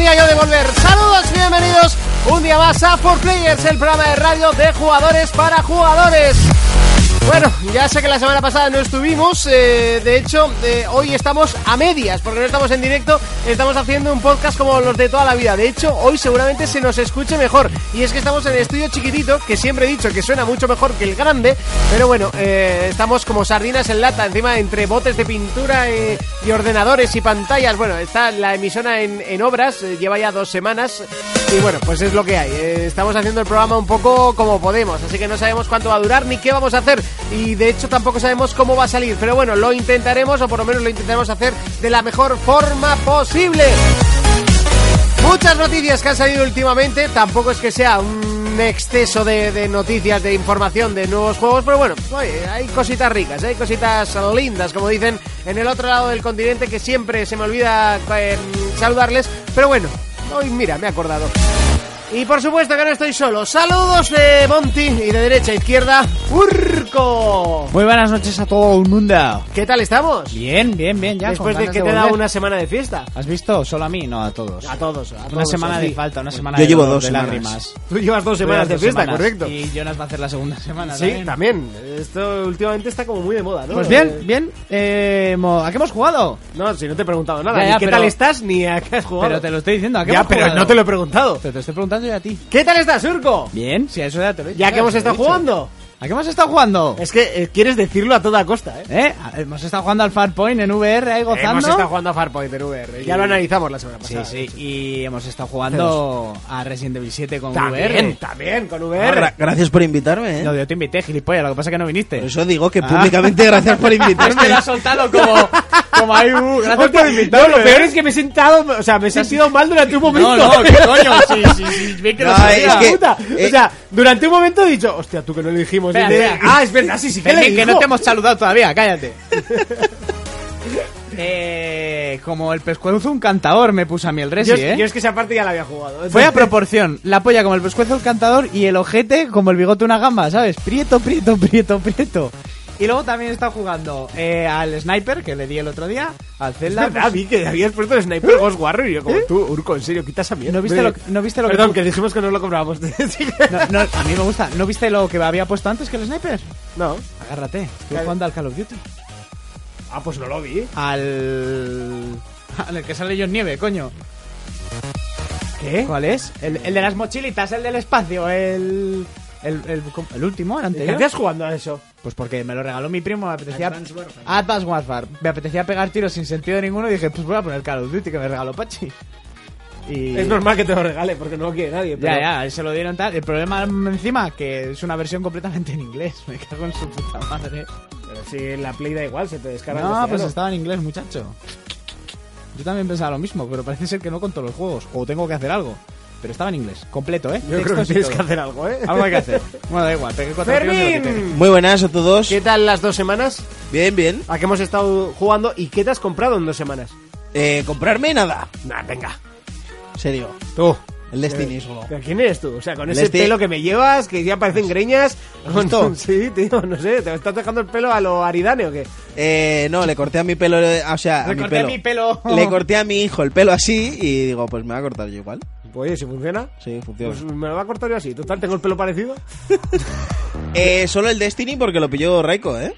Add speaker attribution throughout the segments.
Speaker 1: Player. Saludos, bienvenidos un día más a 4Players, el programa de radio de jugadores para jugadores. Bueno, ya sé que la semana pasada no estuvimos, eh, de hecho eh, hoy estamos a medias, porque no estamos en directo, estamos haciendo un podcast como los de toda la vida. De hecho, hoy seguramente se nos escuche mejor. Y es que estamos en el estudio chiquitito, que siempre he dicho que suena mucho mejor que el grande, pero bueno, eh, estamos como sardinas en lata, encima entre botes de pintura eh, y ordenadores y pantallas. Bueno, está la emisora en, en obras, eh, lleva ya dos semanas, y bueno, pues es lo que hay. Eh, estamos haciendo el programa un poco como podemos, así que no sabemos cuánto va a durar ni qué vamos a hacer. Y de hecho tampoco sabemos cómo va a salir. Pero bueno, lo intentaremos o por lo menos lo intentaremos hacer de la mejor forma posible. Muchas noticias que han salido últimamente. Tampoco es que sea un exceso de, de noticias, de información, de nuevos juegos, pero bueno, oye, hay cositas ricas, hay cositas lindas, como dicen en el otro lado del continente, que siempre se me olvida eh, saludarles. Pero bueno, hoy mira, me he acordado. Y por supuesto que no estoy solo. Saludos de Monty y de derecha a izquierda, Urco.
Speaker 2: Muy buenas noches a todo el mundo.
Speaker 1: ¿Qué tal estamos?
Speaker 2: Bien, bien, bien, ya.
Speaker 1: Después
Speaker 2: con
Speaker 1: de
Speaker 2: ganas
Speaker 1: que te da
Speaker 2: volver.
Speaker 1: una semana de fiesta.
Speaker 2: ¿Has visto? Solo a mí, no a todos.
Speaker 1: A todos, a
Speaker 2: una
Speaker 1: todos,
Speaker 2: semana
Speaker 1: a
Speaker 2: de
Speaker 1: ti.
Speaker 2: falta, una semana
Speaker 3: Yo
Speaker 2: de,
Speaker 3: llevo
Speaker 2: dolor,
Speaker 3: dos
Speaker 2: de
Speaker 3: semanas.
Speaker 2: lágrimas.
Speaker 1: Tú llevas dos semanas de
Speaker 2: Dos
Speaker 1: fiesta,
Speaker 2: semanas.
Speaker 1: correcto.
Speaker 2: Y Jonas va a hacer la segunda semana.
Speaker 1: Sí, también. Esto últimamente está como muy de moda, ¿no?
Speaker 2: Pues
Speaker 1: Eh,
Speaker 2: bien, bien. Eh, mo- ¿A qué hemos jugado?
Speaker 1: No, si no te he preguntado nada.
Speaker 2: Ya,
Speaker 1: ni
Speaker 2: ya,
Speaker 1: qué
Speaker 2: pero-
Speaker 1: tal estás ni a qué has jugado.
Speaker 2: Pero te lo estoy diciendo. ¿a qué
Speaker 1: ya,
Speaker 2: hemos
Speaker 1: pero
Speaker 2: jugado?
Speaker 1: no te lo he preguntado.
Speaker 2: Pero te estoy preguntando yo a ti.
Speaker 1: ¿Qué tal estás, Urco?
Speaker 2: Bien, sí, a eso ya te lo he dicho.
Speaker 1: Ya que hemos
Speaker 2: te lo he
Speaker 1: estado
Speaker 2: dicho.
Speaker 1: jugando.
Speaker 2: ¿A qué hemos estado jugando?
Speaker 1: Es que eh, quieres decirlo a toda costa, ¿eh?
Speaker 2: ¿Eh? Hemos estado jugando al Farpoint en VR ahí gozando.
Speaker 1: Hemos estado jugando a Farpoint en VR. Ya lo analizamos la semana
Speaker 2: eh? Sí,
Speaker 1: pasada.
Speaker 2: sí, y hemos estado jugando a Resident Evil 7 con
Speaker 1: También,
Speaker 2: VR.
Speaker 1: también, con
Speaker 3: Ah,
Speaker 1: VR.
Speaker 3: gra- gracias por invitarme, ¿eh?
Speaker 2: No, yo te invité, gilipollas, lo que pasa es que no viniste.
Speaker 3: Por eso digo que públicamente gracias por
Speaker 2: Este
Speaker 3: invitarme.
Speaker 2: lo ha soltado como, como ahí, uh, gracias
Speaker 1: Hostia,
Speaker 2: por invitarme.
Speaker 1: no, lo peor es que me he sentado, o sea, me he sentido mal durante un momento.
Speaker 2: ¿eh? No, no, qué coño, sí, sí, sí, bien que
Speaker 3: No,
Speaker 2: lo
Speaker 3: es
Speaker 2: sabía.
Speaker 3: que-
Speaker 1: Puta.
Speaker 3: eh,
Speaker 1: o sea, durante un momento he dicho, hostia, tú que no le dijimos.
Speaker 2: Espera,
Speaker 1: Y te-
Speaker 2: espera.
Speaker 1: Ah, es verdad, sí, sí, que le
Speaker 2: Fermín, que no
Speaker 1: dijo.
Speaker 2: te hemos saludado todavía, cállate. eh, como el pescuezo un cantador me puso a mí el resi,
Speaker 1: Yo,
Speaker 2: eh.
Speaker 1: yo es que esa parte ya la había jugado.
Speaker 2: Fue a proporción, la polla como el pescuezo un cantador y el ojete como el bigote una gamba, ¿sabes? Prieto, prieto, prieto, prieto. Y luego también está jugando eh, al sniper que le di el otro día, al Zelda.
Speaker 1: Ah, vi que habías puesto el Sniper Ghost Warrior y yo como, tú, Urco, en serio, quitas a mierda.
Speaker 2: ¿Eh? ¿No viste lo que- no viste lo que
Speaker 1: Perdón,
Speaker 2: pu-
Speaker 1: que dijimos que no lo comprábamos.
Speaker 2: No, no, a mí me gusta. ¿No viste lo que había puesto antes que el sniper?
Speaker 1: no.
Speaker 2: Agárrate. Estoy
Speaker 1: Claro.
Speaker 2: jugando al Call of Duty.
Speaker 1: Ah, pues no lo vi.
Speaker 2: Al. Al el que sale John Nieve, coño.
Speaker 1: ¿Qué?
Speaker 2: ¿Cuál es? El, el de las mochilitas, el del espacio, el. El, el, el último, el
Speaker 1: ¿Qué
Speaker 2: anterior.
Speaker 1: hacías jugando a eso?
Speaker 2: Pues porque me lo regaló mi primo, me apetecía. Advanced Warfare. Me apetecía pegar tiros sin sentido ninguno y dije, pues voy a poner Call of Duty que me regaló Pachi. Y.
Speaker 1: Es normal que te lo regale porque no lo quiere nadie. Pero...
Speaker 2: Ya, ya, se lo dieron tal. El problema encima, que es una versión completamente en inglés. Me cago en su puta madre.
Speaker 1: Pero si en la Play da igual, se te descarga. en
Speaker 2: No, pues
Speaker 1: castellano.
Speaker 2: estaba en inglés, muchacho. Yo también pensaba lo mismo, pero parece ser que no con todos los juegos. O tengo que hacer algo. Pero estaba en inglés, completo, ¿eh?
Speaker 1: Yo creo que
Speaker 2: Textos y
Speaker 1: tienes
Speaker 2: todo.
Speaker 1: que hacer algo, ¿eh?
Speaker 2: Algo hay que hacer. Bueno, da igual, pegué cuatro tiros y me lo quité.
Speaker 1: ¡Fermín!
Speaker 3: Muy buenas a todos.
Speaker 1: ¿Qué tal las dos semanas?
Speaker 3: Bien, bien.
Speaker 1: ¿A qué hemos estado jugando y qué te has comprado en dos semanas?
Speaker 3: Eh, comprarme nada.
Speaker 1: Nah, venga.
Speaker 3: En serio.
Speaker 1: Tú.
Speaker 3: El Destiny solo.
Speaker 1: ¿Pero quién eres tú? O sea, con
Speaker 3: El
Speaker 1: ese
Speaker 3: este-
Speaker 1: pelo que me llevas, que ya parecen greñas.
Speaker 3: ¿Has visto?
Speaker 1: Sí, tío, no sé. ¿Te estás dejando el pelo a lo aridane o qué?
Speaker 3: Eh, no, le corté a mi pelo, eh, o sea, a
Speaker 2: Le
Speaker 3: mi
Speaker 2: corté a
Speaker 3: pelo.
Speaker 2: mi pelo.
Speaker 3: Le corté a mi hijo el pelo así y digo, pues me va a cortar yo igual.
Speaker 1: Pues Oye, si funciona.
Speaker 3: Sí, funciona.
Speaker 1: Pues me lo va a cortar yo así. Total, tengo el pelo parecido.
Speaker 3: Eh, solo el Destiny porque lo pilló Raiko, ¿eh?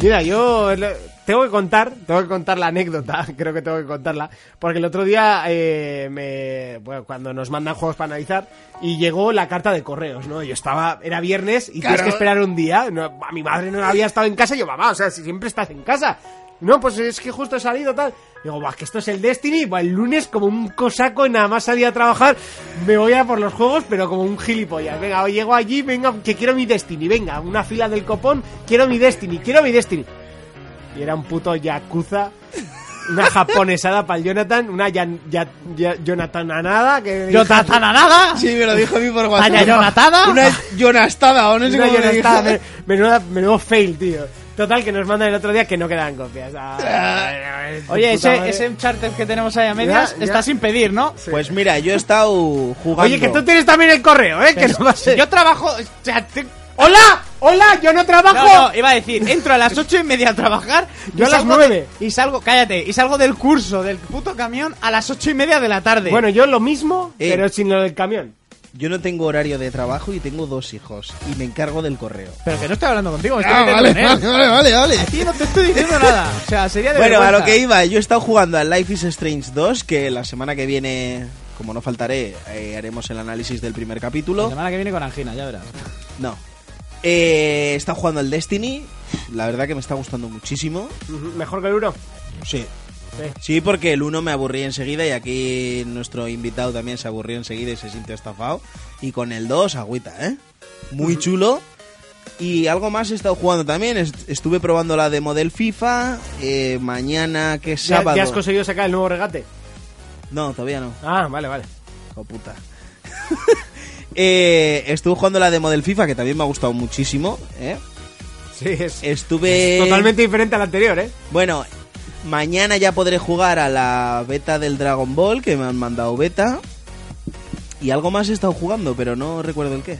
Speaker 1: Mira, yo lo- tengo que contar, tengo que contar la anécdota, creo que tengo que contarla, porque el otro día, eh, me, bueno, cuando nos mandan juegos para analizar, y llegó la carta de correos, ¿no? Yo estaba, era viernes y tienes
Speaker 3: Claro.
Speaker 1: que esperar un día, no, a mi madre no había estado en casa, y yo, mamá, o sea, si siempre estás en casa. No, pues es que justo he salido tal. Digo, "Buah, que esto es el Destiny. Buah, el lunes, como un cosaco, nada más salí a trabajar. Me voy a por los juegos, pero como un gilipollas. Venga, hoy llego allí, venga, que quiero mi Destiny. Venga, una fila del copón, quiero mi Destiny, quiero mi Destiny. Y era un puto yakuza. Una japonesada para el Jonathan. Una yan, ya, ya- Jonathananada. Que
Speaker 2: ¡Yo tatananada!
Speaker 3: Sí, me lo dijo a mí por
Speaker 2: WhatsApp. Vaya yonatada.
Speaker 3: Una jonastada o no sé
Speaker 1: Una
Speaker 3: cómo le
Speaker 1: Jonathan-
Speaker 3: dijo.
Speaker 1: menuda- menudo fail, tío. Total, que nos mandan el otro día que no quedan copias. Ah, puta
Speaker 2: Oye, ese,
Speaker 1: madre.
Speaker 2: ese charter que tenemos ahí a medias
Speaker 1: Ya, ya.
Speaker 2: está sin pedir, ¿no?
Speaker 3: Pues mira, yo he estado jugando.
Speaker 1: Oye, que tú tienes también el correo, ¿eh? Que no va a ser.
Speaker 2: Yo trabajo. o sea, te-
Speaker 1: ¡Hola! ¡Hola! ¡Yo no trabajo!
Speaker 2: No, no, iba a decir, entro a las ocho y media a trabajar.
Speaker 1: Yo
Speaker 2: y
Speaker 1: a las
Speaker 2: salgo
Speaker 1: nueve.
Speaker 2: de- Y salgo, cállate, y salgo del curso, del puto camión, a las ocho y media de la tarde.
Speaker 1: Bueno, yo lo mismo,
Speaker 3: Eh.
Speaker 1: pero sin lo del camión.
Speaker 3: Yo no tengo horario de trabajo y tengo dos hijos. Y me encargo del correo.
Speaker 2: pero que no estoy hablando contigo, me estoy
Speaker 3: Ah,
Speaker 2: metiendo
Speaker 3: vale,
Speaker 2: en él.
Speaker 3: vale, vale, vale, vale.
Speaker 2: Tío, no te estoy diciendo nada. O sea, sería de
Speaker 3: Bueno, a lo
Speaker 2: vergüenza.
Speaker 3: que iba, yo he estado jugando a Life is Strange 2, que la semana que viene, como no faltaré, eh, haremos el análisis del primer
Speaker 2: La
Speaker 3: capítulo.
Speaker 2: semana que viene con angina, ya verás.
Speaker 3: No. Eh, he estado jugando al Destiny, la verdad que me está gustando muchísimo.
Speaker 1: Ujú, Mejor que el uno.
Speaker 3: Sí.
Speaker 1: Sí.
Speaker 3: Sí, porque el 1 me aburrí enseguida y aquí nuestro invitado también se aburrió enseguida y se sintió estafado. Y con el 2, agüita, ¿eh? Muy chulo. Y algo más he estado jugando también. est- Estuve probando la demo del FIFA. eh, mañana, que es
Speaker 1: Ya,
Speaker 3: sábado.
Speaker 1: ya has conseguido sacar el nuevo regate.
Speaker 3: No, todavía no.
Speaker 1: Ah, vale, vale.
Speaker 3: Hijo puta. Eh, estuve jugando la demo del FIFA, que también me ha gustado muchísimo. ¿eh?
Speaker 1: Sí,
Speaker 2: eh.
Speaker 1: es
Speaker 3: Estuve.
Speaker 1: totalmente diferente al anterior, ¿eh?
Speaker 3: Bueno, mañana ya podré jugar a la beta del Dragon Ball, que me han mandado beta. Y algo más he estado jugando, pero no recuerdo el qué.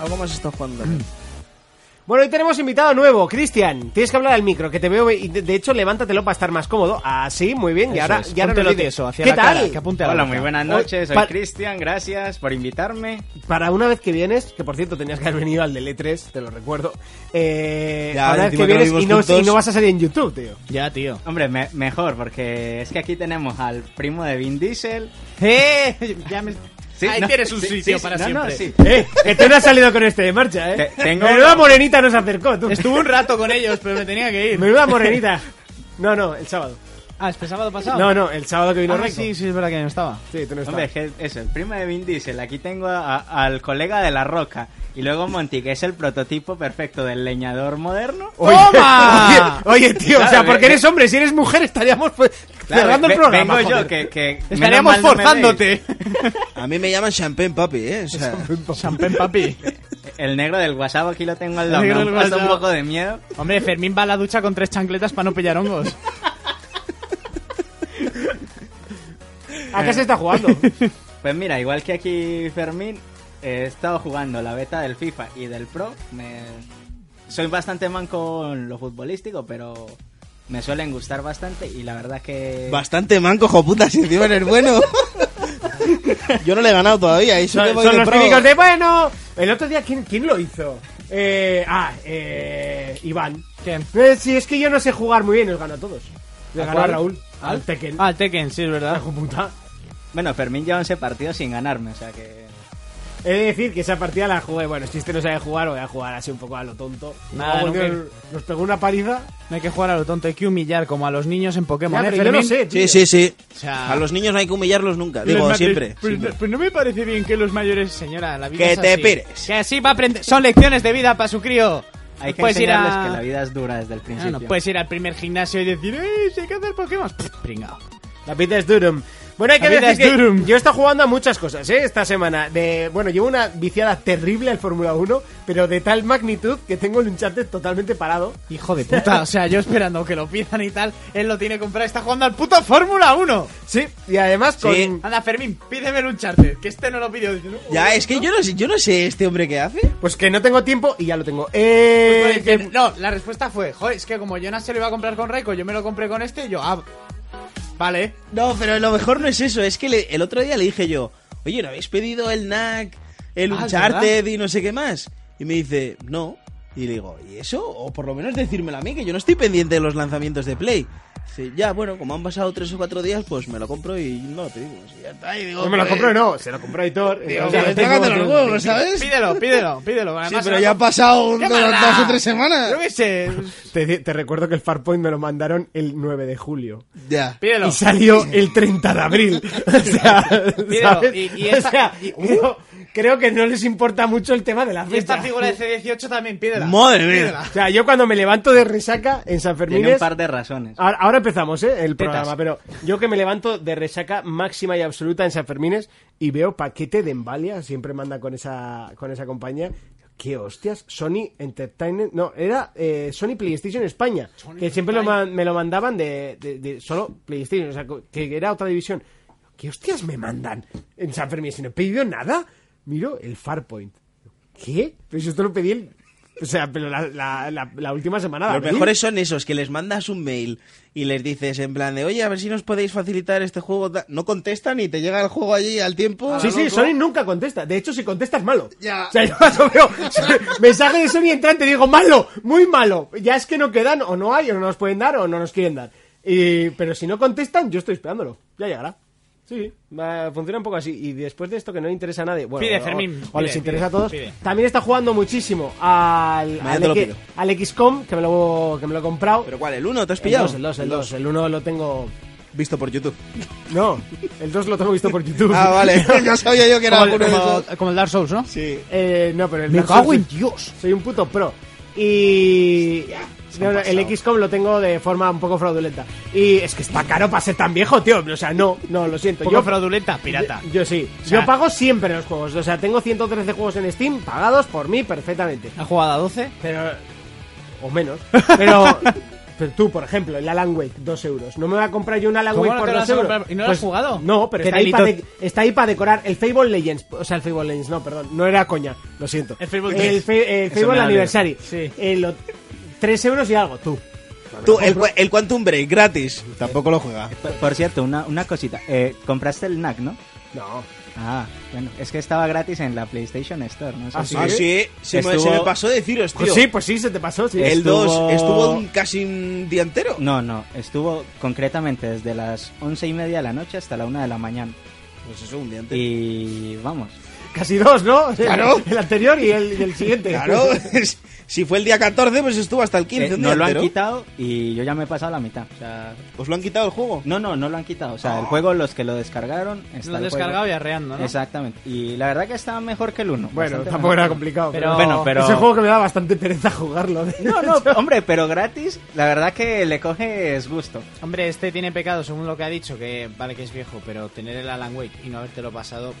Speaker 3: Algo más he estado jugando. también.
Speaker 1: Bueno, hoy tenemos invitado nuevo, Cristian. Tienes que hablar al micro, que te veo. y De de hecho, levántatelo para estar más cómodo. Así, muy bien. Y
Speaker 2: Eso
Speaker 1: ahora,
Speaker 2: es,
Speaker 1: y ahora
Speaker 2: póntelo
Speaker 1: olvides.
Speaker 2: tieso, hacia
Speaker 1: ¿Qué
Speaker 2: la
Speaker 1: tal?
Speaker 2: cara, que apunte a la
Speaker 4: Hola,
Speaker 2: boca.
Speaker 4: muy buenas
Speaker 1: Hoy-
Speaker 4: noches. Soy
Speaker 1: pa-
Speaker 4: Cristian, gracias por invitarme.
Speaker 1: Para una vez que vienes, que por cierto tenías que haber venido al del E3, te lo recuerdo. Eh,
Speaker 3: Ya,
Speaker 1: para una
Speaker 3: el
Speaker 1: vez
Speaker 3: último
Speaker 1: que
Speaker 3: que lo
Speaker 1: vienes
Speaker 3: vimos
Speaker 1: y no,
Speaker 3: juntos.
Speaker 1: y no vas a salir en YouTube, tío.
Speaker 2: Ya, tío.
Speaker 4: Hombre, me- mejor, porque es que aquí tenemos al primo de Vin Diesel.
Speaker 2: ¡Eh! Ya me... Ahí
Speaker 4: no,
Speaker 2: tienes un
Speaker 4: sí,
Speaker 2: sitio
Speaker 4: sí,
Speaker 2: para
Speaker 4: no,
Speaker 2: siempre.
Speaker 4: no, sí.
Speaker 1: Eh, que tú no has salido con este de marcha, eh.
Speaker 4: Te- tengo-
Speaker 1: Menuda morenita nos acercó, tú.
Speaker 2: Estuve un rato con ellos, pero me tenía que ir.
Speaker 1: Menuda morenita. No, no, el sábado.
Speaker 2: Ah, ¿este sábado pasado?
Speaker 1: No, no, el sábado que vino
Speaker 2: Ah,
Speaker 1: Reiko.
Speaker 2: sí, sí, es verdad que no estaba.
Speaker 1: Sí, tú no
Speaker 4: Hombre, es
Speaker 1: estabas.
Speaker 4: que es el primo de Vin Diesel. Aquí tengo a- al colega de La Roca. Y luego Monty, que es el prototipo perfecto del leñador moderno.
Speaker 2: Oh,
Speaker 1: Oye,
Speaker 2: ¡Toma!
Speaker 1: Oye, oye, tío,
Speaker 4: Claro,
Speaker 1: o sea,
Speaker 4: ve-
Speaker 1: porque eres hombre, si eres mujer estaríamos pues,
Speaker 4: Claro,
Speaker 1: cerrando el
Speaker 4: ve-
Speaker 1: programa.
Speaker 4: Vengo yo,
Speaker 1: joder.
Speaker 4: que, que menos
Speaker 2: Estaríamos
Speaker 4: mal no me veis.
Speaker 2: forzándote.
Speaker 3: A mí me llaman Champagne Papi, ¿eh? O sea,
Speaker 2: Champagne, papi.
Speaker 4: El negro del WhatsApp aquí lo tengo al
Speaker 2: El
Speaker 4: lado. Me
Speaker 2: negro
Speaker 4: ha
Speaker 2: del
Speaker 4: puesto un
Speaker 2: WhatsApp.
Speaker 4: poco de miedo.
Speaker 2: Hombre, Fermín va a la ducha con tres chancletas para no pillar hongos.
Speaker 1: ¿A qué se está jugando?
Speaker 4: Pues mira, igual que aquí Fermín, he estado jugando la beta del FIFA y del Pro. Me... Soy bastante manco en lo futbolístico, pero me suelen gustar bastante y la verdad que...
Speaker 3: bastante manco, joputa, si encima eres bueno. Yo no le he ganado todavía. y
Speaker 1: son
Speaker 3: solo voy
Speaker 1: son
Speaker 3: de
Speaker 1: los
Speaker 3: pro.
Speaker 1: típicos de, bueno, el otro día, ¿quién, quién lo hizo? Eh, ah, eh, Iván.
Speaker 2: ¿Qué?
Speaker 1: Eh, sí, es que yo no sé jugar muy bien, nos gana a todos. Le
Speaker 2: ¿A
Speaker 1: ganó a
Speaker 2: cuál?
Speaker 1: Raúl, al Tekken.
Speaker 2: Ah, el Tekken, sí, es verdad.
Speaker 1: Hijo puta.
Speaker 4: Bueno, Fermín lleva 11 partidos sin ganarme, o sea que...
Speaker 1: He de decir que esa partida la jugué. Bueno, si este no sabe jugar, voy a jugar así un poco a lo tonto.
Speaker 2: Nada,
Speaker 1: Luego,
Speaker 2: nunca.
Speaker 1: tío, Nos pegó una paliza.
Speaker 2: No hay que jugar a lo tonto, hay que humillar como a los niños en Pokémon.
Speaker 1: Ya,
Speaker 2: ¿eh,
Speaker 1: pero yo
Speaker 2: Fermín?
Speaker 1: no sé, tío.
Speaker 3: Sí, sí, sí.
Speaker 2: O sea-
Speaker 3: A los niños no hay que humillarlos nunca. Digo,
Speaker 2: Pues,
Speaker 3: siempre.
Speaker 2: Pues,
Speaker 3: siempre.
Speaker 2: pues no me parece bien que los mayores, señora, la vida
Speaker 3: Que
Speaker 2: es
Speaker 3: te
Speaker 2: así.
Speaker 3: pires.
Speaker 2: Que así va a aprender. Son lecciones de vida para su crío.
Speaker 4: Hay que
Speaker 2: puedes ir
Speaker 4: enseñarles
Speaker 2: a...
Speaker 4: que la vida es dura desde el
Speaker 2: Ah,
Speaker 4: principio.
Speaker 2: no, puedes ir al primer gimnasio y decir, ¡eh! Sé que hacer Pokémon. Pff, Pringao.
Speaker 1: La pita es Durum. Bueno, hay que
Speaker 2: La pita
Speaker 1: decir
Speaker 2: es
Speaker 1: que
Speaker 2: durum.
Speaker 1: yo he estado jugando a muchas cosas, ¿eh? Esta semana. De, bueno, llevo una viciada terrible al Fórmula 1, pero de tal magnitud que tengo el Uncharted totalmente parado.
Speaker 2: Hijo de puta, o sea, yo esperando que lo pidan y tal, él lo tiene que comprar, está jugando al puto Fórmula 1.
Speaker 1: Sí, y además con...
Speaker 3: Sí.
Speaker 2: Anda, Fermín, pídeme el Uncharted, que este no lo pidió. Dice, no,
Speaker 3: Ya, es que yo no, sé, yo no sé este hombre que hace.
Speaker 1: Pues que no tengo tiempo y ya lo tengo. Eh...
Speaker 2: Pues dice, No, la respuesta fue, joder, es que como yo no se lo iba a comprar con Reiko, yo me lo compré con este, y yo, ah, vale.
Speaker 3: No, pero lo mejor no es eso. Es que le- el otro día le dije yo, oye, ¿no habéis pedido el NAC, el
Speaker 2: Ah, es
Speaker 3: Uncharted y no sé qué más? Y me dice, no. Y le digo, ¿y eso? O por lo menos decírmelo a mí, que yo no estoy pendiente de los lanzamientos de Play. Dice, ya, bueno, como han pasado tres o cuatro días, pues me lo compro y no lo pedimos. Y ya está. Y digo,
Speaker 1: No pues me lo
Speaker 3: "Joder,
Speaker 2: eh.
Speaker 1: compro, no. Se lo compró Eh, Editor.
Speaker 3: tío, que me tocan de los huevos, ¿sabes?
Speaker 2: Pídelo, pídelo, pídelo.
Speaker 3: Sí,
Speaker 2: Además,
Speaker 3: pero
Speaker 2: se lo
Speaker 3: ya han pasado un-
Speaker 2: ¡Qué
Speaker 3: dos,
Speaker 2: maldad!
Speaker 3: dos o tres semanas.
Speaker 2: Yo qué sé.
Speaker 1: Te, te recuerdo que el Farpoint me lo mandaron el 9 de julio.
Speaker 3: Ya.
Speaker 2: Pídelo.
Speaker 1: Y salió el 30 de abril. O sea, ¿sabes?
Speaker 2: y- y esta-
Speaker 1: O sea,
Speaker 2: y-
Speaker 1: creo, creo que no les importa mucho el tema de la
Speaker 2: Y esta
Speaker 1: fecha.
Speaker 2: figura de C18 también, pídela.
Speaker 3: Madre mía.
Speaker 2: Pídela.
Speaker 1: O sea, yo cuando me levanto de resaca en San Fermín
Speaker 4: Tiene un par de razones.
Speaker 1: Ahora, ahora empezamos, ¿eh?
Speaker 4: Tetas.
Speaker 1: El programa, pero yo que me levanto de resaca máxima y absoluta en San Fermines y veo paquete de Embalia, siempre manda con esa, con esa compañía. ¡Qué hostias! Sony Entertainment. No, era eh, Sony PlayStation España, que siempre lo man- me lo mandaban de, de- de solo PlayStation, o sea, co- que era otra división. ¿Qué hostias me mandan en San Fermín? Si no he pedido nada, miro el Farpoint. ¿Qué? Pues esto lo pedí el- O sea, pero la, la- la- la última semana.
Speaker 3: Los Ah, mejores son esos, que les mandas un mail y les dices en plan de, oye, a ver si nos podéis facilitar este juego. ta-". No contestan y te llega el juego allí al
Speaker 2: Ah,
Speaker 3: tiempo.
Speaker 1: Sí, sí,
Speaker 3: loco.
Speaker 1: Sony nunca contesta. De hecho, si contesta es malo.
Speaker 3: Ya.
Speaker 1: O sea, yo cuando veo mensaje de Sony entrante digo, malo, muy malo. Ya es que no quedan, o no hay, o no nos pueden dar, o no nos quieren dar. Y, pero si no contestan, yo estoy esperándolo. Ya llegará. Sí, sí. Va- funciona un poco así. Y después de esto que no interesa a nadie, bueno,
Speaker 2: Pide,
Speaker 1: o-
Speaker 2: Fermín,
Speaker 1: o, les
Speaker 2: pide,
Speaker 1: interesa
Speaker 2: pide,
Speaker 1: a todos,
Speaker 2: pide.
Speaker 1: también está jugando muchísimo al,
Speaker 3: Mañana
Speaker 1: al,
Speaker 3: te lo
Speaker 1: X-
Speaker 3: pido.
Speaker 1: al XCOM, que me lo, que me lo he comprado.
Speaker 3: ¿Pero cuál? ¿El uno? ¿Te has
Speaker 1: el
Speaker 3: pillado?
Speaker 1: 2, el 2, el 2. El 1 lo tengo...
Speaker 3: Visto por YouTube.
Speaker 1: No, el 2 lo tengo visto por YouTube.
Speaker 3: Ah, vale. ya sabía yo que era
Speaker 2: Como el,
Speaker 3: alguno de
Speaker 2: como-
Speaker 3: esos.
Speaker 2: como el Dark Souls, ¿no?
Speaker 3: Sí.
Speaker 1: Eh, no, pero el
Speaker 2: Me
Speaker 1: Dark
Speaker 2: cago
Speaker 1: Souls-
Speaker 2: en Dios.
Speaker 1: Soy un puto pro. Y.
Speaker 3: se
Speaker 1: No,
Speaker 3: han
Speaker 1: no,
Speaker 3: pasado.
Speaker 1: el XCOM lo tengo de forma un poco fraudulenta. Y es que está caro para ser tan viejo, tío. O sea, no, no, lo siento.
Speaker 2: Poco
Speaker 1: Yo,
Speaker 2: fraudulenta, pirata.
Speaker 1: yo, yo sí.
Speaker 2: sea-
Speaker 1: yo pago siempre los juegos. O sea, tengo 113 juegos en Steam pagados por mí perfectamente.
Speaker 2: ¿Ha jugado a 12?
Speaker 1: Pero. O menos. Pero. Pero tú, por ejemplo, el Alan Wake, 2 euros. No me voy a comprar yo un Alan
Speaker 2: ¿Cómo
Speaker 1: Wake
Speaker 2: no
Speaker 1: por
Speaker 2: te
Speaker 1: 2
Speaker 2: lo vas a
Speaker 1: euros. Pues
Speaker 2: comprar? ¿Y no lo has jugado?
Speaker 1: No, pero
Speaker 2: Qué
Speaker 1: está ahí,
Speaker 2: delito.
Speaker 1: para decorar el Fable Legends. O sea, el Fable Legends, no, perdón. No era coña, lo siento.
Speaker 2: El Fable
Speaker 1: El,
Speaker 2: Legends.
Speaker 1: Fe- el
Speaker 4: Eso me
Speaker 1: Fable
Speaker 4: da
Speaker 1: Anniversary.
Speaker 2: Sí.
Speaker 1: 3 euros y algo, tú.
Speaker 3: Tú, el, cua- el Quantum Break, gratis. Tampoco lo juega.
Speaker 4: Por, por cierto, una, una cosita. Eh, compraste el NAC, ¿no?
Speaker 1: No.
Speaker 4: Ah, bueno, es que estaba gratis en la PlayStation Store, ¿no? sé
Speaker 1: Ah,
Speaker 4: si-
Speaker 3: Ah, sí. Se, me,
Speaker 4: Estuvo-
Speaker 3: se me pasó deciros, tío.
Speaker 1: Pues sí, pues sí, se te pasó, sí.
Speaker 3: El 2 estuvo,
Speaker 4: Estuvo-
Speaker 3: un- casi un día entero.
Speaker 4: No, no, estuvo concretamente desde las once y media de la noche hasta la una de la mañana.
Speaker 3: Pues eso, un día entero.
Speaker 4: Y vamos.
Speaker 1: Casi dos, ¿no?
Speaker 3: Claro.
Speaker 1: El anterior y el, y el siguiente.
Speaker 3: Claro, pues, si fue el día 14, pues estuvo hasta el 15.
Speaker 4: eh,
Speaker 3: un
Speaker 4: no
Speaker 3: día
Speaker 4: lo han
Speaker 3: entero.
Speaker 4: quitado y yo ya me he pasado la mitad. O sea,
Speaker 3: ¿Os lo han quitado el juego?
Speaker 4: no, no, no lo han quitado. O sea, el juego, los que lo descargaron. Está
Speaker 2: Lo he
Speaker 4: el juego.
Speaker 2: descargado y arreando, ¿no?
Speaker 4: Exactamente. Y la verdad que está mejor que el uno.
Speaker 1: Bueno,
Speaker 4: bastante
Speaker 1: tampoco
Speaker 4: mejor.
Speaker 1: era complicado.
Speaker 2: Pero-
Speaker 4: Bueno, pero-
Speaker 1: Es un juego que me da bastante pereza jugarlo. de
Speaker 4: No, no,
Speaker 1: hecho.
Speaker 4: hombre, pero gratis, la verdad que le coges gusto.
Speaker 2: Hombre, este tiene pecado, según lo que ha dicho, que vale que es viejo, pero tener el Alan Wake y no habértelo pasado...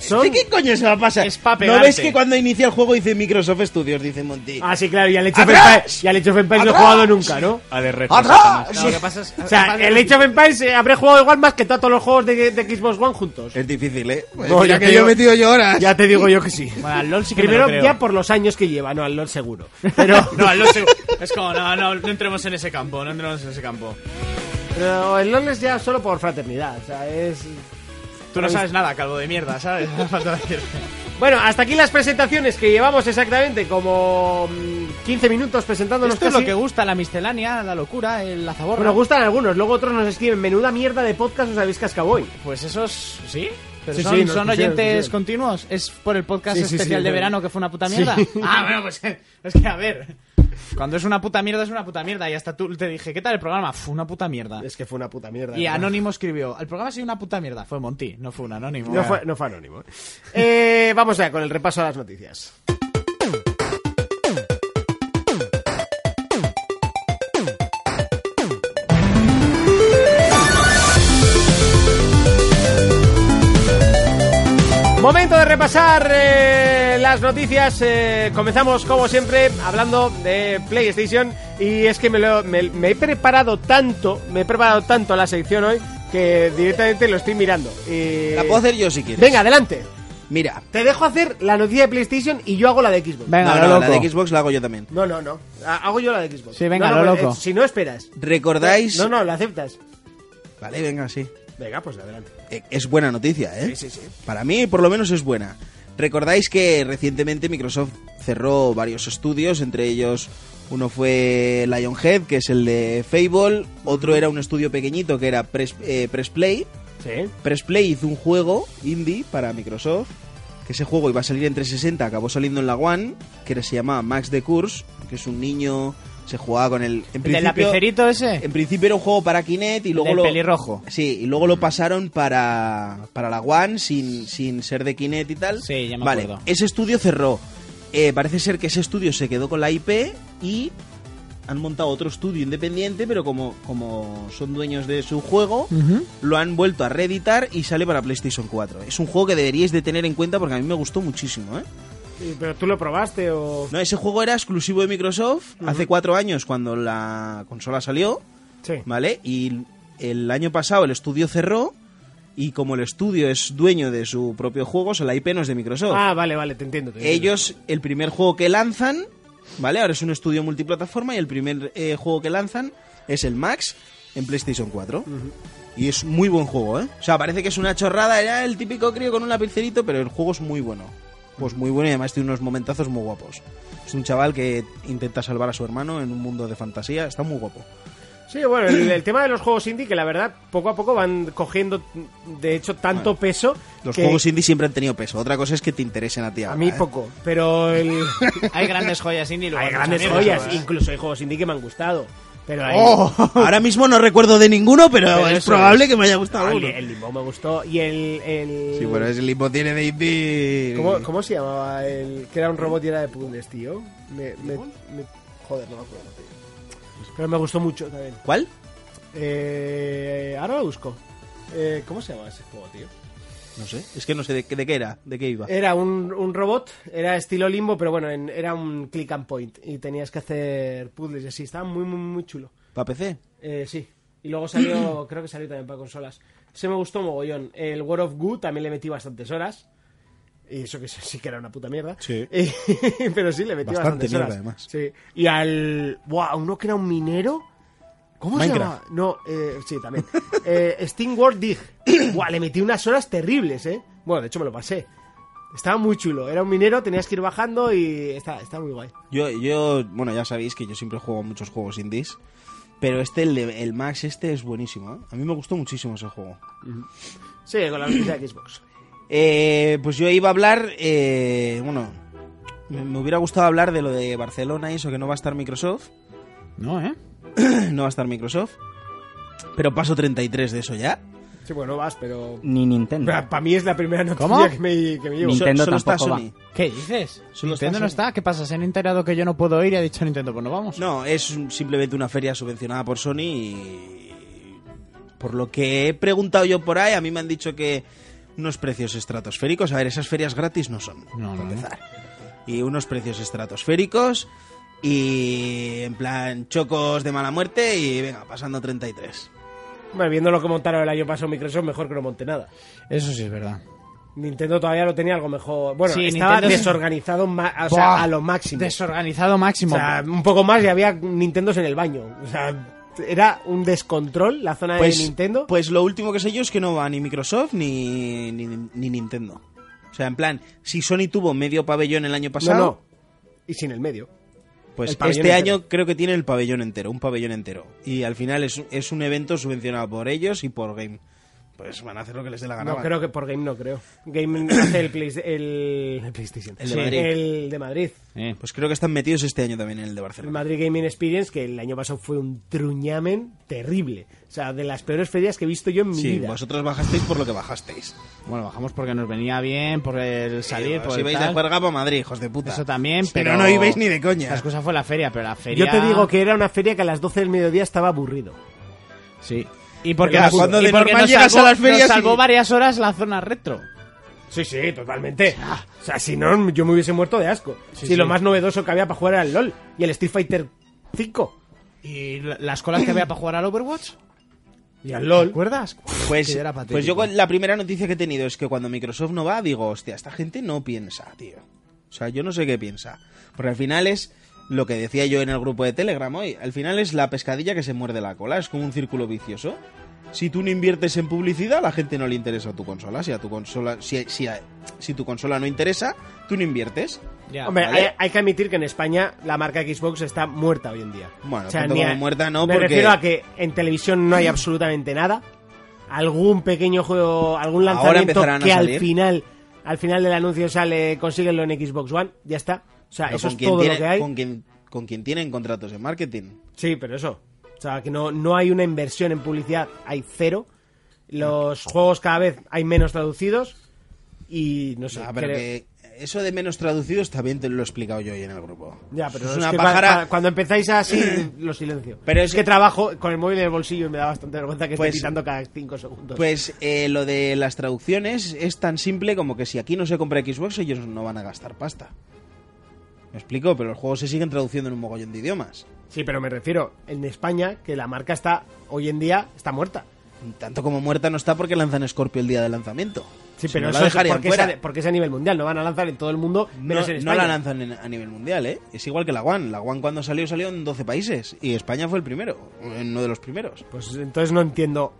Speaker 1: Son-
Speaker 3: ¿De qué coño se va a pasar?
Speaker 2: Es pa'
Speaker 3: ¿No
Speaker 2: pegarte.
Speaker 3: ves que cuando inicia el juego dice Microsoft Studios, dice Monty?
Speaker 1: Ah, sí, claro, y al Age of
Speaker 3: ¡Atrás!
Speaker 1: Empires, y al Age of Empires no he
Speaker 3: ¡Atrás!
Speaker 1: jugado nunca, ¿no?
Speaker 3: ¡Atrás!
Speaker 2: No, lo que pasa es...
Speaker 1: O sea, el Age of Empires eh, habré jugado igual más que todos los juegos de, de Xbox One juntos.
Speaker 3: Es difícil, ¿eh?
Speaker 1: No,
Speaker 3: Mira
Speaker 1: ya
Speaker 3: que
Speaker 1: te
Speaker 3: yo he
Speaker 1: digo-
Speaker 3: metido yo horas.
Speaker 1: Ya te digo yo que sí.
Speaker 2: Bueno, al LOL sí que me
Speaker 1: Primero
Speaker 2: lo creo.
Speaker 1: ya por los años que lleva, no al LOL seguro. Pero,
Speaker 2: No, al LOL seguro. Es como, no, no, no entremos en ese campo, no entremos en ese campo.
Speaker 1: pero el LOL es ya solo por fraternidad, o sea, es...
Speaker 2: Tú no sabes nada, calvo de mierda, ¿sabes? No hace falta decirte.
Speaker 1: Bueno, hasta aquí las presentaciones que llevamos exactamente como mm, 15 minutos presentándonos
Speaker 2: Esto es
Speaker 1: casi.
Speaker 2: lo que gusta, la miscelánea, la locura, el azaborra.
Speaker 1: Bueno, gustan algunos, luego otros nos escriben, menuda mierda de podcast os habéis cascado hoy.
Speaker 2: Pues esos, ¿sí? Pero
Speaker 1: Sí,
Speaker 2: son,
Speaker 1: sí, nos
Speaker 2: son
Speaker 1: pusieron,
Speaker 2: oyentes
Speaker 1: pusieron.
Speaker 2: continuos. ¿Es por el podcast
Speaker 1: Sí, sí,
Speaker 2: especial
Speaker 1: sí,
Speaker 2: de
Speaker 1: sí.
Speaker 2: verano que fue una puta mierda? Ah, bueno, pues es que a ver. Cuando es una puta mierda, es una puta mierda. Y hasta tú te dije, ¿qué tal el programa? Fue una puta mierda.
Speaker 1: Es que fue una puta mierda.
Speaker 2: Y
Speaker 1: ¿verdad?
Speaker 2: Anónimo escribió, el programa ha sido una puta mierda. Fue Monty, no fue un Anónimo.
Speaker 1: No fue, no fue anónimo. ¿eh? Eh, vamos ya con el repaso a las noticias. Momento de repasar eh, las noticias. Eh, comenzamos, como siempre, hablando de PlayStation. Y es que me, lo- me- me he preparado tanto, me he preparado tanto la sección hoy que directamente lo estoy mirando. Y-
Speaker 3: La puedo hacer yo si quieres.
Speaker 1: Venga, adelante.
Speaker 3: Mira.
Speaker 1: Te dejo hacer la noticia de PlayStation y yo hago la de Xbox.
Speaker 2: Venga,
Speaker 3: No,
Speaker 2: lo
Speaker 3: no, la
Speaker 2: loco.
Speaker 3: de Xbox la hago yo también.
Speaker 1: No, no, no. Ha- Hago yo la de Xbox.
Speaker 2: Sí, venga,
Speaker 1: No, no,
Speaker 2: lo
Speaker 1: pues,
Speaker 2: loco.
Speaker 1: eh, si no esperas.
Speaker 3: ¿Recordáis?
Speaker 1: No, no, lo aceptas.
Speaker 3: Vale, venga, sí.
Speaker 1: Venga, pues adelante.
Speaker 3: Eh, Es buena noticia, ¿eh?
Speaker 1: Sí, sí, sí.
Speaker 3: Para mí, por lo menos, es buena. Recordáis que recientemente Microsoft cerró varios estudios, entre ellos uno fue Lionhead, que es el de Fable, otro era un estudio pequeñito que era Press, eh, Press Play.
Speaker 1: Sí.
Speaker 3: Press Play hizo un juego indie para Microsoft, que ese juego iba a salir en 360, acabó saliendo en la One, que se llamaba Max de Course, que es un niño, se jugaba con el... En
Speaker 2: ¿El del lapicerito ese?
Speaker 1: eh,
Speaker 3: en principio era un juego para Kinect y luego
Speaker 2: del
Speaker 3: lo.
Speaker 2: pelirrojo.
Speaker 3: Sí, y luego lo pasaron para, para la One sin, sin ser de Kinect y tal.
Speaker 2: Sí, ya me
Speaker 3: vale,
Speaker 2: acuerdo.
Speaker 3: Ese estudio cerró. Eh, parece ser que ese estudio se quedó con la IP y han montado otro estudio independiente, pero como, como son dueños de su juego, lo han vuelto a reeditar y sale para PlayStation 4. Es un juego que deberíais de tener en cuenta porque a mí me gustó muchísimo, ¿eh?
Speaker 1: Sí, Pero tú lo probaste o.
Speaker 3: No, ese juego era exclusivo de Microsoft hace cuatro años cuando la consola salió.
Speaker 1: Sí.
Speaker 3: ¿Vale? Y el año pasado el estudio cerró y como el estudio es dueño de su propio juego, o sea, la IP no es de Microsoft.
Speaker 1: Ah, vale, vale, te entiendo. te entiendo.
Speaker 3: Ellos, el primer juego que lanzan, ¿vale? Ahora es un estudio multiplataforma y el primer eh, juego que lanzan es el Max en PlayStation 4. Y es muy buen juego, ¿eh? O sea, parece que es una chorrada, era el típico crío con un lapicerito, pero el juego es muy bueno. Pues muy bueno y además tiene unos momentazos muy guapos. Es un chaval que intenta salvar a su hermano en un mundo de fantasía, está muy guapo.
Speaker 1: Sí, bueno, el, el tema de los juegos indie, que la verdad, poco a poco van cogiendo, de hecho, tanto peso.
Speaker 3: Los
Speaker 1: que
Speaker 3: juegos indie siempre han tenido peso, otra cosa es que te interesen a ti.
Speaker 1: A
Speaker 3: ahora,
Speaker 1: mí
Speaker 3: ¿eh?
Speaker 1: poco, pero el-
Speaker 5: Hay grandes joyas indie. luego
Speaker 1: hay
Speaker 5: mucha
Speaker 1: grandes
Speaker 5: mierda,
Speaker 1: joyas,
Speaker 3: ¿eh?
Speaker 5: ¿verdad?
Speaker 1: incluso hay juegos indie que me han gustado. Pero hay-
Speaker 3: ¡Oh! Ahora mismo no recuerdo de ninguno, pero,
Speaker 1: Pero
Speaker 3: es
Speaker 1: eso
Speaker 3: probable que me haya gustado
Speaker 1: Ah, el,
Speaker 3: uno.
Speaker 1: el Limbo me gustó. Y el. el-
Speaker 3: Sí, bueno, ese limbo tiene de indie.
Speaker 1: ¿Cómo, cómo se llamaba el que era un robot y era de puzzles, tío? Me, me- me- joder, no me acuerdo, tío. Pero me gustó mucho también.
Speaker 3: ¿Cuál?
Speaker 1: Eh, ahora lo busco. Eh, ¿Cómo se llamaba ese juego, tío?
Speaker 3: No sé, es que no sé de, qué- de qué era, de qué iba.
Speaker 1: Era un, un robot, era estilo limbo, pero bueno, en- era un click and point. Y tenías que hacer puzzles y así. Estaba muy, muy, muy chulo.
Speaker 3: ¿Para PC?
Speaker 1: Eh, sí. Y luego salió, creo que salió también para consolas. Se me gustó mogollón. El World of Goo también le metí bastantes horas. Y eso que sí sí que era una puta mierda.
Speaker 3: Sí.
Speaker 1: Y- pero sí, le metí
Speaker 3: Bastante
Speaker 1: bastantes
Speaker 3: mierda,
Speaker 1: horas.
Speaker 3: además.
Speaker 1: Sí. Y al. ¡Buah! Uno que era un minero. ¿Cómo se
Speaker 3: Minecraft.
Speaker 1: llama? No, eh, sí, también. Eh, Steam World Dig. ¡Buah! Le metí unas horas terribles, ¿eh? Bueno, de hecho me lo pasé. Estaba muy chulo. Era un minero, tenías que ir bajando y. Está, está muy guay.
Speaker 3: Yo, yo, bueno, ya sabéis que yo siempre juego muchos juegos indies. Pero este, el, de- el Max, este es buenísimo. ¿eh? A mí me gustó muchísimo ese juego.
Speaker 1: Sí, con la noticia de Xbox.
Speaker 3: Eh, pues yo iba a hablar, eh, bueno, me, me hubiera gustado hablar de lo de Barcelona y eso, que no va a estar Microsoft.
Speaker 2: No, ¿eh?
Speaker 3: no va a estar Microsoft. Pero paso 33 de eso ya.
Speaker 1: Sí, bueno, vas, pero.
Speaker 4: Ni
Speaker 6: Mm.
Speaker 4: Nintendo.
Speaker 1: Para, mí es la primera noticia
Speaker 2: ¿Cómo?
Speaker 1: que me, que me llevo.
Speaker 4: Ni- Nintendo tampoco
Speaker 3: Sony.
Speaker 2: ¿Qué dices? Nintendo
Speaker 3: Solo está
Speaker 2: no
Speaker 3: Sony.
Speaker 2: está. ¿Qué pasa? Se han enterado que yo no puedo ir y ha dicho Nintendo, pues no vamos.
Speaker 3: No, es un- simplemente una feria subvencionada por Sony y por lo que he preguntado yo por ahí, a mí me han dicho que unos precios estratosféricos, a ver, esas ferias gratis no son,
Speaker 2: No,
Speaker 3: para
Speaker 2: no, no.
Speaker 3: empezar. Y unos precios estratosféricos y en plan chocos de mala muerte y venga, pasando 33.
Speaker 1: Bueno, viendo lo que montaron el año pasado Microsoft, mejor que no monte nada.
Speaker 2: Eso sí es verdad.
Speaker 1: Nintendo todavía lo tenía algo mejor. Bueno,
Speaker 2: Sí,
Speaker 1: estaba
Speaker 2: Nintendo-
Speaker 1: desorganizado ma- o sea,
Speaker 2: Buah,
Speaker 1: a lo máximo.
Speaker 2: Desorganizado máximo.
Speaker 1: o sea, un poco más y había Nintendos en el baño. O sea, era un descontrol la zona de Nintendo.
Speaker 3: Pues lo último que sé yo es que no va ni Microsoft ni, ni, ni Nintendo. O sea, en plan, si Sony tuvo medio pabellón el año
Speaker 1: no,
Speaker 3: pasado,
Speaker 1: no. Y sin el medio. El
Speaker 3: Pues
Speaker 1: pabellón
Speaker 3: este
Speaker 1: entero.
Speaker 3: año creo que tiene el pabellón entero, un pabellón entero. Y al final es, es un evento subvencionado por ellos y por Game. Pues van a hacer lo que les dé la gana.
Speaker 1: No, creo que por Game no creo. Game hace el, Play- el- el PlayStation.
Speaker 3: El de Madrid.
Speaker 1: El de Madrid.
Speaker 2: Eh.
Speaker 3: Pues creo que están metidos este año también en el de
Speaker 1: El
Speaker 3: Barcelona.
Speaker 1: Madrid Gaming Experience, que el año pasado fue un truñamen terrible. O sea, de las peores ferias que he visto yo en mi
Speaker 3: Sí,
Speaker 1: vida.
Speaker 3: vosotros bajasteis por lo que bajasteis.
Speaker 2: Bueno, bajamos porque nos venía bien, por el salir, por
Speaker 3: si
Speaker 2: el
Speaker 3: vais
Speaker 2: tal.
Speaker 3: de juerga para Madrid, hijos de puta.
Speaker 2: Eso también, pero...
Speaker 3: Pero no ibais ni de coña.
Speaker 2: La excusa fue la feria, pero la feria...
Speaker 1: Yo te digo que era una feria que a las 12 del mediodía estaba aburrido.
Speaker 2: Sí. Y porque,
Speaker 3: Pero
Speaker 2: nos,
Speaker 3: cuando
Speaker 2: y
Speaker 3: de
Speaker 2: porque
Speaker 3: normal
Speaker 2: nos
Speaker 3: llegas
Speaker 2: salvó,
Speaker 3: a las ferias
Speaker 2: nos
Speaker 3: y-
Speaker 2: salvó varias horas la zona retro.
Speaker 1: Sí, sí, totalmente. O sea, si no, yo me hubiese muerto de asco. si
Speaker 2: sí.
Speaker 1: lo más novedoso que había para jugar era el LOL y el Street Fighter 5
Speaker 2: Y la- las colas que había para jugar al Overwatch.
Speaker 1: y al LOL.
Speaker 2: ¿Te acuerdas?
Speaker 3: Pues,
Speaker 2: Que era patético.
Speaker 3: pues yo con- la primera noticia que he tenido es que cuando Microsoft no va, digo, hostia, esta gente no piensa, tío. O sea, yo no sé qué piensa. Porque al final es lo que decía yo en el grupo de Telegram hoy. Al final es la pescadilla que se muerde la cola. Es como un círculo vicioso. Si tú no inviertes en publicidad, a la gente no le interesa tu consola. Si a tu consola, si, si a- si tu consola no interesa, tú no inviertes.
Speaker 2: Ya,
Speaker 1: Hombre,
Speaker 3: vale.
Speaker 1: hay, hay que admitir que en España la marca Xbox está muerta hoy en día.
Speaker 3: Bueno, tanto como muerta no,
Speaker 1: me
Speaker 3: porque-
Speaker 1: refiero a que en televisión no hay absolutamente nada. Algún pequeño juego, algún
Speaker 3: Ahora
Speaker 1: lanzamiento
Speaker 3: empezarán a
Speaker 1: que al
Speaker 3: salir.
Speaker 1: final, al final del anuncio sale, consíguelo en Xbox One, ya está. O sea, Ah,
Speaker 3: Pero
Speaker 1: eso es
Speaker 3: quien
Speaker 1: todo
Speaker 3: tiene-
Speaker 1: lo que hay.
Speaker 3: Con quien, con quien tienen contratos de marketing.
Speaker 1: Sí, pero eso. O sea, que no, no hay una inversión en publicidad, hay cero. Los juegos cada vez hay menos traducidos. Y no sé.
Speaker 3: Ah, pero
Speaker 1: creo-
Speaker 3: que eso de menos traducidos también te lo he explicado yo hoy en el grupo.
Speaker 1: Ya, pero es
Speaker 3: Eso es una
Speaker 1: que cua-
Speaker 3: pájara.
Speaker 1: cua- cuando empezáis así, lo silencio.
Speaker 3: Pero
Speaker 1: es
Speaker 3: es-
Speaker 1: que trabajo con el móvil en el bolsillo y me da bastante vergüenza que
Speaker 3: Pues-
Speaker 1: esté pitando cada cinco segundos.
Speaker 3: Pues eh, lo de las traducciones es tan simple como que si aquí no se compra Xbox, ellos no van a gastar pasta. Me explico, pero los juegos se siguen traduciendo en un mogollón de idiomas.
Speaker 1: sí, pero me refiero en España que la marca está hoy en día está muerta.
Speaker 3: Tanto como muerta no está porque lanzan Scorpio el día de lanzamiento.
Speaker 1: Sí,
Speaker 3: Si
Speaker 1: pero
Speaker 3: no la
Speaker 1: eso es
Speaker 3: dejarían
Speaker 1: porque,
Speaker 3: fuera.
Speaker 1: Es a, porque es a nivel mundial, no van a lanzar en todo el mundo,
Speaker 3: No,
Speaker 1: menos en
Speaker 3: no
Speaker 1: España.
Speaker 3: la lanzan en- a nivel mundial, ¿eh? Es igual que la One. La One cuando salió salió en 12 países y España fue el primero, en uno de los primeros.
Speaker 1: Pues entonces no entiendo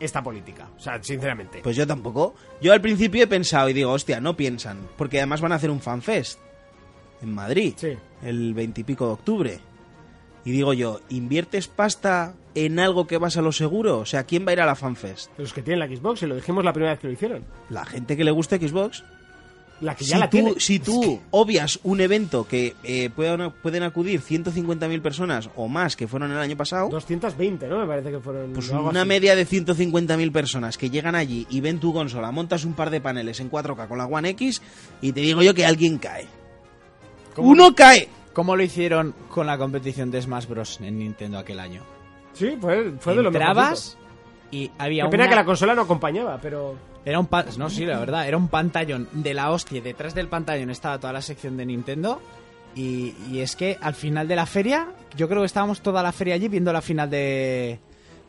Speaker 1: esta política, o sea, sinceramente.
Speaker 3: Pues yo tampoco. Yo al principio he pensado y digo, hostia, no piensan, porque además van a hacer un fanfest en Madrid
Speaker 1: Sí.
Speaker 3: el 20 y pico de octubre. Y digo yo, ¿inviertes pasta en algo que vas a lo seguro? O sea, ¿quién va a ir a la fanfest?
Speaker 1: Los que tienen la Xbox, y lo dijimos la primera vez que lo hicieron.
Speaker 3: La gente que le gusta Xbox.
Speaker 1: La que
Speaker 3: si,
Speaker 1: ya la
Speaker 3: tú,
Speaker 1: tiene.
Speaker 3: si tú obvias un evento que eh, puedan, pueden acudir 150.000 personas o más que fueron el año pasado,
Speaker 1: 220, ¿no? Me parece que fueron.
Speaker 3: pues
Speaker 1: o algo
Speaker 3: una
Speaker 1: así.
Speaker 3: media de 150.000 personas que llegan allí y ven tu consola, montas un par de paneles en 4K con la One X y te digo yo que alguien cae. ¡Uno cae!
Speaker 2: ¿Cómo lo hicieron con la competición de Smash Bros. en Nintendo aquel año?
Speaker 1: Sí, fue, fue de lo
Speaker 2: Entrabas
Speaker 1: mejorcito.
Speaker 2: y había
Speaker 1: Qué pena
Speaker 2: una-
Speaker 1: que la consola no acompañaba, pero.
Speaker 2: Era un pan- no, sí, la verdad, era un pantallón de la hostia. y Detrás del pantallón estaba toda la sección de Nintendo. Y, y es que al final de la feria, yo creo que estábamos toda la feria allí viendo la final de, de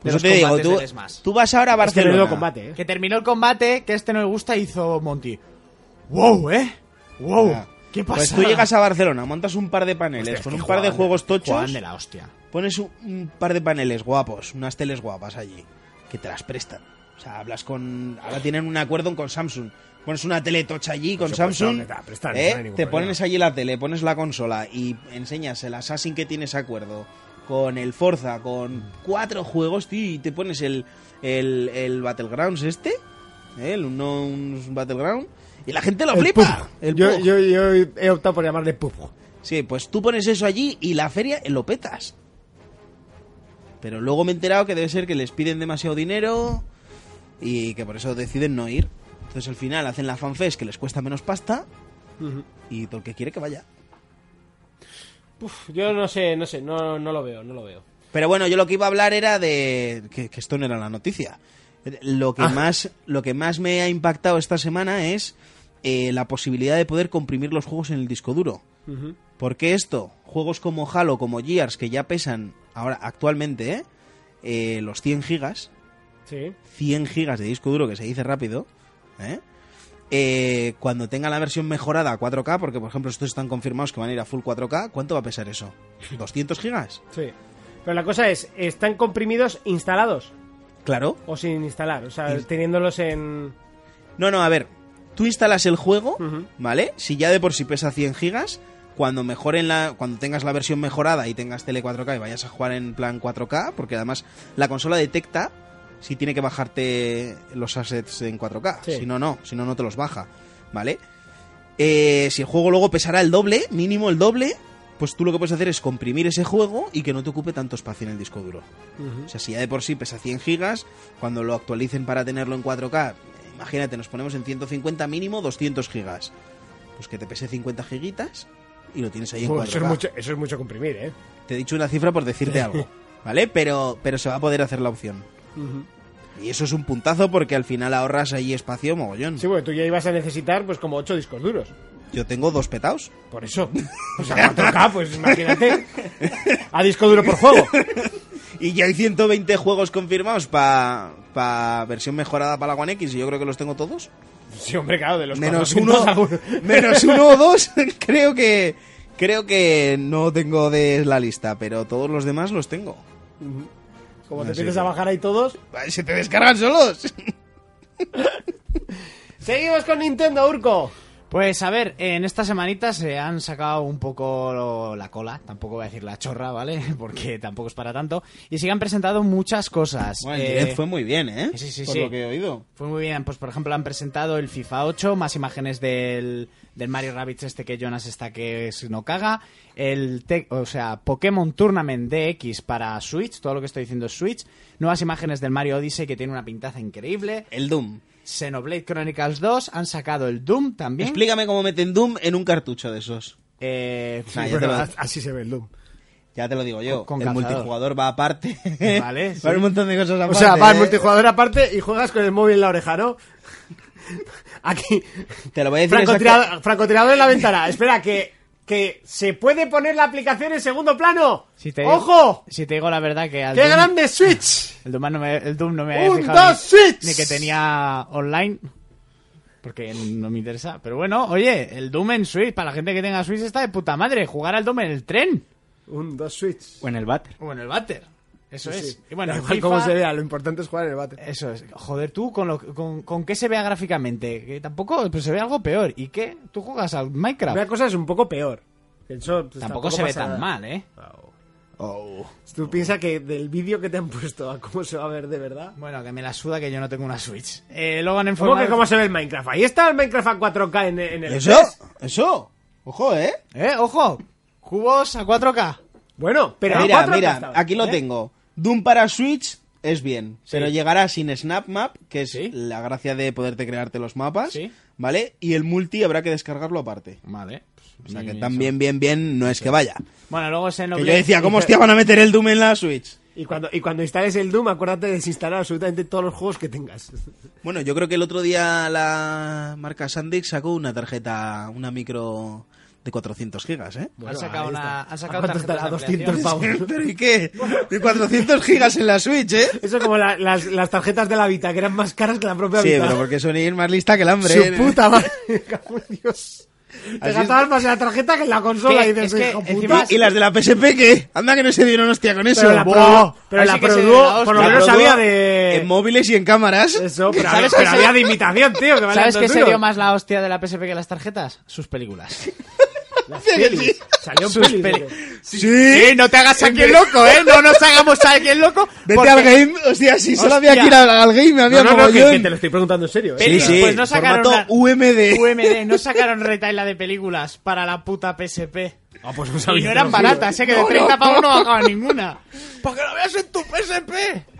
Speaker 3: Pues
Speaker 2: los
Speaker 3: yo te digo,
Speaker 2: combates
Speaker 3: tú,
Speaker 2: del Smash.
Speaker 3: tú vas ahora a
Speaker 1: Es que menudo
Speaker 3: Barcelona.
Speaker 1: combate, ¿eh?
Speaker 2: Que terminó el combate, que este no le gusta, hizo Monty. ¡Wow, eh! ¡Wow!
Speaker 3: Ah.
Speaker 2: ¿Qué pasa?
Speaker 3: Pues tú llegas a Barcelona, montas un par de paneles con un par de juegos tochos,
Speaker 2: ¿eh? de la hostia.
Speaker 3: pones un, un par de paneles guapos, unas teles guapas allí, que te las prestan. O sea, hablas con... Ahora tienen un acuerdo con Samsung. Pones una tele tocha allí con
Speaker 1: supuesto,
Speaker 3: Samsung,
Speaker 1: que te la prestan,
Speaker 3: ¿eh?
Speaker 1: no hay ningún
Speaker 3: te
Speaker 1: problema.
Speaker 3: pones allí la tele, pones la consola y enseñas el Assassin que tienes acuerdo con el Forza, con cuatro juegos, tío, y te pones el, el, el Battlegrounds este, ¿eh? el uno, un Battleground, y la gente lo flipa.
Speaker 1: Pug.
Speaker 3: El
Speaker 1: yo,
Speaker 3: Pug.
Speaker 1: yo, yo he optado por llamarle Pug.
Speaker 3: Sí, pues tú pones eso allí y la feria eh, lo petas. Pero luego me he enterado que debe ser que les piden demasiado dinero y que por eso deciden no ir. Entonces al final hacen la fanfest que les cuesta menos pasta y todo el que quiere que vaya.
Speaker 1: Uf, yo no sé, no sé, no, no lo veo, no lo veo.
Speaker 3: Pero bueno, yo lo que iba a hablar era de que, que esto no era la noticia. Lo que más lo que más me ha impactado esta semana es eh, la posibilidad de poder comprimir los juegos en el disco duro.
Speaker 1: Ujú.
Speaker 3: ¿Por qué esto? Juegos como Halo, como Gears, que ya pesan ahora actualmente ¿eh? Eh, los 100 gigas,
Speaker 1: Sí.
Speaker 3: 100 gigas de disco duro que se dice rápido, ¿eh? Eh, cuando tenga la versión mejorada a 4K, porque por ejemplo estos están confirmados que van a ir a full 4K, ¿cuánto va a pesar eso? ¿200 gigas?
Speaker 1: Sí. Pero la cosa es, ¿están comprimidos instalados
Speaker 3: Claro.
Speaker 1: o sin instalar? O sea,
Speaker 3: In-
Speaker 1: teniéndolos en...
Speaker 3: No, no, a ver. Tú instalas el juego,
Speaker 1: Ujú.
Speaker 3: ¿vale? Si ya de por sí pesa 100 gigas, cuando mejoren la, cuando tengas la versión mejorada y tengas tele 4K y vayas a jugar en plan 4K, porque además la consola detecta si tiene que bajarte los assets en 4K.
Speaker 1: Sí.
Speaker 3: Si no, no. Si no, no te los baja, ¿vale? Eh, si el juego luego pesará el doble, mínimo el doble, pues tú lo que puedes hacer es comprimir ese juego y que no te ocupe tanto espacio en el disco duro. O sea, si ya de por sí pesa 100 gigas, cuando lo actualicen para tenerlo en 4K, eh, imagínate, nos ponemos en 150 mínimo 200 gigas. Pues que te pese 50 gigas y lo tienes ahí en
Speaker 1: Joder,
Speaker 3: 4K.
Speaker 1: eso, es mucho, eso es mucho comprimir, ¿eh?
Speaker 3: Te he dicho una cifra por decirte algo, ¿vale? Pero, pero se va a poder hacer la opción. Y eso es un puntazo porque al final ahorras ahí espacio mogollón.
Speaker 1: Sí, bueno, tú ya ibas a necesitar pues como 8 discos duros.
Speaker 3: Yo tengo dos petaos.
Speaker 1: Por eso. O sea, 4K, pues imagínate. A disco duro por juego.
Speaker 3: Y ya hay 120 juegos confirmados para pa versión mejorada para la One X y yo creo que los tengo todos.
Speaker 1: Sí, hombre, claro, de los
Speaker 3: menos
Speaker 1: 400
Speaker 3: uno,
Speaker 1: alguno.
Speaker 3: menos uno o dos, creo que creo que no tengo de la lista, pero todos los demás los tengo.
Speaker 1: Como te
Speaker 3: Así
Speaker 1: empieces
Speaker 3: que-
Speaker 1: a bajar ahí todos.
Speaker 3: Ay, Se te descargan solos.
Speaker 1: Seguimos con Nintendo, Urco.
Speaker 2: Pues a ver, en esta semanita se han sacado un poco lo- la cola, tampoco voy a decir la chorra, ¿vale? Porque tampoco es para tanto. Y sí que han presentado muchas cosas.
Speaker 3: Bueno, el
Speaker 2: Eh,
Speaker 3: direct fue muy bien, ¿eh?
Speaker 2: sí, sí,
Speaker 3: Por
Speaker 2: sí.
Speaker 3: lo que he oído.
Speaker 2: Fue muy bien, pues por ejemplo han presentado el FIFA 8, más imágenes del, del Mario Rabbits este que Jonas está que se no caga, el Tec- o sea, Pokémon Tournament DX para Switch, todo lo que estoy diciendo es Switch, nuevas imágenes del Mario Odyssey que tiene una pintaza increíble,
Speaker 3: El Doom.
Speaker 2: Xenoblade Chronicles 2, han sacado el Doom también.
Speaker 3: Explícame cómo meten Doom en un cartucho de esos.
Speaker 2: Eh,
Speaker 3: Nah, Ah, ya,
Speaker 1: Bueno,
Speaker 3: te lo,
Speaker 1: a- así se ve el Doom.
Speaker 3: ya te lo digo yo.
Speaker 2: Con- con
Speaker 3: el
Speaker 2: calzador.
Speaker 3: multijugador va aparte.
Speaker 2: Vale,
Speaker 3: Va
Speaker 2: sí.
Speaker 3: un montón de cosas
Speaker 1: O
Speaker 3: aparte.
Speaker 1: sea, va el
Speaker 3: ¿eh?
Speaker 1: multijugador aparte y juegas con el móvil en la oreja, ¿no? Aquí.
Speaker 3: Te lo voy a decir. exacta-
Speaker 1: Francotirador, francotirador en la ventana. Espera, que, que se puede poner la aplicación en segundo plano.
Speaker 2: Si te-
Speaker 1: ¡Ojo!
Speaker 2: Si te digo la verdad que al
Speaker 1: ¡Qué
Speaker 2: Doom-
Speaker 1: grande Switch!
Speaker 2: El Doom no me, el Doom no me había
Speaker 1: Un,
Speaker 2: fijado
Speaker 1: dos,
Speaker 2: ni,
Speaker 1: hits.
Speaker 2: ni que tenía online. Porque no me interesa. Pero bueno, oye, el Doom en Switch, para la gente que tenga Switch está de puta madre. Jugar al Doom en el tren
Speaker 1: Un, dos, Switch.
Speaker 4: O en el váter.
Speaker 2: o en el váter. Eso es. Y bueno,
Speaker 1: Da
Speaker 2: el
Speaker 1: igual
Speaker 2: FIFA-
Speaker 1: cómo se vea, lo importante es jugar en el bate.
Speaker 2: Eso es. Joder, tú con, lo, con, con qué se vea gráficamente. Que tampoco, pues se ve algo peor. ¿Y qué? Tú juegas al
Speaker 1: Una
Speaker 2: Minecraft.
Speaker 1: cosa es un poco peor. Eso, pues,
Speaker 2: Tampoco se ve
Speaker 1: pasa
Speaker 2: tan
Speaker 1: nada. Ah.
Speaker 2: mal, ¿eh?
Speaker 1: Tú piensas que del vídeo que te han puesto a cómo se va a ver de verdad.
Speaker 2: Bueno, que me la suda que yo no tengo una Switch. Eh, luego han
Speaker 1: ¿Cómo que
Speaker 2: informado...
Speaker 1: cómo se ve el Minecraft? Ahí está el Minecraft a 4K en, en el.
Speaker 3: Eso,
Speaker 1: E3.
Speaker 3: eso. Ojo, ¿eh?
Speaker 2: ¡Eh, ojo! Cubos a 4K.
Speaker 1: Bueno, pero a
Speaker 3: mira,
Speaker 1: 4K
Speaker 3: mira,
Speaker 1: estaba,
Speaker 3: aquí lo
Speaker 1: ¿eh?
Speaker 3: tengo. Doom para Switch es bien, pero llegará sin Snap Map, que es
Speaker 2: Sí.
Speaker 3: la gracia de poderte crearte los mapas,
Speaker 2: Sí.
Speaker 3: ¿vale? Y el multi habrá que descargarlo aparte.
Speaker 2: Vale. pues,
Speaker 3: O sea
Speaker 2: muy
Speaker 3: que
Speaker 2: bien
Speaker 3: también bien, bien, no es que vaya.
Speaker 2: eso. Bueno, luego se
Speaker 3: Que yo decía, ¿cómo hostia van a meter el Doom en la Switch?
Speaker 1: Y cuando, y cuando instales el Doom, acuérdate de desinstalar absolutamente todos los juegos que tengas.
Speaker 3: Bueno, yo creo que el otro día la marca Sandisk sacó una tarjeta, una micro de 400 gigas, ¿eh?
Speaker 2: Han sacado
Speaker 1: ahí
Speaker 2: una.
Speaker 1: está.
Speaker 2: Han
Speaker 1: ¿A
Speaker 2: sacado
Speaker 1: cuánto estará?
Speaker 2: tarjetas de
Speaker 1: 200
Speaker 2: ampliación.
Speaker 1: pavos.
Speaker 3: ¿Pero y qué? De 400 gigas en la Switch, ¿eh?
Speaker 1: Eso como la- las, las tarjetas de la Vita, que eran más caras que la propia
Speaker 3: Sí,
Speaker 1: Vita.
Speaker 3: pero porque Sony es más lista que el hambre. ¿eh?
Speaker 1: Su puta madre, me cago en Dios. Te
Speaker 3: Así
Speaker 1: gastabas más en la tarjeta que en la consola
Speaker 2: Que-
Speaker 1: y dices,
Speaker 2: es que
Speaker 1: hijo puta.
Speaker 2: encima-
Speaker 3: ¿Y, y las de la PSP qué? Anda que no se dieron hostia con eso.
Speaker 1: Pero la
Speaker 3: Buah.
Speaker 1: Pro, pero
Speaker 2: Ahí
Speaker 1: la
Speaker 2: sí que
Speaker 1: Pro
Speaker 2: se
Speaker 1: Duo,
Speaker 2: la hostia.
Speaker 1: por lo
Speaker 3: La
Speaker 1: menos
Speaker 3: probó
Speaker 1: había de...
Speaker 3: En móviles y en cámaras.
Speaker 1: Eso, pero, había,
Speaker 2: ¿Sabes qué
Speaker 1: pero
Speaker 2: se-
Speaker 1: había de imitación, tío. Que
Speaker 2: ¿Sabes qué se dio más la hostia de la PSP que las tarjetas? Sus películas.
Speaker 1: Salió
Speaker 2: Sus
Speaker 1: pelis,
Speaker 2: peli-
Speaker 1: tío.
Speaker 3: Sí.
Speaker 2: Sí, no te hagas a alguien loco, ¿eh? No nos hagamos a alguien loco.
Speaker 3: Vete
Speaker 2: porque-
Speaker 3: al game. Hostia, si solo había
Speaker 2: Hostia.
Speaker 3: que ir al, al game,
Speaker 1: No, no,
Speaker 3: había
Speaker 1: no, que,
Speaker 3: mogollón.
Speaker 1: que te lo estoy preguntando en serio. ¿eh?
Speaker 2: Peli-
Speaker 3: Sí, sí.
Speaker 2: Pues no sacaron
Speaker 3: Formato
Speaker 2: una-
Speaker 3: UMD.
Speaker 2: UMD, no sacaron retaila de películas para la puta PSP.
Speaker 1: Ah, pues no
Speaker 2: Y
Speaker 1: sabía,
Speaker 2: no
Speaker 1: te
Speaker 2: eran
Speaker 1: lo juro.
Speaker 2: baratas, ¿eh? Que de 30 pavos no bajaban ninguna. ¿Para que lo veas en tu PSP?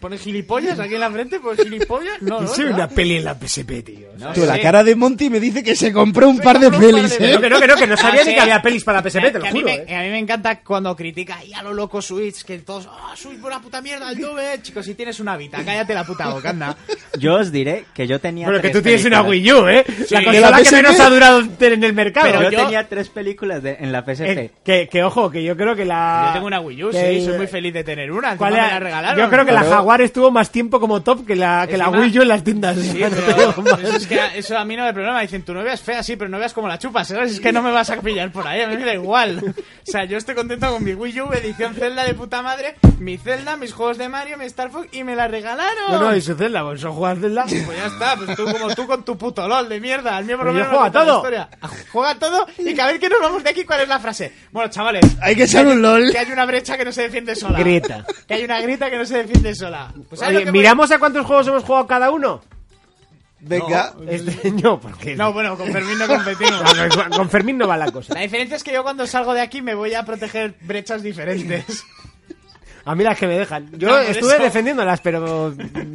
Speaker 2: ¿Pone gilipollas aquí en la frente? ¿Pone gilipollas? No,
Speaker 1: Y
Speaker 2: no.
Speaker 1: se ve
Speaker 2: no.
Speaker 1: una peli en la PSP, tío. No,
Speaker 3: Tú, la
Speaker 2: Sí.
Speaker 3: cara de Monty me dice que se compró un par de
Speaker 2: compró un par
Speaker 3: pelis,
Speaker 2: de
Speaker 3: ¿eh?
Speaker 1: que no, que no, que no sabía
Speaker 2: Ah,
Speaker 1: ni
Speaker 2: sí.
Speaker 1: que había pelis para la PSP, te
Speaker 2: Que
Speaker 1: lo
Speaker 2: a mí
Speaker 1: juro.
Speaker 2: me-
Speaker 1: ¿eh?
Speaker 2: A mí me encanta cuando critica y a lo loco Switch, que todos, ah, Switch, por la puta mierda, el Dove, chicos, si tienes una Vita, cállate la puta boca, anda.
Speaker 4: Yo os diré que yo tenía.
Speaker 1: Bueno, que
Speaker 4: tres
Speaker 1: tú tienes una
Speaker 4: películas.
Speaker 1: Wii U, ¿eh? la
Speaker 3: que
Speaker 1: consola
Speaker 3: la
Speaker 1: que
Speaker 3: PSP.
Speaker 1: menos ha durado en el mercado.
Speaker 4: Pero yo,
Speaker 2: yo-
Speaker 4: tenía tres películas de- en la PSP.
Speaker 1: Eh, que, que ojo, que yo creo que la.
Speaker 2: Yo tengo una Wii U,
Speaker 1: Ah, que- eh,
Speaker 2: sí, soy muy feliz de tener una,
Speaker 1: ¿Cuál
Speaker 2: encima me
Speaker 1: era?
Speaker 2: la regalaron.
Speaker 1: Yo creo que la
Speaker 3: Claro.
Speaker 1: Jaguar estuvo más tiempo como top que la, que la
Speaker 2: Encima-
Speaker 1: Wii U en las tiendas.
Speaker 2: Sí,
Speaker 1: No
Speaker 2: pero
Speaker 1: te digo más.
Speaker 2: eso, es que a- eso a mí no me problema. Dicen, tu novia es fea, sí, pero no veas cómo la chupas, ¿sabes? Es que no me vas a pillar por ahí, a mí me da igual. O sea, yo estoy contento con mi Wii U, edición Zelda de puta madre, mi Zelda, mis juegos de Mario, mi Star Fox, y me la regalaron.
Speaker 1: No, no, y su Zelda, pues son jugadas Zelda.
Speaker 2: Pues ya está, pues tú como tú con tu puto LOL de mierda. El mío por lo
Speaker 1: Pero
Speaker 2: menos
Speaker 1: yo
Speaker 2: no
Speaker 1: juego a
Speaker 2: cuenta la
Speaker 1: todo.
Speaker 2: historia. Juega todo y cada vez que nos vamos de aquí, ¿cuál es la frase? Bueno, chavales,
Speaker 3: Hay que echar un LOL.
Speaker 2: que hay una brecha que no se defiende sola.
Speaker 1: Grita.
Speaker 2: Que hay una grita que no se defiende sola. Pues, ¿sabes
Speaker 1: Oye,
Speaker 2: lo que-
Speaker 1: ¿miramos a cuántos juegos hemos jugado cada uno?
Speaker 3: Venga.
Speaker 1: Este no, porque.
Speaker 2: Pues No, bueno, con Fermín no competimos.
Speaker 1: Con- Con Fermín no va la cosa.
Speaker 2: La diferencia es que yo cuando salgo de aquí me voy a proteger brechas diferentes.
Speaker 1: A mí las que me dejan. Yo
Speaker 2: No, por
Speaker 1: estuve
Speaker 2: eso.
Speaker 1: defendiéndolas, pero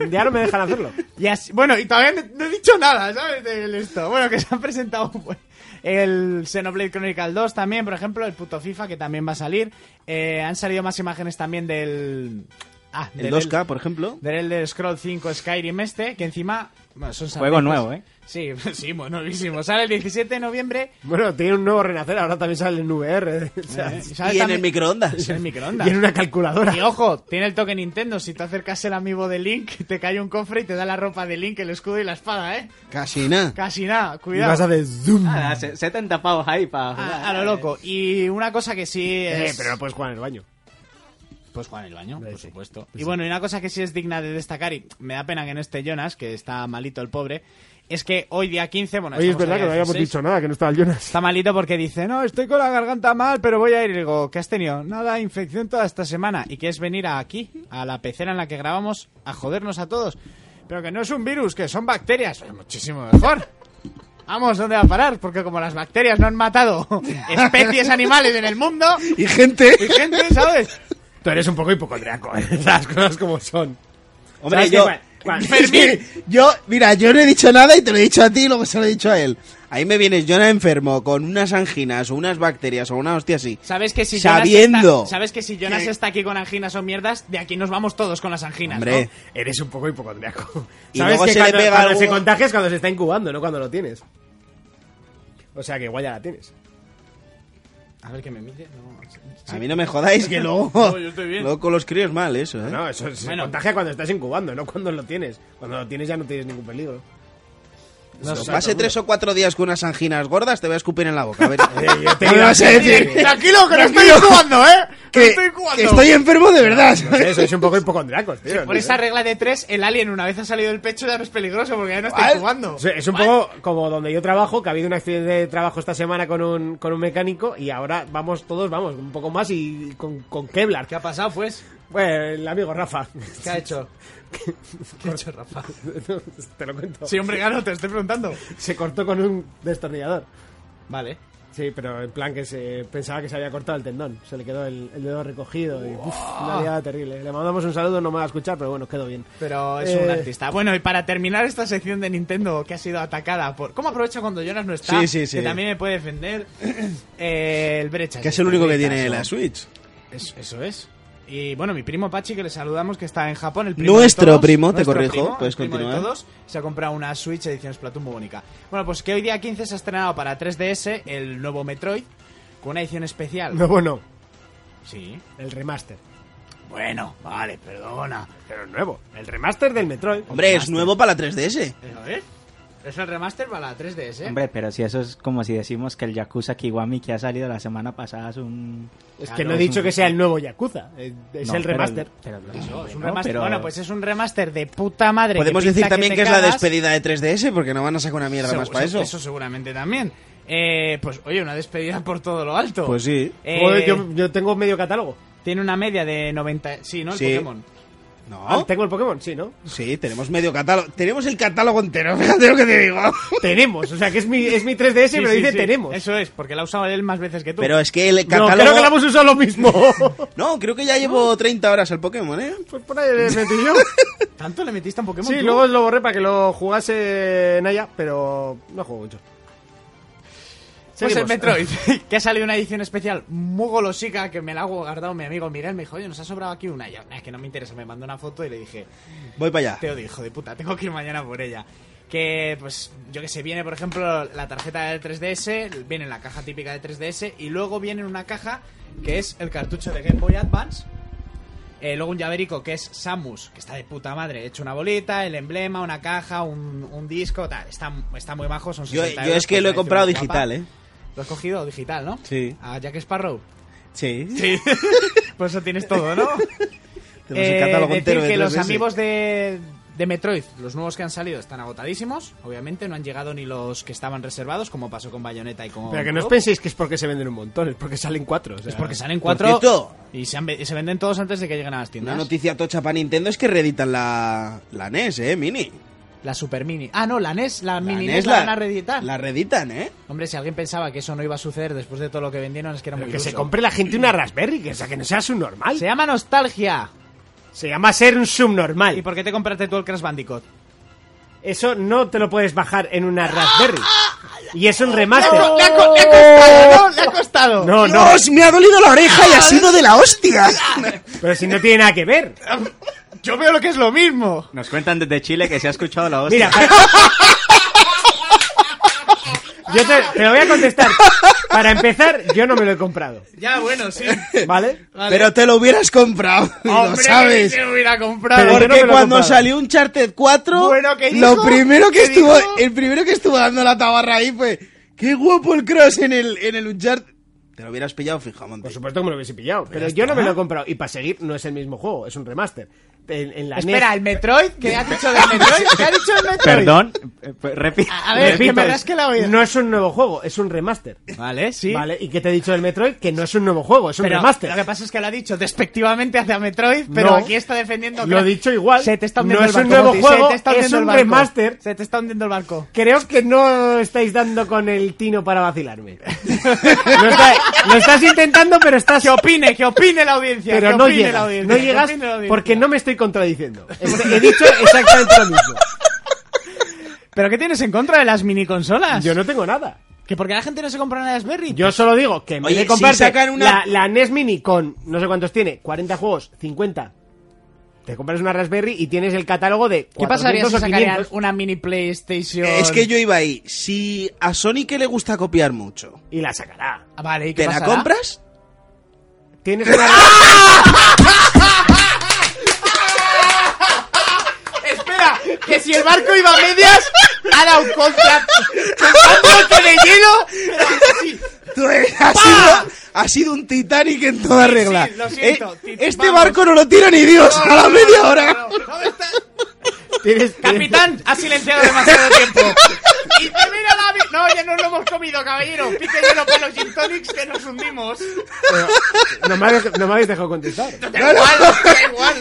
Speaker 1: ya no me dejan hacerlo.
Speaker 2: Y así- bueno, y todavía no, no he dicho nada, ¿sabes? De esto. Bueno, que se han presentado pues, el Xenoblade Chronicle 2 también, por ejemplo, el puto FIFA que también va a salir. Eh, han salido más imágenes también del... Ah,
Speaker 3: El
Speaker 2: del
Speaker 3: 2K, por ejemplo.
Speaker 2: Del Elder Scroll 5 Skyrim este, que encima... Bueno, son
Speaker 4: Juego
Speaker 2: sardinas.
Speaker 4: nuevo, ¿eh?
Speaker 2: Sí, sí, buenísimo. Sale el 17 de noviembre.
Speaker 1: Bueno, tiene un nuevo renacer, ahora también sale en VR. o sea,
Speaker 2: Eh, sale
Speaker 3: Y en el
Speaker 2: también-
Speaker 3: microondas.
Speaker 2: En el microondas.
Speaker 1: Y en una calculadora.
Speaker 2: Y ojo, tiene el toque Nintendo. Si te acercas el amigo de Link, te cae un cofre y te da la ropa de Link, el escudo y la espada, ¿eh.
Speaker 3: Casi nada.
Speaker 2: Casi nada,
Speaker 1: Y vas
Speaker 2: cuidado. Ah,
Speaker 1: a hacer zoom.
Speaker 4: Nada, se- 70 pavos ahí para jugar.
Speaker 2: A, a lo loco. Y una cosa que sí
Speaker 1: Ah, Eh,
Speaker 2: es.
Speaker 1: pero no puedes jugar en el baño.
Speaker 2: Pues Juan el baño,
Speaker 1: Eh,
Speaker 2: por
Speaker 1: sí.
Speaker 2: supuesto. Y bueno, y una cosa que sí es digna de destacar, y me da pena que no esté Jonas, que está malito el pobre, es que hoy día 15, bueno,
Speaker 1: Oye, es
Speaker 2: estamos a
Speaker 1: verdad
Speaker 2: día
Speaker 1: que no habíamos
Speaker 2: 16,
Speaker 1: dicho nada, que no estaba el Jonas.
Speaker 2: Está malito porque dice, no, estoy con la garganta mal, pero voy a ir. Y digo, ¿qué has tenido? Nada, infección toda esta semana. Y quieres venir aquí, a la pecera en la que grabamos, a jodernos a todos. Pero que no es un virus, que son bacterias. Oye, Muchísimo mejor. Vamos, ¿dónde va a parar? Porque como las bacterias no han matado especies animales en el mundo,
Speaker 3: Y gente.
Speaker 2: y gente, ¿sabes?
Speaker 1: Tú eres un poco hipocondriaco, ¿eh? las cosas como son.
Speaker 3: Hombre,
Speaker 1: ¿Sabes qué,
Speaker 3: yo.
Speaker 1: Juan? Juan,
Speaker 3: Fermín, yo, mira, yo no he dicho nada y te lo he dicho a ti y luego se lo he dicho a él. Ahí me vienes, yo no enfermo, con unas anginas o unas bacterias o una hostia así.
Speaker 2: Sabes que si
Speaker 3: Sabiendo.
Speaker 2: Jonas está, sabes que si Jonas está aquí con anginas o mierdas, de aquí nos vamos todos con las anginas, ¿no?
Speaker 3: Hombre,
Speaker 1: Eres un poco hipocondriaco.
Speaker 3: Y
Speaker 1: ¿Sabes
Speaker 3: luego
Speaker 1: que
Speaker 3: se le
Speaker 1: cuando,
Speaker 3: pega
Speaker 1: cuando
Speaker 3: algo-
Speaker 1: se contagia es cuando se está incubando, no cuando lo tienes? O sea que igual ya la tienes.
Speaker 2: A ver que me mire. No,
Speaker 3: A mí no me jodáis que luego,
Speaker 7: No, yo estoy bien.
Speaker 3: luego con los críos mal eso, ¿eh?
Speaker 1: No, eso se
Speaker 2: Bueno.
Speaker 1: contagia cuando estás incubando, no cuando lo tienes. Cuando lo tienes ya no tienes ningún peligro.
Speaker 3: Cuando pase tres o cuatro días con unas anginas gordas, te voy a escupir en la boca. A ver,
Speaker 1: No lo sé decir.
Speaker 2: eh.
Speaker 7: Tranquilo, que no estoy jugando, ¿eh. Que no estoy jugando.
Speaker 3: estoy enfermo de verdad.
Speaker 1: No sé, sois un poco hipocondriacos, tío.
Speaker 2: Por esa regla de tres, el alien una vez ha salido del pecho ya no es peligroso porque ya no está jugando.
Speaker 1: Es- Es un poco como donde yo trabajo, que ha habido un accidente de trabajo esta semana con un, con un mecánico y ahora vamos todos, vamos, un poco más y con, con Kevlar.
Speaker 2: ¿Qué ha pasado, pues?
Speaker 1: Bueno, el amigo Rafa.
Speaker 2: ¿Qué ha hecho? ¿Qué ha hecho Rafa?
Speaker 1: Te lo cuento.
Speaker 2: Sí, hombre, claro, te estoy preguntando.
Speaker 1: Se cortó con un destornillador.
Speaker 2: Vale.
Speaker 1: Sí, pero en plan que se pensaba que se había cortado el tendón. Se le quedó el, el dedo recogido y uf, una liada terrible. Le mandamos un saludo, no me va a escuchar, pero bueno, quedó bien.
Speaker 2: Pero es
Speaker 1: Eh,
Speaker 2: un artista. Bueno, y para terminar esta sección de Nintendo que ha sido atacada por... ¿Cómo aprovecho cuando Jonas no está?
Speaker 3: Sí, sí, sí.
Speaker 2: Que también me puede defender eh, el Brecha.
Speaker 3: Que es el único que tiene
Speaker 2: Brecha,
Speaker 3: la
Speaker 2: eso.
Speaker 3: Switch.
Speaker 2: Es- eso es. Y bueno, mi primo Pachi, que le saludamos, que está en Japón. El
Speaker 3: Nuestro
Speaker 2: de todos.
Speaker 3: primo, te
Speaker 2: Nuestro
Speaker 3: corrijo,
Speaker 2: primo, el
Speaker 3: puedes
Speaker 2: primo de
Speaker 3: continuar.
Speaker 2: todos. se ha comprado una Switch edición Splatoon muy bonita. Bueno, pues que hoy día 15 se ha estrenado para 3DS el nuevo Metroid, con una edición especial.
Speaker 1: No, bueno,
Speaker 2: Sí.
Speaker 1: el remaster.
Speaker 2: Bueno, vale, perdona.
Speaker 1: Pero nuevo, el remaster del Metroid.
Speaker 3: Hombre, es nuevo para la 3DS.
Speaker 2: A ver. Es el remaster para la 3DS.
Speaker 4: Hombre, pero si eso es como si decimos que el Yakuza Kiwami que ha salido la semana pasada es un... Ah,
Speaker 1: Es que
Speaker 2: Claro,
Speaker 1: no he
Speaker 2: es
Speaker 1: dicho
Speaker 4: un-
Speaker 1: que sea el nuevo Yakuza, eh, es
Speaker 4: No,
Speaker 1: el
Speaker 4: pero
Speaker 1: remaster.
Speaker 4: Pero, pero-
Speaker 2: No, es un
Speaker 4: no,
Speaker 2: remaster.
Speaker 4: pero-
Speaker 2: Bueno, pues es un remaster de puta madre.
Speaker 3: Podemos
Speaker 2: que pinta
Speaker 3: decir también
Speaker 2: te
Speaker 3: que, es la
Speaker 2: cagas.
Speaker 3: despedida de 3DS, porque no van a sacar una mierda más
Speaker 2: Segu-
Speaker 3: para
Speaker 2: se-
Speaker 3: eso.
Speaker 2: seguramente también. Eh, pues oye, una despedida por todo lo alto.
Speaker 3: Pues sí.
Speaker 2: Eh,
Speaker 1: Joder, yo, yo tengo medio catálogo.
Speaker 2: Tiene una media de 90... Sí, ¿no? El
Speaker 3: Sí.
Speaker 2: Pokémon.
Speaker 1: Ah,
Speaker 3: No.
Speaker 1: Tengo el Pokémon, sí, ¿no?
Speaker 3: Sí, tenemos medio catálogo. Tenemos el catálogo entero, fíjate lo que te digo.
Speaker 1: tenemos, o sea que es mi, es mi 3DS,
Speaker 2: Sí,
Speaker 1: pero
Speaker 2: sí,
Speaker 1: dice
Speaker 2: sí.
Speaker 1: tenemos.
Speaker 2: Eso es, porque la ha usado él más veces que tú.
Speaker 3: Pero es que el
Speaker 1: No,
Speaker 3: catálogo...
Speaker 1: creo que lo hemos usado lo mismo.
Speaker 3: No, creo que ya llevo 30 horas al Pokémon, ¿eh?
Speaker 1: pues por ahí me metí yo.
Speaker 2: ¿Tanto le metiste a un Pokémon
Speaker 1: Sí,
Speaker 2: tú?
Speaker 1: luego lo borré para que lo jugase Naya, pero no juego mucho.
Speaker 2: Pues el
Speaker 1: Seguimos.
Speaker 2: Metroid, que ha salido una edición especial muy golosica que me la ha guardado mi amigo Miguel. Me dijo, oye, nos ha sobrado aquí una. Y yo, "Nah, es que no me interesa. Me mandó una foto y le dije,
Speaker 3: Voy para allá.
Speaker 2: Te odio, hijo de puta, tengo que ir mañana por ella. Que, pues, yo que sé, viene, por ejemplo, la tarjeta de 3DS, viene en la caja típica de 3DS, y luego viene en una caja que es el cartucho de Game Boy Advance. eh, luego un llaverico que es Samus, que está de puta madre, hecho una bolita, el emblema, una caja, un, un disco, tal. Está, está muy bajo, son
Speaker 3: Yo,
Speaker 2: 60
Speaker 3: yo
Speaker 2: euros,
Speaker 3: es que lo he
Speaker 2: pues, me
Speaker 3: comprado
Speaker 2: parece muy guapa.
Speaker 3: digital, ¿eh?
Speaker 2: Lo has cogido digital, ¿no?
Speaker 3: Sí.
Speaker 2: A Jack Sparrow.
Speaker 3: Sí.
Speaker 2: Eh, Por eso tienes todo, ¿no?
Speaker 3: Tenemos
Speaker 2: Eh,
Speaker 3: el catálogo
Speaker 2: decir
Speaker 3: entero de
Speaker 2: que los
Speaker 3: 3DS.
Speaker 2: amigos de, de Metroid, los nuevos que han salido, están agotadísimos. Obviamente no han llegado ni los que estaban reservados, como pasó con Bayonetta y con...
Speaker 1: Pero que no os
Speaker 2: Clock.
Speaker 1: penséis que es porque se venden un montón, es porque salen cuatro. o sea.
Speaker 2: Es porque salen
Speaker 3: Por
Speaker 2: cuatro
Speaker 3: cierto.
Speaker 2: y se, han ve- y se venden todos antes de que lleguen a las
Speaker 3: Una
Speaker 2: tiendas.
Speaker 3: noticia tocha para Nintendo es que reeditan la, la NES, ¿eh? Mini.
Speaker 2: La Super Mini. Ah, no, la NES, la, Mini
Speaker 3: NES
Speaker 2: NES la, van a reeditar.
Speaker 3: E La reeditan, ¿eh?
Speaker 2: Hombre, si alguien pensaba que eso no iba a suceder después de todo lo que vendieron, es que era
Speaker 1: Pero
Speaker 2: muy
Speaker 1: que se
Speaker 2: iluso.
Speaker 1: compre la gente una Raspberry, que, o sea, que no sea subnormal.
Speaker 2: Se llama Nostalgia.
Speaker 1: Se llama ser un
Speaker 2: ¿Y
Speaker 1: subnormal.
Speaker 2: por qué te compraste tú el Crash Bandicoot?
Speaker 1: Eso no te lo puedes bajar en
Speaker 2: Ah,
Speaker 1: una Raspberry. Y es un remaster.
Speaker 2: costado, ¿no? Le ha costado.
Speaker 1: No, no,
Speaker 3: ¡Dios! ¡Me ha dolido la oreja y ha sido de la hostia!
Speaker 1: pero si no tiene nada que ver.
Speaker 2: Yo veo lo que es lo mismo.
Speaker 4: Nos cuentan desde Chile que se ha escuchado la hostia.
Speaker 1: Mira, para- yo te, te lo voy a contestar. Para empezar, yo no me lo he comprado.
Speaker 2: Ya, bueno, sí.
Speaker 1: ¿Vale?
Speaker 3: Pero te lo hubieras comprado, y lo
Speaker 2: Hombre,
Speaker 3: sabes.
Speaker 2: que se hubiera comprado.
Speaker 1: Pero yo
Speaker 3: Porque
Speaker 1: no me lo he
Speaker 3: cuando
Speaker 1: comprado.
Speaker 3: salió un Charted 4,
Speaker 2: Bueno, ¿qué
Speaker 3: lo
Speaker 2: dijo?
Speaker 3: primero que
Speaker 2: ¿Qué
Speaker 3: estuvo,
Speaker 2: dijo?
Speaker 3: el primero que estuvo dando la tabarra ahí fue, qué guapo el cross en el, en el Uncharted. Te lo hubieras pillado Eh, fijamente.
Speaker 1: Por supuesto que me lo hubiese pillado. Pero yo no me lo he comprado. Y para seguir, no es el mismo juego, es un remaster. En, en la E
Speaker 2: Espera,
Speaker 1: NES-
Speaker 2: el Metroid, ¿qué has dicho del Metroid? ¿Qué has dicho del Metroid?
Speaker 4: Perdón, eh, eh, repito.
Speaker 2: A a ver,
Speaker 1: repito,
Speaker 2: que me rasque la oída.
Speaker 1: No es un nuevo juego, es un remaster.
Speaker 2: Vale, sí.
Speaker 1: ¿Vale? ¿Y qué te he dicho del Metroid? Que no es un nuevo juego, es un
Speaker 2: Pero
Speaker 1: remaster.
Speaker 2: lo que pasa es que lo ha dicho despectivamente hacia Metroid, pero
Speaker 1: No.
Speaker 2: aquí está defendiendo...
Speaker 1: Lo he dicho igual.
Speaker 2: Se te está
Speaker 1: No
Speaker 2: hundiendo
Speaker 1: es
Speaker 2: el
Speaker 1: un
Speaker 2: barco,
Speaker 1: nuevo
Speaker 2: Guti,
Speaker 1: juego,
Speaker 2: se te está
Speaker 1: es
Speaker 2: hundiendo
Speaker 1: un
Speaker 2: el barco.
Speaker 1: remaster.
Speaker 2: Se te está hundiendo el barco.
Speaker 1: Creo que no estáis dando con el tino para vacilarme. Lo, está- lo estás intentando, pero estás.
Speaker 2: Que opine, que opine la audiencia.
Speaker 1: Pero
Speaker 2: que
Speaker 1: no
Speaker 2: opine la
Speaker 1: llegas.
Speaker 2: audiencia,
Speaker 1: No
Speaker 2: que
Speaker 1: llegas
Speaker 2: opine la audiencia.
Speaker 1: porque no me estoy contradiciendo. He he dicho exactamente lo mismo.
Speaker 2: ¿Pero qué tienes en contra de las miniconsolas?
Speaker 1: Yo no tengo nada.
Speaker 2: ¿Que porque la gente no se compra una Raspberry?
Speaker 1: Yo solo digo que en vez
Speaker 3: Oye,
Speaker 1: de comprarte E
Speaker 3: si sacan
Speaker 1: la,
Speaker 3: una-
Speaker 1: la NES Mini con no sé cuántos tiene, 40 juegos, 50. Te compras una Raspberry y tienes el catálogo de.
Speaker 2: ¿Qué pasaría
Speaker 1: 400
Speaker 2: si
Speaker 1: o
Speaker 2: sacarían
Speaker 1: 500?
Speaker 2: una mini PlayStation?
Speaker 3: Es que yo iba ahí. Si a Sony que le gusta copiar mucho,
Speaker 1: Y la sacará.
Speaker 2: Ah, Vale, ¿y qué
Speaker 3: ¿te la
Speaker 2: pasará?
Speaker 3: compras?
Speaker 1: Tienes una. Espera, que si el barco iba a medias, ha dado contra. ¡Un golpe de hielo! Pero así.
Speaker 3: Tú, eh, Ha sido, ha sido un Titanic en toda regla.
Speaker 1: lo siento,
Speaker 3: Eh,
Speaker 1: ti-
Speaker 3: este
Speaker 1: vamos.
Speaker 3: barco no lo tira ni Dios a la media hora.
Speaker 1: Tienes.
Speaker 2: Capitán, ha silenciado demasiado tiempo.
Speaker 1: ¡Y se mira David! No, ya nos lo hemos comido, caballero. Pique hielo para los gin tonics que nos hundimos. No me, habéis- no me habéis dejado contestar.
Speaker 3: No, no.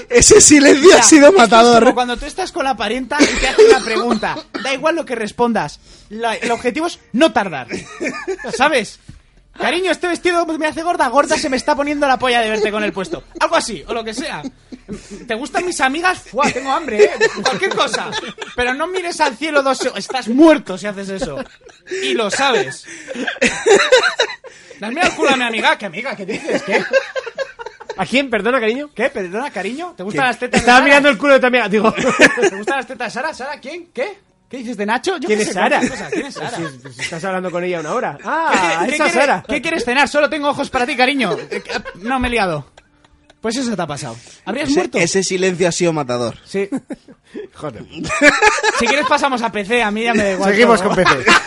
Speaker 3: Ese silencio ha sido
Speaker 2: Es
Speaker 3: matador.
Speaker 2: como cuando tú estás con la parienta y te hace una pregunta. Da igual lo que respondas. La- el objetivo es no tardar. ¿Sabes? Cariño, este vestido me hace gorda. Gorda se me está poniendo la polla de verte con el puesto. Algo así, o lo que sea. ¿Te gustan mis amigas? Fua, tengo hambre, ¿eh? Cualquier cosa. Pero no mires al cielo dos seg- Estás muerto si haces eso. Y lo sabes. Dame al culo a mi amiga. ¿Qué amiga? ¿Qué dices? ¿Qué?
Speaker 1: ¿A quién? Perdona, cariño.
Speaker 2: ¿Qué? ¿Perdona, cariño? ¿Te gustan
Speaker 1: ¿Qué?
Speaker 2: las tetas? de
Speaker 1: Estaba
Speaker 2: Sara?
Speaker 1: mirando el culo de tu amiga. Digo,
Speaker 2: ¿Te gustan las tetas de Sara? ¿Sara quién? ¿Qué? ¿Qué dices de Nacho? Yo
Speaker 1: ¿quién
Speaker 2: qué
Speaker 1: es
Speaker 2: sé,
Speaker 1: Sara? Pues
Speaker 2: cualquier cosa. ¿Quién es Sara?
Speaker 1: Si- si estás hablando con ella una hora.
Speaker 2: ¿Qué-
Speaker 1: Ah,
Speaker 2: qué
Speaker 1: esa
Speaker 2: quiere-
Speaker 1: Sara.
Speaker 2: ¿Qué quieres cenar? Solo tengo ojos para ti, cariño. Eh, eh, No, me he liado. Pues eso te ha pasado. ¿Habrías
Speaker 3: Ese,
Speaker 2: muerto?
Speaker 3: ese silencio ha sido matador.
Speaker 2: Sí.
Speaker 1: Joder.
Speaker 2: Si quieres pasamos a PC, a mí ya me da igual.
Speaker 1: Seguimos
Speaker 2: todo.
Speaker 1: con PC.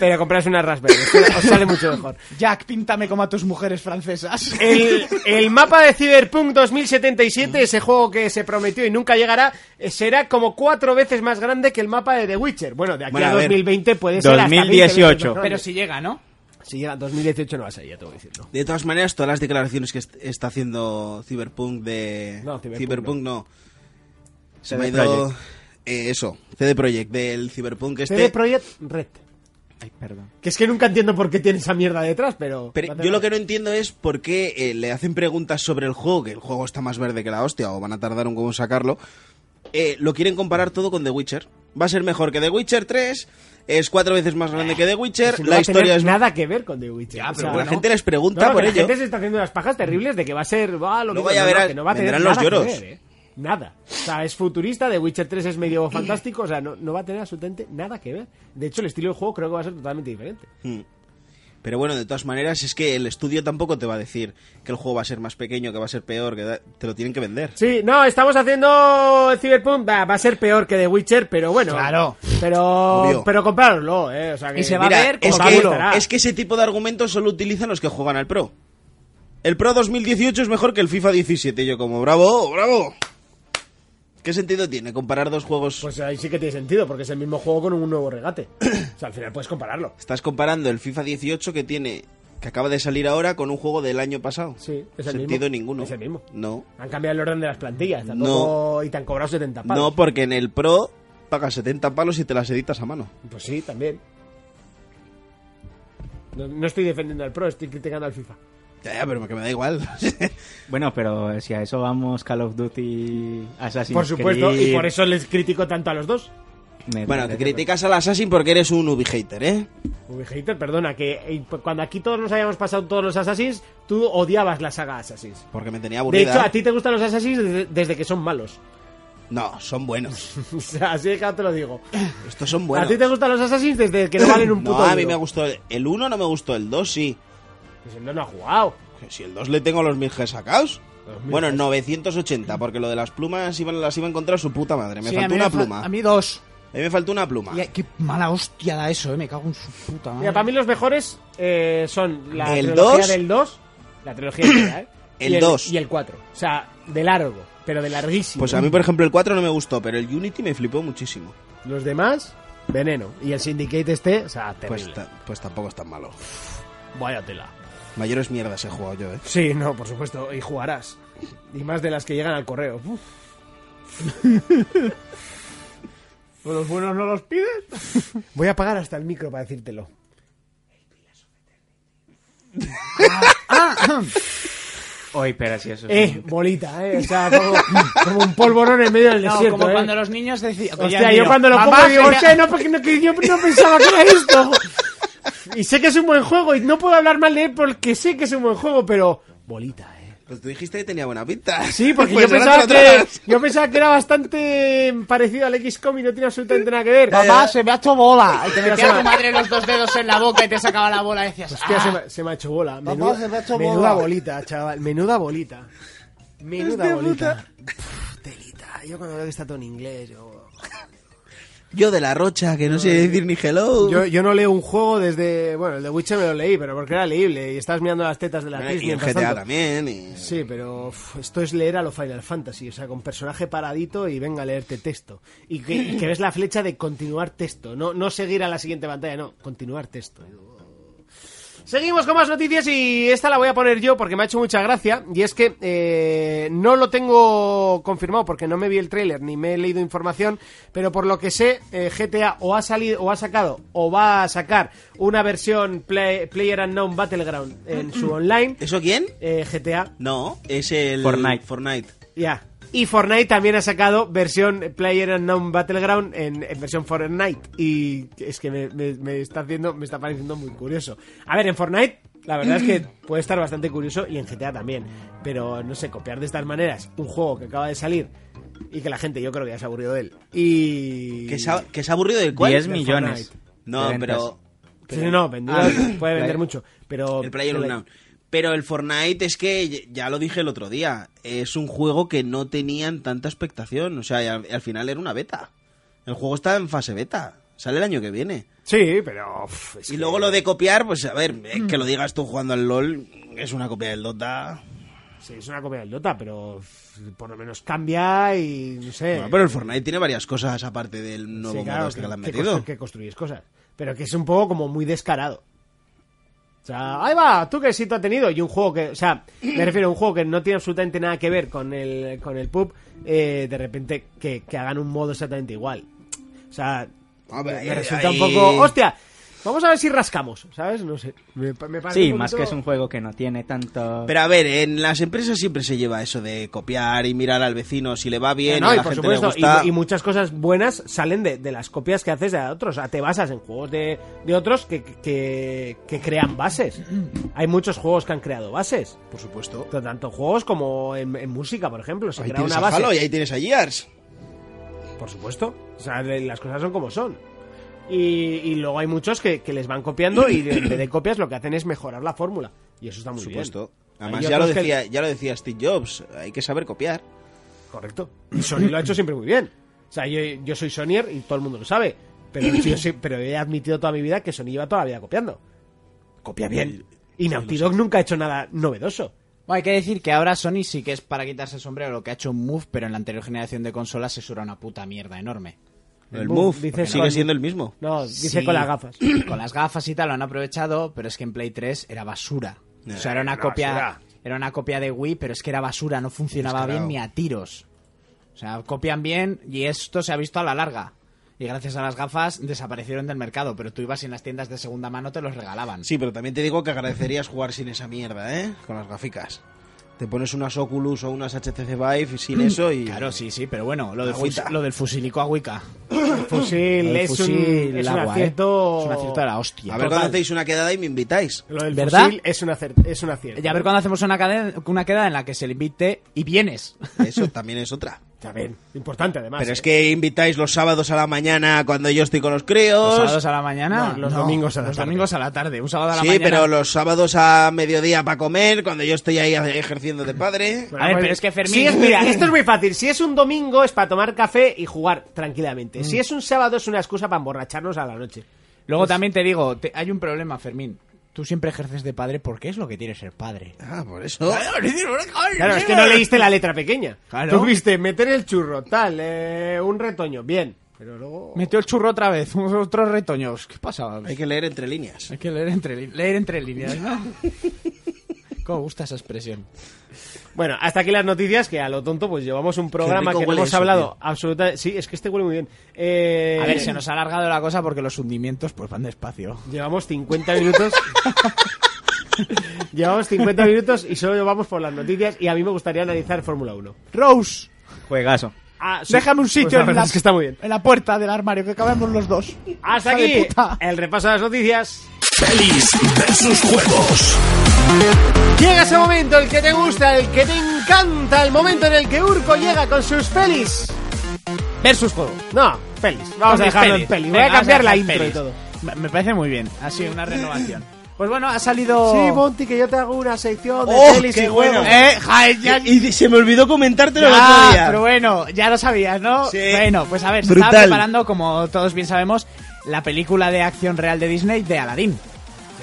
Speaker 1: Pero compras una Raspberry. Os sale mucho mejor.
Speaker 2: Jack, píntame como a tus mujeres francesas.
Speaker 1: El, el mapa de Cyberpunk 2077, ese juego que se prometió y nunca llegará, eh, será como cuatro veces más grande que el mapa de The Witcher. Bueno, de aquí
Speaker 3: Bueno,
Speaker 1: a
Speaker 3: a ver.
Speaker 1: 2020 puede ser hasta
Speaker 5: 2018.
Speaker 2: Pero si llega, ¿no?
Speaker 1: si llega 2018 no vas a ir, ya tengo que decirlo.
Speaker 3: De todas maneras, todas las declaraciones que est- está haciendo Cyberpunk de...
Speaker 1: No, Cyberpunk
Speaker 3: no. Se
Speaker 5: CD
Speaker 3: me ha ido... eh, eso, CD Projekt, del Cyberpunk este...
Speaker 1: CD Projekt Red.
Speaker 2: Ay, perdón.
Speaker 1: Que es que nunca entiendo por qué tiene esa mierda detrás, pero...
Speaker 3: Pero yo lo que no entiendo es por qué eh, le hacen preguntas sobre el juego, que el juego está más verde que la hostia, o van a tardar un huevo en sacarlo. Eh, lo quieren comparar todo con The Witcher. Va a ser mejor que The Witcher 3, es cuatro veces más grande que The Witcher,
Speaker 1: Si no va
Speaker 3: la
Speaker 1: a tener
Speaker 3: historia es...
Speaker 1: nada que ver con The Witcher.
Speaker 2: Ya,
Speaker 1: O
Speaker 2: pero
Speaker 1: sea,
Speaker 3: la
Speaker 2: bueno.
Speaker 3: gente les pregunta
Speaker 1: no, que
Speaker 3: por
Speaker 1: la
Speaker 3: ello.
Speaker 1: gente se está haciendo unas pajas terribles de que va a ser... va, lo
Speaker 3: Luego
Speaker 1: mismo,
Speaker 3: ya
Speaker 1: no,
Speaker 3: verás,
Speaker 1: que no va a tener
Speaker 3: vendrán los
Speaker 1: nada que
Speaker 3: lloros.
Speaker 1: ver, ¿eh? Nada. O sea, es futurista, The Witcher 3 es medio fantástico, o sea, no, no va a tener absolutamente nada que ver. De hecho, el estilo de juego creo que va a ser totalmente diferente.
Speaker 3: Mm. Pero bueno, de todas maneras, es que el estudio tampoco te va a decir que el juego va a ser más pequeño, que va a ser peor, que da- te lo tienen que vender.
Speaker 1: Sí, no, estamos haciendo Cyberpunk, va, va a ser peor que The Witcher, pero bueno.
Speaker 2: Claro.
Speaker 1: Pero,
Speaker 3: Obvio.
Speaker 1: pero comprároslo, eh. O sea, que
Speaker 2: Y se va a ver
Speaker 3: es,
Speaker 1: como
Speaker 3: que,
Speaker 1: estará.
Speaker 3: es que ese tipo de argumentos solo utilizan los que juegan al Pro. El Pro 2018 es mejor que el FIFA 17. Y yo como, bravo, bravo. ¿Qué sentido tiene comparar dos juegos?
Speaker 1: Pues ahí sí que tiene sentido, porque es el mismo juego con un nuevo regate. O sea, al final puedes compararlo.
Speaker 3: Estás comparando el FIFA 18 que tiene que acaba de salir ahora con un juego del año pasado.
Speaker 1: Sí, es el
Speaker 3: sentido
Speaker 1: mismo.
Speaker 3: ninguno.
Speaker 1: Es el mismo.
Speaker 3: No.
Speaker 1: Han cambiado el orden de las plantillas tampoco, y te han cobrado 70
Speaker 3: No,
Speaker 1: pavos.
Speaker 3: porque en el Pro pagas 70 palos y te las editas a mano.
Speaker 1: Pues sí, también. No, no estoy defendiendo al pro, estoy criticando al FIFA.
Speaker 3: Ya, ya, pero que me da igual.
Speaker 4: Bueno, pero si a eso vamos, Call of Duty, Assassin's
Speaker 1: por supuesto, y
Speaker 4: Creed,
Speaker 1: por eso les critico tanto a los dos.
Speaker 4: me
Speaker 3: bueno, te
Speaker 4: parece-
Speaker 3: criticas al Assassin porque eres un Ubi hater, ¿eh?
Speaker 1: Ubi hater, perdona, que eh, cuando aquí todos nos habíamos pasado todos los Assassins, tú odiabas la saga Assassins.
Speaker 3: Porque me tenía
Speaker 1: De
Speaker 3: aburrida. ¿eh?
Speaker 1: hecho, a ti te gustan los Assassins desde, desde que son malos.
Speaker 3: No, son buenos.
Speaker 1: O sea, Así de claro te lo digo.
Speaker 3: Estos son buenos.
Speaker 1: A ti te gustan los Assassins desde que no valen un puto
Speaker 3: No, a mí
Speaker 1: duro.
Speaker 3: me gustó el- el 1, no me gustó el 2, sí.
Speaker 1: Pues el no, no ha jugado.
Speaker 3: Que Si el 2 le tengo los 1000 G sacados.
Speaker 1: Los mil
Speaker 3: Bueno, 980, porque lo de las plumas iban, las iba a encontrar su puta madre. Me
Speaker 2: Sí, a
Speaker 3: faltó
Speaker 2: mí
Speaker 3: una
Speaker 2: fa-
Speaker 3: pluma.
Speaker 2: A mí dos.
Speaker 3: A mí me faltó una pluma.
Speaker 2: Y, qué mala hostia da eso, eh. Me cago en su puta madre.
Speaker 1: Mira, para mí los mejores eh, son la
Speaker 3: El
Speaker 1: trilogía
Speaker 3: dos.
Speaker 1: del 2, la trilogía entera, ¿eh?
Speaker 3: El
Speaker 1: y
Speaker 3: dos.
Speaker 1: y el 4. O sea, de largo, pero de larguísimo.
Speaker 3: Pues a mí, por ejemplo, el 4 no me gustó, pero el Unity me flipó muchísimo.
Speaker 1: Los demás, veneno. Y el Syndicate este, o sea,
Speaker 3: Pues,
Speaker 1: terrible.
Speaker 3: ta- pues tampoco es tan malo.
Speaker 1: Vaya tela.
Speaker 3: Mayores mierdas he jugado yo, ¿eh?
Speaker 1: Sí, no, por supuesto, y jugarás. Y más de las que llegan al correo. Uf.
Speaker 2: ¿Los buenos no los pides?
Speaker 1: Voy a apagar hasta el micro para decírtelo.
Speaker 4: Oy, pero si eso es
Speaker 1: Eh, bolita, eh. O sea, como, como un polvorón en medio del
Speaker 2: No,
Speaker 1: desierto.
Speaker 2: como
Speaker 1: eh.
Speaker 2: cuando los niños decían...
Speaker 1: Hostia, yo cuando lo pongo digo, hostia, no, porque no, que yo no pensaba que era esto. Y sé que es un buen juego y no puedo hablar mal de él porque sé que es un buen juego, pero... Bolita, eh.
Speaker 3: Pues tú dijiste que tenía buena pinta.
Speaker 1: Sí, porque
Speaker 3: Pues
Speaker 1: yo,
Speaker 3: ahora
Speaker 1: pensaba
Speaker 3: te lo
Speaker 1: que,
Speaker 3: tragas.
Speaker 1: yo pensaba que era bastante parecido al XCOM y no tiene absolutamente nada que
Speaker 3: Eh,
Speaker 1: ver.
Speaker 2: Papá, se me ha hecho bola. Y te
Speaker 5: Te
Speaker 2: metías
Speaker 5: metía
Speaker 2: en
Speaker 5: tu
Speaker 2: la-
Speaker 5: madre los dos dedos en la boca y te sacaba la bola y decías,
Speaker 1: Hostia,
Speaker 5: "Ah".
Speaker 1: se, me, se me ha hecho bola.
Speaker 3: Papá,
Speaker 1: Menuda,
Speaker 3: se me ha hecho
Speaker 1: menuda
Speaker 3: bola.
Speaker 1: bolita, chaval. Menuda bolita. Menuda
Speaker 3: Hostia
Speaker 1: bolita. Puf, telita. Yo cuando veo que está todo en inglés. Yo...
Speaker 3: Yo de la rocha, que no sé decir ni hello.
Speaker 1: Yo, yo no leo un juego desde. Bueno, el de Witcher me lo leí, pero porque era leíble. Y estás mirando las tetas de la actriz.
Speaker 3: y en
Speaker 1: mientras
Speaker 3: GTA
Speaker 1: tanto.
Speaker 3: también. y-
Speaker 1: Sí, pero uf, esto es leer a lo Final Fantasy, o sea, con personaje paradito y venga a leerte texto. Y que, y que ves la flecha de continuar texto, no, no seguir a la siguiente pantalla, no, continuar texto. "Oh". Seguimos con más noticias y esta la voy a poner yo porque me ha hecho mucha gracia y es que eh, no lo tengo confirmado porque no me vi el tráiler ni me he leído información, pero por lo que sé eh, GTA o ha salido o ha sacado o va a sacar una versión Player Unknown Battleground en su online
Speaker 3: ¿Eso quién?
Speaker 1: eh, GTA
Speaker 3: No, es el.
Speaker 4: Fortnite.
Speaker 3: Fortnite.
Speaker 1: ya. Y Fortnite también ha sacado versión Player Unknown Battleground en, en versión Fortnite. Y es que me, me- me está haciendo, me está pareciendo muy curioso. A ver, en Fortnite, la verdad es que puede estar bastante curioso y en GTA también. Pero no sé, copiar de estas maneras un juego que acaba de salir y que la gente yo creo que ya se ha aburrido de él. Y.
Speaker 3: Que se ha, que se ha aburrido del cual.
Speaker 4: 10
Speaker 1: Del
Speaker 4: millones.
Speaker 3: No,
Speaker 4: de ventas.
Speaker 3: pero.
Speaker 1: Sí, no, vendido-
Speaker 3: Ah,
Speaker 1: puede vender
Speaker 4: Player-
Speaker 1: mucho. Pero.
Speaker 3: El Player Unknown. Pero el Fortnite es que, y- ya lo dije el otro día, es un juego que no tenían tanta expectación. O sea, y al, al final era una beta. El juego está en fase beta. Sale el año que viene.
Speaker 1: Sí, pero. uf, es
Speaker 3: Y
Speaker 1: que-
Speaker 3: luego lo de copiar, pues a ver, eh, que lo digas tú jugando al LOL, es una copia del Dota.
Speaker 1: Sí, es una copia del Dota, pero uf, por lo menos cambia y no sé.
Speaker 3: Bueno, pero el Fortnite tiene varias cosas aparte del
Speaker 1: Sí,
Speaker 3: nuevo
Speaker 1: claro,
Speaker 3: modo este que, le han
Speaker 1: que
Speaker 3: metido.
Speaker 1: constru- que construyes cosas. Pero que es un poco como muy descarado. O sea, ahí va, tú qué éxito ha tenido. Y un juego que, o sea, me refiero a un juego que no tiene absolutamente nada que ver con el, con el pub, eh, de repente que, que hagan un modo exactamente igual. O sea,
Speaker 3: A ver,
Speaker 1: me, me
Speaker 3: ahí-
Speaker 1: resulta
Speaker 3: ahí-
Speaker 1: un poco. ¡Hostia! Vamos a ver si rascamos, ¿sabes? No sé. Me, pa- me parece
Speaker 4: Sí,
Speaker 1: un
Speaker 4: más
Speaker 1: poquito-
Speaker 4: que es un juego que no tiene tanto...
Speaker 3: Pero a ver, en las empresas siempre se lleva eso de copiar y mirar al vecino si le va bien,
Speaker 1: No,
Speaker 3: a
Speaker 1: y
Speaker 3: la
Speaker 1: por
Speaker 3: gente
Speaker 1: supuesto,
Speaker 3: le
Speaker 1: y-
Speaker 3: gusta.
Speaker 1: y, muchas cosas buenas salen de, de las copias que haces de otros. O sea, te basas en juegos de, de otros que, que- que crean bases. Hay muchos juegos que han creado bases.
Speaker 3: Mm. Por supuesto.
Speaker 1: Tanto- Tanto en juegos como en, en música, por ejemplo. Se
Speaker 3: Ahí
Speaker 1: crea
Speaker 3: tienes
Speaker 1: una
Speaker 3: a Halo y
Speaker 1: base.
Speaker 3: ahí tienes a Gears.
Speaker 1: Por supuesto. O sea, le- las cosas son como son. Y, y luego hay muchos que, que les van copiando y de- en vez de copias lo que hacen es mejorar la fórmula. Y eso está muy
Speaker 3: Por supuesto.
Speaker 1: bien.
Speaker 3: Además,
Speaker 1: Hay
Speaker 3: ya lo,
Speaker 1: otros que-
Speaker 3: decía, ya lo decía Steve Jobs, hay que saber copiar.
Speaker 1: Correcto. Y Sony lo ha hecho siempre muy bien. O sea, yo, yo soy Sonier y todo el mundo lo sabe. Pero yo, sí- pero he admitido toda mi vida que Sony lleva toda la vida copiando. Copia bien. Y Naughty Dog nunca ha hecho nada novedoso.
Speaker 2: Bueno, hay que decir que ahora Sony sí que es para quitarse el sombrero lo que ha hecho Move, pero en la anterior generación de consolas eso era una puta mierda enorme.
Speaker 3: El,
Speaker 1: El Move,
Speaker 3: Move
Speaker 1: dices
Speaker 3: sigue
Speaker 1: con-
Speaker 3: siendo el mismo.
Speaker 1: No, dice
Speaker 2: Sí,
Speaker 1: con las gafas.
Speaker 2: Con las gafas y tal lo han aprovechado, pero es que en Play 3 era basura. O sea, era una copia era una copia de Wii, pero es que era basura, no funcionaba
Speaker 3: Descarado.
Speaker 2: bien ni a tiros. O sea, copian bien y esto se ha visto a la larga. Y gracias a las gafas desaparecieron del mercado, pero tú ibas y en las tiendas de segunda mano te los regalaban.
Speaker 3: Sí, pero también te digo que agradecerías jugar sin esa mierda, ¿eh? Con las gráficas. Te pones unas Oculus o unas HTC Vive sin eso y...
Speaker 2: Claro, sí, sí, pero bueno, lo, del
Speaker 3: Agüita.
Speaker 2: fus- lo del fusilico a Wicca.
Speaker 1: El fusil
Speaker 2: El
Speaker 1: es,
Speaker 2: fusil,
Speaker 1: un, es
Speaker 2: el
Speaker 1: un
Speaker 2: agua, ¿eh?
Speaker 1: acierto.
Speaker 2: Es un acierto de la hostia.
Speaker 3: A ver cuando hacéis una quedada y me invitáis.
Speaker 1: Lo del
Speaker 2: ¿Verdad?
Speaker 1: fusil es un, acer- es un acierto.
Speaker 2: Y a ver cuando hacemos una, cadena- una quedada en la que se le invite y vienes.
Speaker 3: Eso también es otra.
Speaker 1: También. Importante, además.
Speaker 3: Pero es
Speaker 1: ¿eh?
Speaker 3: que invitáis los sábados a la mañana cuando yo estoy con los
Speaker 2: ¿Los
Speaker 3: críos.
Speaker 2: sábados a la mañana?
Speaker 1: No, los domingos a la
Speaker 2: los
Speaker 1: tarde.
Speaker 2: domingos a la tarde. Un sábado a la
Speaker 3: sí,
Speaker 2: mañana.
Speaker 3: pero los sábados a mediodía para comer cuando yo estoy ahí ejerciendo de padre.
Speaker 2: A ver, pero es que Fermín...
Speaker 1: Sí, pues, es- mira, esto es muy fácil. Si es un domingo es para tomar café y jugar tranquilamente.
Speaker 2: Mm.
Speaker 1: Si es un sábado es una excusa para emborracharnos a la noche. pues-
Speaker 2: Luego también te digo, te- hay un problema, Fermín. Tú siempre ejerces de padre porque es lo que tiene ser padre.
Speaker 3: Ah, por eso.
Speaker 1: Claro, es que no leíste la letra pequeña.
Speaker 2: Claro.
Speaker 1: Tú viste meter el churro, tal, eh, un retoño, bien. Pero luego.
Speaker 2: Metió el churro otra vez, otros retoños. ¿Qué pasa?
Speaker 3: Hay que leer entre líneas.
Speaker 2: Hay que leer entre, li- leer entre líneas, ¿no? Cómo gusta esa expresión.
Speaker 1: Bueno, hasta aquí las noticias, que a lo tonto, pues llevamos un programa
Speaker 3: rico
Speaker 1: que no
Speaker 3: huele
Speaker 1: hemos
Speaker 3: eso,
Speaker 1: hablado
Speaker 3: tío.
Speaker 1: absolutamente. Sí, es que este huele muy bien. Eh,
Speaker 2: A ver, se nos ha alargado la cosa porque los hundimientos pues van despacio.
Speaker 1: Llevamos 50 minutos. llevamos 50 minutos y solo vamos por las noticias. Y a mí me gustaría analizar Fórmula 1.
Speaker 2: Rose,
Speaker 4: Juegazo.
Speaker 1: Ah, sí.
Speaker 2: déjame un
Speaker 1: Pues
Speaker 2: sitio
Speaker 1: la
Speaker 2: en,
Speaker 1: verdad
Speaker 2: la,
Speaker 1: es que está muy bien.
Speaker 2: en la puerta del armario que cabemos los dos.
Speaker 1: Hasta
Speaker 2: Hija de
Speaker 1: aquí
Speaker 2: puta.
Speaker 1: el repaso de las noticias.
Speaker 8: Pelis versus juegos.
Speaker 1: Llega ese momento, el que te gusta, el que te encanta, el momento en el que Urco llega con sus pelis.
Speaker 2: Versus juego.
Speaker 1: No, pelis. Vamos a
Speaker 2: Entonces,
Speaker 1: dejarlo en
Speaker 2: pelis.
Speaker 1: pelis. Voy
Speaker 2: Venga,
Speaker 1: a cambiar
Speaker 2: vamos
Speaker 1: la
Speaker 2: a
Speaker 1: intro
Speaker 2: dejar
Speaker 1: y
Speaker 2: pelis.
Speaker 1: todo.
Speaker 2: Me- Me parece muy bien. Ha sido una renovación. Pues bueno, ha salido.
Speaker 1: Sí, Monty, que yo te hago una sección de
Speaker 3: ¡Oh,
Speaker 1: pelis
Speaker 3: qué
Speaker 1: y
Speaker 3: bueno!
Speaker 1: juegos.
Speaker 2: Eh, ja, ya-
Speaker 3: Y y se me olvidó comentártelo el
Speaker 2: Ya,
Speaker 3: otro día.
Speaker 2: pero bueno, ya lo sabías, ¿no?
Speaker 3: Sí.
Speaker 2: Bueno, pues a ver, se
Speaker 3: Brutal.
Speaker 2: estaba preparando, como todos bien sabemos, la película de acción real de Disney de Aladdin.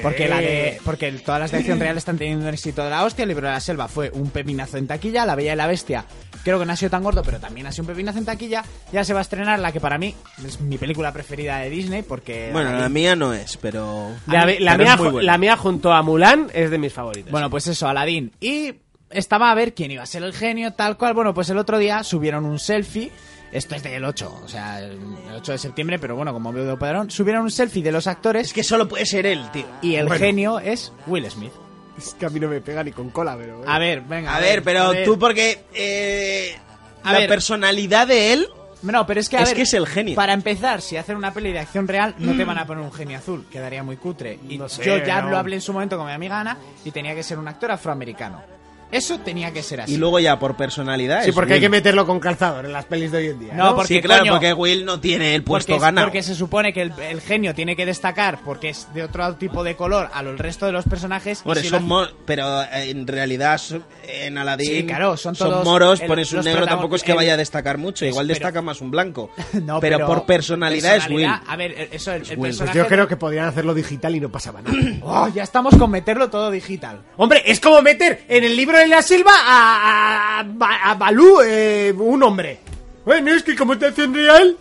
Speaker 2: Porque, la de, porque el- todas las de acción real están teniendo un éxito de la hostia. El libro de la selva fue un pepinazo en taquilla. La Bella y la Bestia creo que no ha sido tan gordo, pero también ha sido un pepinazo en taquilla. Ya se va a estrenar la que para mí es mi película preferida de Disney. Porque.
Speaker 3: Bueno,
Speaker 2: Aladdin-
Speaker 3: la mía no es, pero.
Speaker 1: La,
Speaker 2: A mí-
Speaker 1: la
Speaker 3: pero
Speaker 1: mía,
Speaker 3: es muy
Speaker 1: ju-
Speaker 3: buena.
Speaker 1: la mía junto a Mulan es de mis favoritas.
Speaker 2: Bueno, pues eso, Aladdin. Y estaba a ver quién iba a ser el genio, tal cual. Bueno, pues el otro día subieron un selfie. Esto es del 8, o sea, el 8 de septiembre, pero bueno, como veo de padrón, subieron un selfie de los actores
Speaker 3: Es que solo puede ser él, tío.
Speaker 2: y el genio es Will Smith.
Speaker 1: es que a mí no me pega ni con cola, pero... eh.
Speaker 2: A ver, venga.
Speaker 3: A ver, pero
Speaker 2: a ver.
Speaker 3: tú porque eh,
Speaker 2: A
Speaker 3: la
Speaker 2: ver.
Speaker 3: personalidad de él
Speaker 2: No, pero es que a
Speaker 3: Es
Speaker 2: ver,
Speaker 3: que es el genio. Mm.
Speaker 2: Para empezar, si hacen una peli de acción real, no te van a poner un genio azul, quedaría muy cutre. Y
Speaker 1: No sé,
Speaker 2: yo ya
Speaker 1: no.
Speaker 2: lo hablé en su momento con mi amiga Ana y tenía que ser un actor afroamericano. Eso tenía que ser así.
Speaker 3: y luego ya por personalidad.
Speaker 1: sí,
Speaker 3: es
Speaker 1: porque hay
Speaker 3: Will.
Speaker 1: que meterlo con calzador en las pelis de hoy en día.
Speaker 2: No, porque
Speaker 3: sí, claro,
Speaker 2: coño,
Speaker 3: porque Will no tiene el puesto
Speaker 2: porque,
Speaker 3: ganado.
Speaker 2: porque se supone que el, el genio tiene que destacar porque es de otro tipo de color a los resto de los personajes. y
Speaker 3: Hombre,
Speaker 2: si lo
Speaker 3: son
Speaker 2: hace-
Speaker 3: mo- pero eh, en realidad son- en Aladdin
Speaker 2: Sí, claro, son todos
Speaker 3: moros,
Speaker 2: el-
Speaker 3: pones un
Speaker 2: los
Speaker 3: negro,
Speaker 2: protagon-
Speaker 3: tampoco es que
Speaker 2: el-
Speaker 3: vaya a destacar mucho,
Speaker 2: Es-
Speaker 3: igual
Speaker 2: pero-
Speaker 3: destaca más un blanco.
Speaker 2: No,
Speaker 3: pero, por personalidad,
Speaker 2: personalidad,
Speaker 3: es Will.
Speaker 2: A ver, el- eso el, el
Speaker 3: Will. Pues
Speaker 1: Pues
Speaker 2: personaje.
Speaker 1: yo creo que podrían hacerlo digital y no pasaba nada.
Speaker 2: Oh, ya estamos con meterlo todo digital.
Speaker 1: Hombre, es como meter en el libro de la selva a, a, a- a Balú eh, un hombre. Bueno, es que como te hacen real...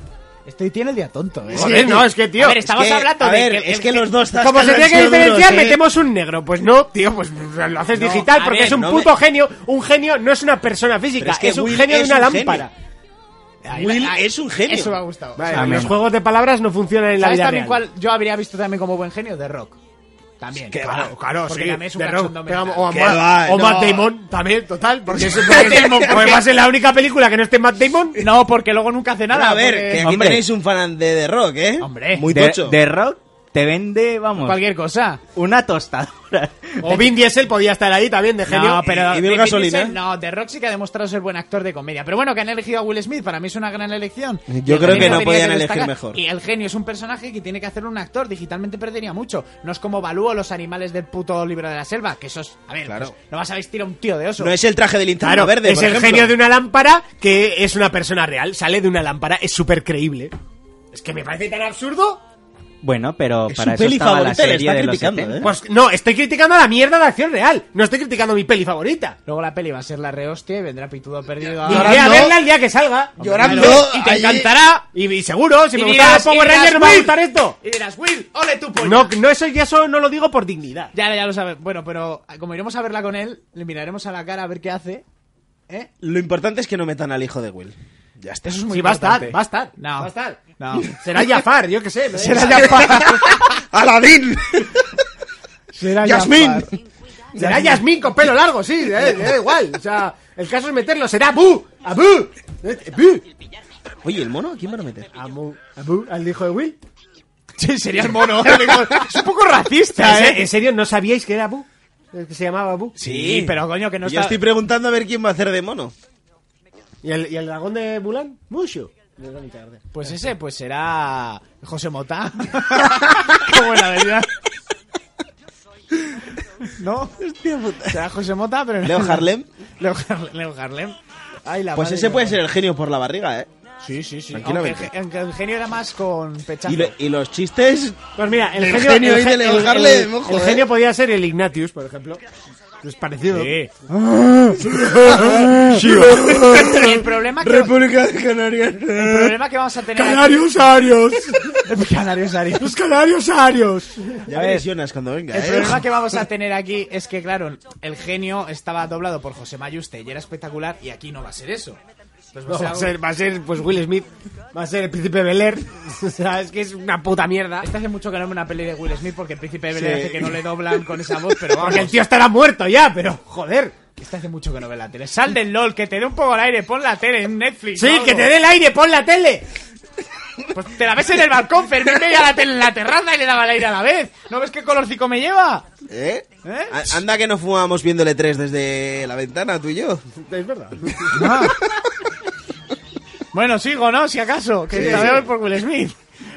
Speaker 2: Estoy Este tiene el día tonto. ¿eh?
Speaker 1: Joder, no, es que, tío,
Speaker 2: A ver,
Speaker 1: es
Speaker 2: estamos
Speaker 3: que,
Speaker 2: hablando
Speaker 3: a
Speaker 2: de
Speaker 3: ver,
Speaker 2: que-
Speaker 3: es que los dos
Speaker 1: Como se tiene que diferenciar,
Speaker 3: metemos
Speaker 1: metemos un negro. Pues no, tío, pues lo haces
Speaker 2: No,
Speaker 1: digital
Speaker 2: a
Speaker 1: porque
Speaker 2: ver,
Speaker 1: es un
Speaker 3: no
Speaker 1: puto
Speaker 3: me-
Speaker 1: genio. Un genio no es una persona física,
Speaker 3: Pero
Speaker 1: es,
Speaker 3: es que
Speaker 1: un
Speaker 3: Will
Speaker 1: genio de
Speaker 3: es
Speaker 1: una
Speaker 3: un
Speaker 1: lámpara.
Speaker 2: Ahí-
Speaker 3: Will
Speaker 2: ahí-
Speaker 3: es un genio.
Speaker 2: Eso me ha gustado.
Speaker 1: Vale,
Speaker 3: O sea,
Speaker 1: los
Speaker 3: menos.
Speaker 1: juegos de palabras no funcionan en la
Speaker 2: ¿Sabes
Speaker 1: vida
Speaker 2: también
Speaker 1: real.
Speaker 2: cuál yo habría visto también como buen genio? De Rock. También.
Speaker 1: Que claro, claro,
Speaker 2: Porque
Speaker 1: sí.
Speaker 2: también es un
Speaker 1: de
Speaker 2: cachondo
Speaker 1: Rock.
Speaker 2: mental.
Speaker 1: Pegamos- o a
Speaker 3: Que
Speaker 1: Matt-
Speaker 3: va,
Speaker 1: o
Speaker 3: no.
Speaker 1: Matt Damon también, total. Porque, es, porque además es la única película que no esté Matt Damon.
Speaker 2: No, porque luego nunca hace nada.
Speaker 3: a ver,
Speaker 2: porque-
Speaker 3: que aquí
Speaker 4: Hombre.
Speaker 3: tenéis un fan de The Rock, ¿eh?
Speaker 2: Hombre.
Speaker 3: Muy
Speaker 4: de,
Speaker 3: tocho.
Speaker 4: de Rock te vende, vamos,
Speaker 2: Cualquier cosa.
Speaker 4: una tostadora.
Speaker 1: O Vin Diesel podía estar ahí también, de genio.
Speaker 2: No, pero
Speaker 3: y Bill
Speaker 2: Vin
Speaker 3: Gasolina.
Speaker 2: Diesel- no, The Rock sí que ha demostrado ser buen actor de comedia. Pero bueno, que han elegido a Will Smith, para mí es una gran elección.
Speaker 3: Yo
Speaker 2: Y el
Speaker 3: creo
Speaker 2: genio
Speaker 3: que no
Speaker 2: tenía
Speaker 3: podían elegir
Speaker 2: destacar.
Speaker 3: mejor.
Speaker 2: Y el genio es un personaje que tiene que hacer un actor, digitalmente perdería mucho. No es como Balú o los animales del puto libro de la selva, que esos, a ver,
Speaker 3: Claro.
Speaker 2: pues, no vas a vestir a un tío de oso.
Speaker 3: No es el traje de linterna
Speaker 1: Claro,
Speaker 3: verde,
Speaker 1: es
Speaker 3: por
Speaker 1: el
Speaker 3: ejemplo.
Speaker 1: genio de una lámpara que es una persona real. Sale de una lámpara, es súper creíble. Es que me parece tan absurdo.
Speaker 4: Bueno, pero
Speaker 3: Es
Speaker 4: para
Speaker 3: su
Speaker 4: eso
Speaker 3: peli
Speaker 4: estaba la
Speaker 3: favorita, le
Speaker 4: serie
Speaker 3: está
Speaker 4: de los
Speaker 3: criticando,
Speaker 4: 70.
Speaker 3: ¿eh?
Speaker 1: Pues no, estoy criticando a la mierda de acción real. No estoy criticando mi peli favorita.
Speaker 2: Luego la peli va a ser la rehostia y vendrá pitudo perdido a...
Speaker 1: Y
Speaker 3: Llorando.
Speaker 1: iré a verla el día que salga.
Speaker 3: Llorando,
Speaker 1: Claro, Y te
Speaker 3: allí.
Speaker 1: encantará. Y, y seguro, si
Speaker 2: Y
Speaker 1: me gustaba
Speaker 2: dirás,
Speaker 1: los Power
Speaker 2: y dirás,
Speaker 1: Rangers, no me va a
Speaker 2: "Will".
Speaker 1: gustar esto.
Speaker 2: Y dirás, Will, ole tu pollo.
Speaker 1: No, no, eso, ya eso no lo digo por dignidad.
Speaker 2: Ya, ya lo sabes. Bueno, pero como iremos a verla con él, le miraremos a la cara a ver qué hace. ¿Eh?
Speaker 3: Lo importante es que no metan al hijo de Will. Ya está.
Speaker 2: Eso es muy
Speaker 1: Sí, va a estar,
Speaker 2: importante.
Speaker 1: va a estar.
Speaker 2: No.
Speaker 1: Va a estar.
Speaker 2: No.
Speaker 1: Será Jafar, yo qué sé. me da
Speaker 2: Será
Speaker 1: igual.
Speaker 2: Jafar.
Speaker 3: ¡Aladín!
Speaker 2: Será
Speaker 3: ¡Yasmín!
Speaker 2: Jafar.
Speaker 1: Será Yasmín con pelo largo, sí, eh, me da igual. O sea, el caso es meterlo, será Bu, Abu, eh, Bu,
Speaker 3: Oye, ¿el mono? ¿A quién van a meter?
Speaker 1: Amu, Abu, al hijo de Will.
Speaker 2: Sí, sería el mono. es un poco racista,
Speaker 1: ¿En,
Speaker 2: ¿eh?
Speaker 1: serio no sabíais que era Abu? Que se llamaba Abu.
Speaker 2: Sí, pero coño, que no
Speaker 3: Yo
Speaker 2: está...
Speaker 3: estoy preguntando a ver quién va a hacer de mono.
Speaker 1: ¿Y el, y el dragón de Mulan? Mushu.
Speaker 2: Pues ese, pues será... José Mota. Como en la verdad. ¿No? Será José Mota, pero...
Speaker 3: Leo Harlem.
Speaker 2: Leo, Har- Leo Harlem. Ay, la
Speaker 3: Pues
Speaker 2: madre
Speaker 3: ese
Speaker 2: que
Speaker 3: puede
Speaker 2: va.
Speaker 3: ser el genio por la barriga, ¿eh?
Speaker 2: Sí, sí, sí.
Speaker 3: Tranquilamente.
Speaker 2: Aunque, aunque el genio era más con pechazo.
Speaker 3: Y, lo- y los chistes...
Speaker 1: Pues mira, el,
Speaker 3: El
Speaker 1: genio,
Speaker 3: genio ahí
Speaker 1: ge-
Speaker 3: del Elgarle,
Speaker 1: el-
Speaker 3: mojo,
Speaker 1: el
Speaker 3: eh.
Speaker 1: genio podía ser el Ignatius, por ejemplo. Es parecido.
Speaker 2: Sí.
Speaker 1: Sí.
Speaker 2: Y el problema que...
Speaker 3: República de Canarias.
Speaker 2: El problema que vamos a tener...
Speaker 1: Canarios Arios.
Speaker 2: aquí- Canarios, Arios.
Speaker 1: Los Canarios Arios.
Speaker 3: Ya me lesionas cuando venga,
Speaker 2: El
Speaker 3: ¿eh?
Speaker 2: problema que vamos a tener aquí es que, claro, el genio estaba doblado por José Mayuste y era espectacular, y aquí no va a ser eso. Pues va
Speaker 1: No,
Speaker 2: a ser
Speaker 1: va, a
Speaker 2: algo-
Speaker 1: ser, va a ser, pues Will Smith, va a ser el príncipe Bel Air. O sea, es que es una puta mierda.
Speaker 2: Este hace mucho que no veo una peli de Will Smith porque el príncipe de Bel
Speaker 3: Sí.
Speaker 2: hace que no le doblan con esa voz, pero vamos.
Speaker 1: Porque el tío estará muerto ya, pero joder.
Speaker 2: Este hace mucho que no ve la tele. Sal del LOL, que te dé un poco el aire, pon la tele en Netflix. o
Speaker 1: Sí,
Speaker 2: algo.
Speaker 1: que te dé el aire, pon la tele.
Speaker 2: Pues te la ves en el balcón, Fermín veía la tele en la terraza y le daba el aire a la vez. ¿No ves qué colorcico me lleva?
Speaker 3: ¿Eh? A- Anda que no fumábamos viéndole tres desde la ventana, tú y yo.
Speaker 1: Es verdad. Ah.
Speaker 2: Bueno, sigo, ¿no? Si acaso, que la veo por Will Smith.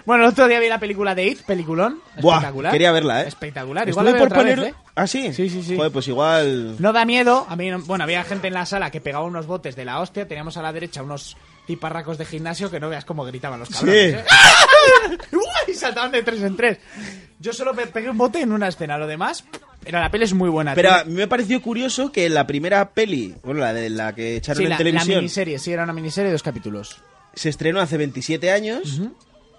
Speaker 2: Bueno, el otro día vi la película de It, peliculón.
Speaker 3: Buah,
Speaker 2: espectacular.
Speaker 3: quería verla, ¿eh?
Speaker 2: Espectacular.
Speaker 3: Estuve
Speaker 2: Igual la veo
Speaker 3: por
Speaker 2: otra vez,
Speaker 3: poner-
Speaker 2: ¿eh?
Speaker 3: ¿Ah, sí?
Speaker 2: Sí, sí, sí.
Speaker 3: Joder, pues igual...
Speaker 2: No da miedo. A mí, no- bueno, había gente en la sala que pegaba unos botes de la hostia. Teníamos a la derecha unos tiparracos de gimnasio que no veas cómo gritaban los cabrones. ¿eh? ¡Ah! Y saltaban de tres en tres. Yo solo pe- pegué un bote en una escena. Lo demás, pero la peli es muy buena.
Speaker 3: Pero
Speaker 2: tiene-
Speaker 3: a mí me pareció curioso que la primera peli, bueno, la de la que echaron
Speaker 2: sí,
Speaker 3: en
Speaker 2: la, la
Speaker 3: televisión,
Speaker 2: miniserie, sí, era una miniserie de dos capítulos.
Speaker 3: se estrenó hace 27 años.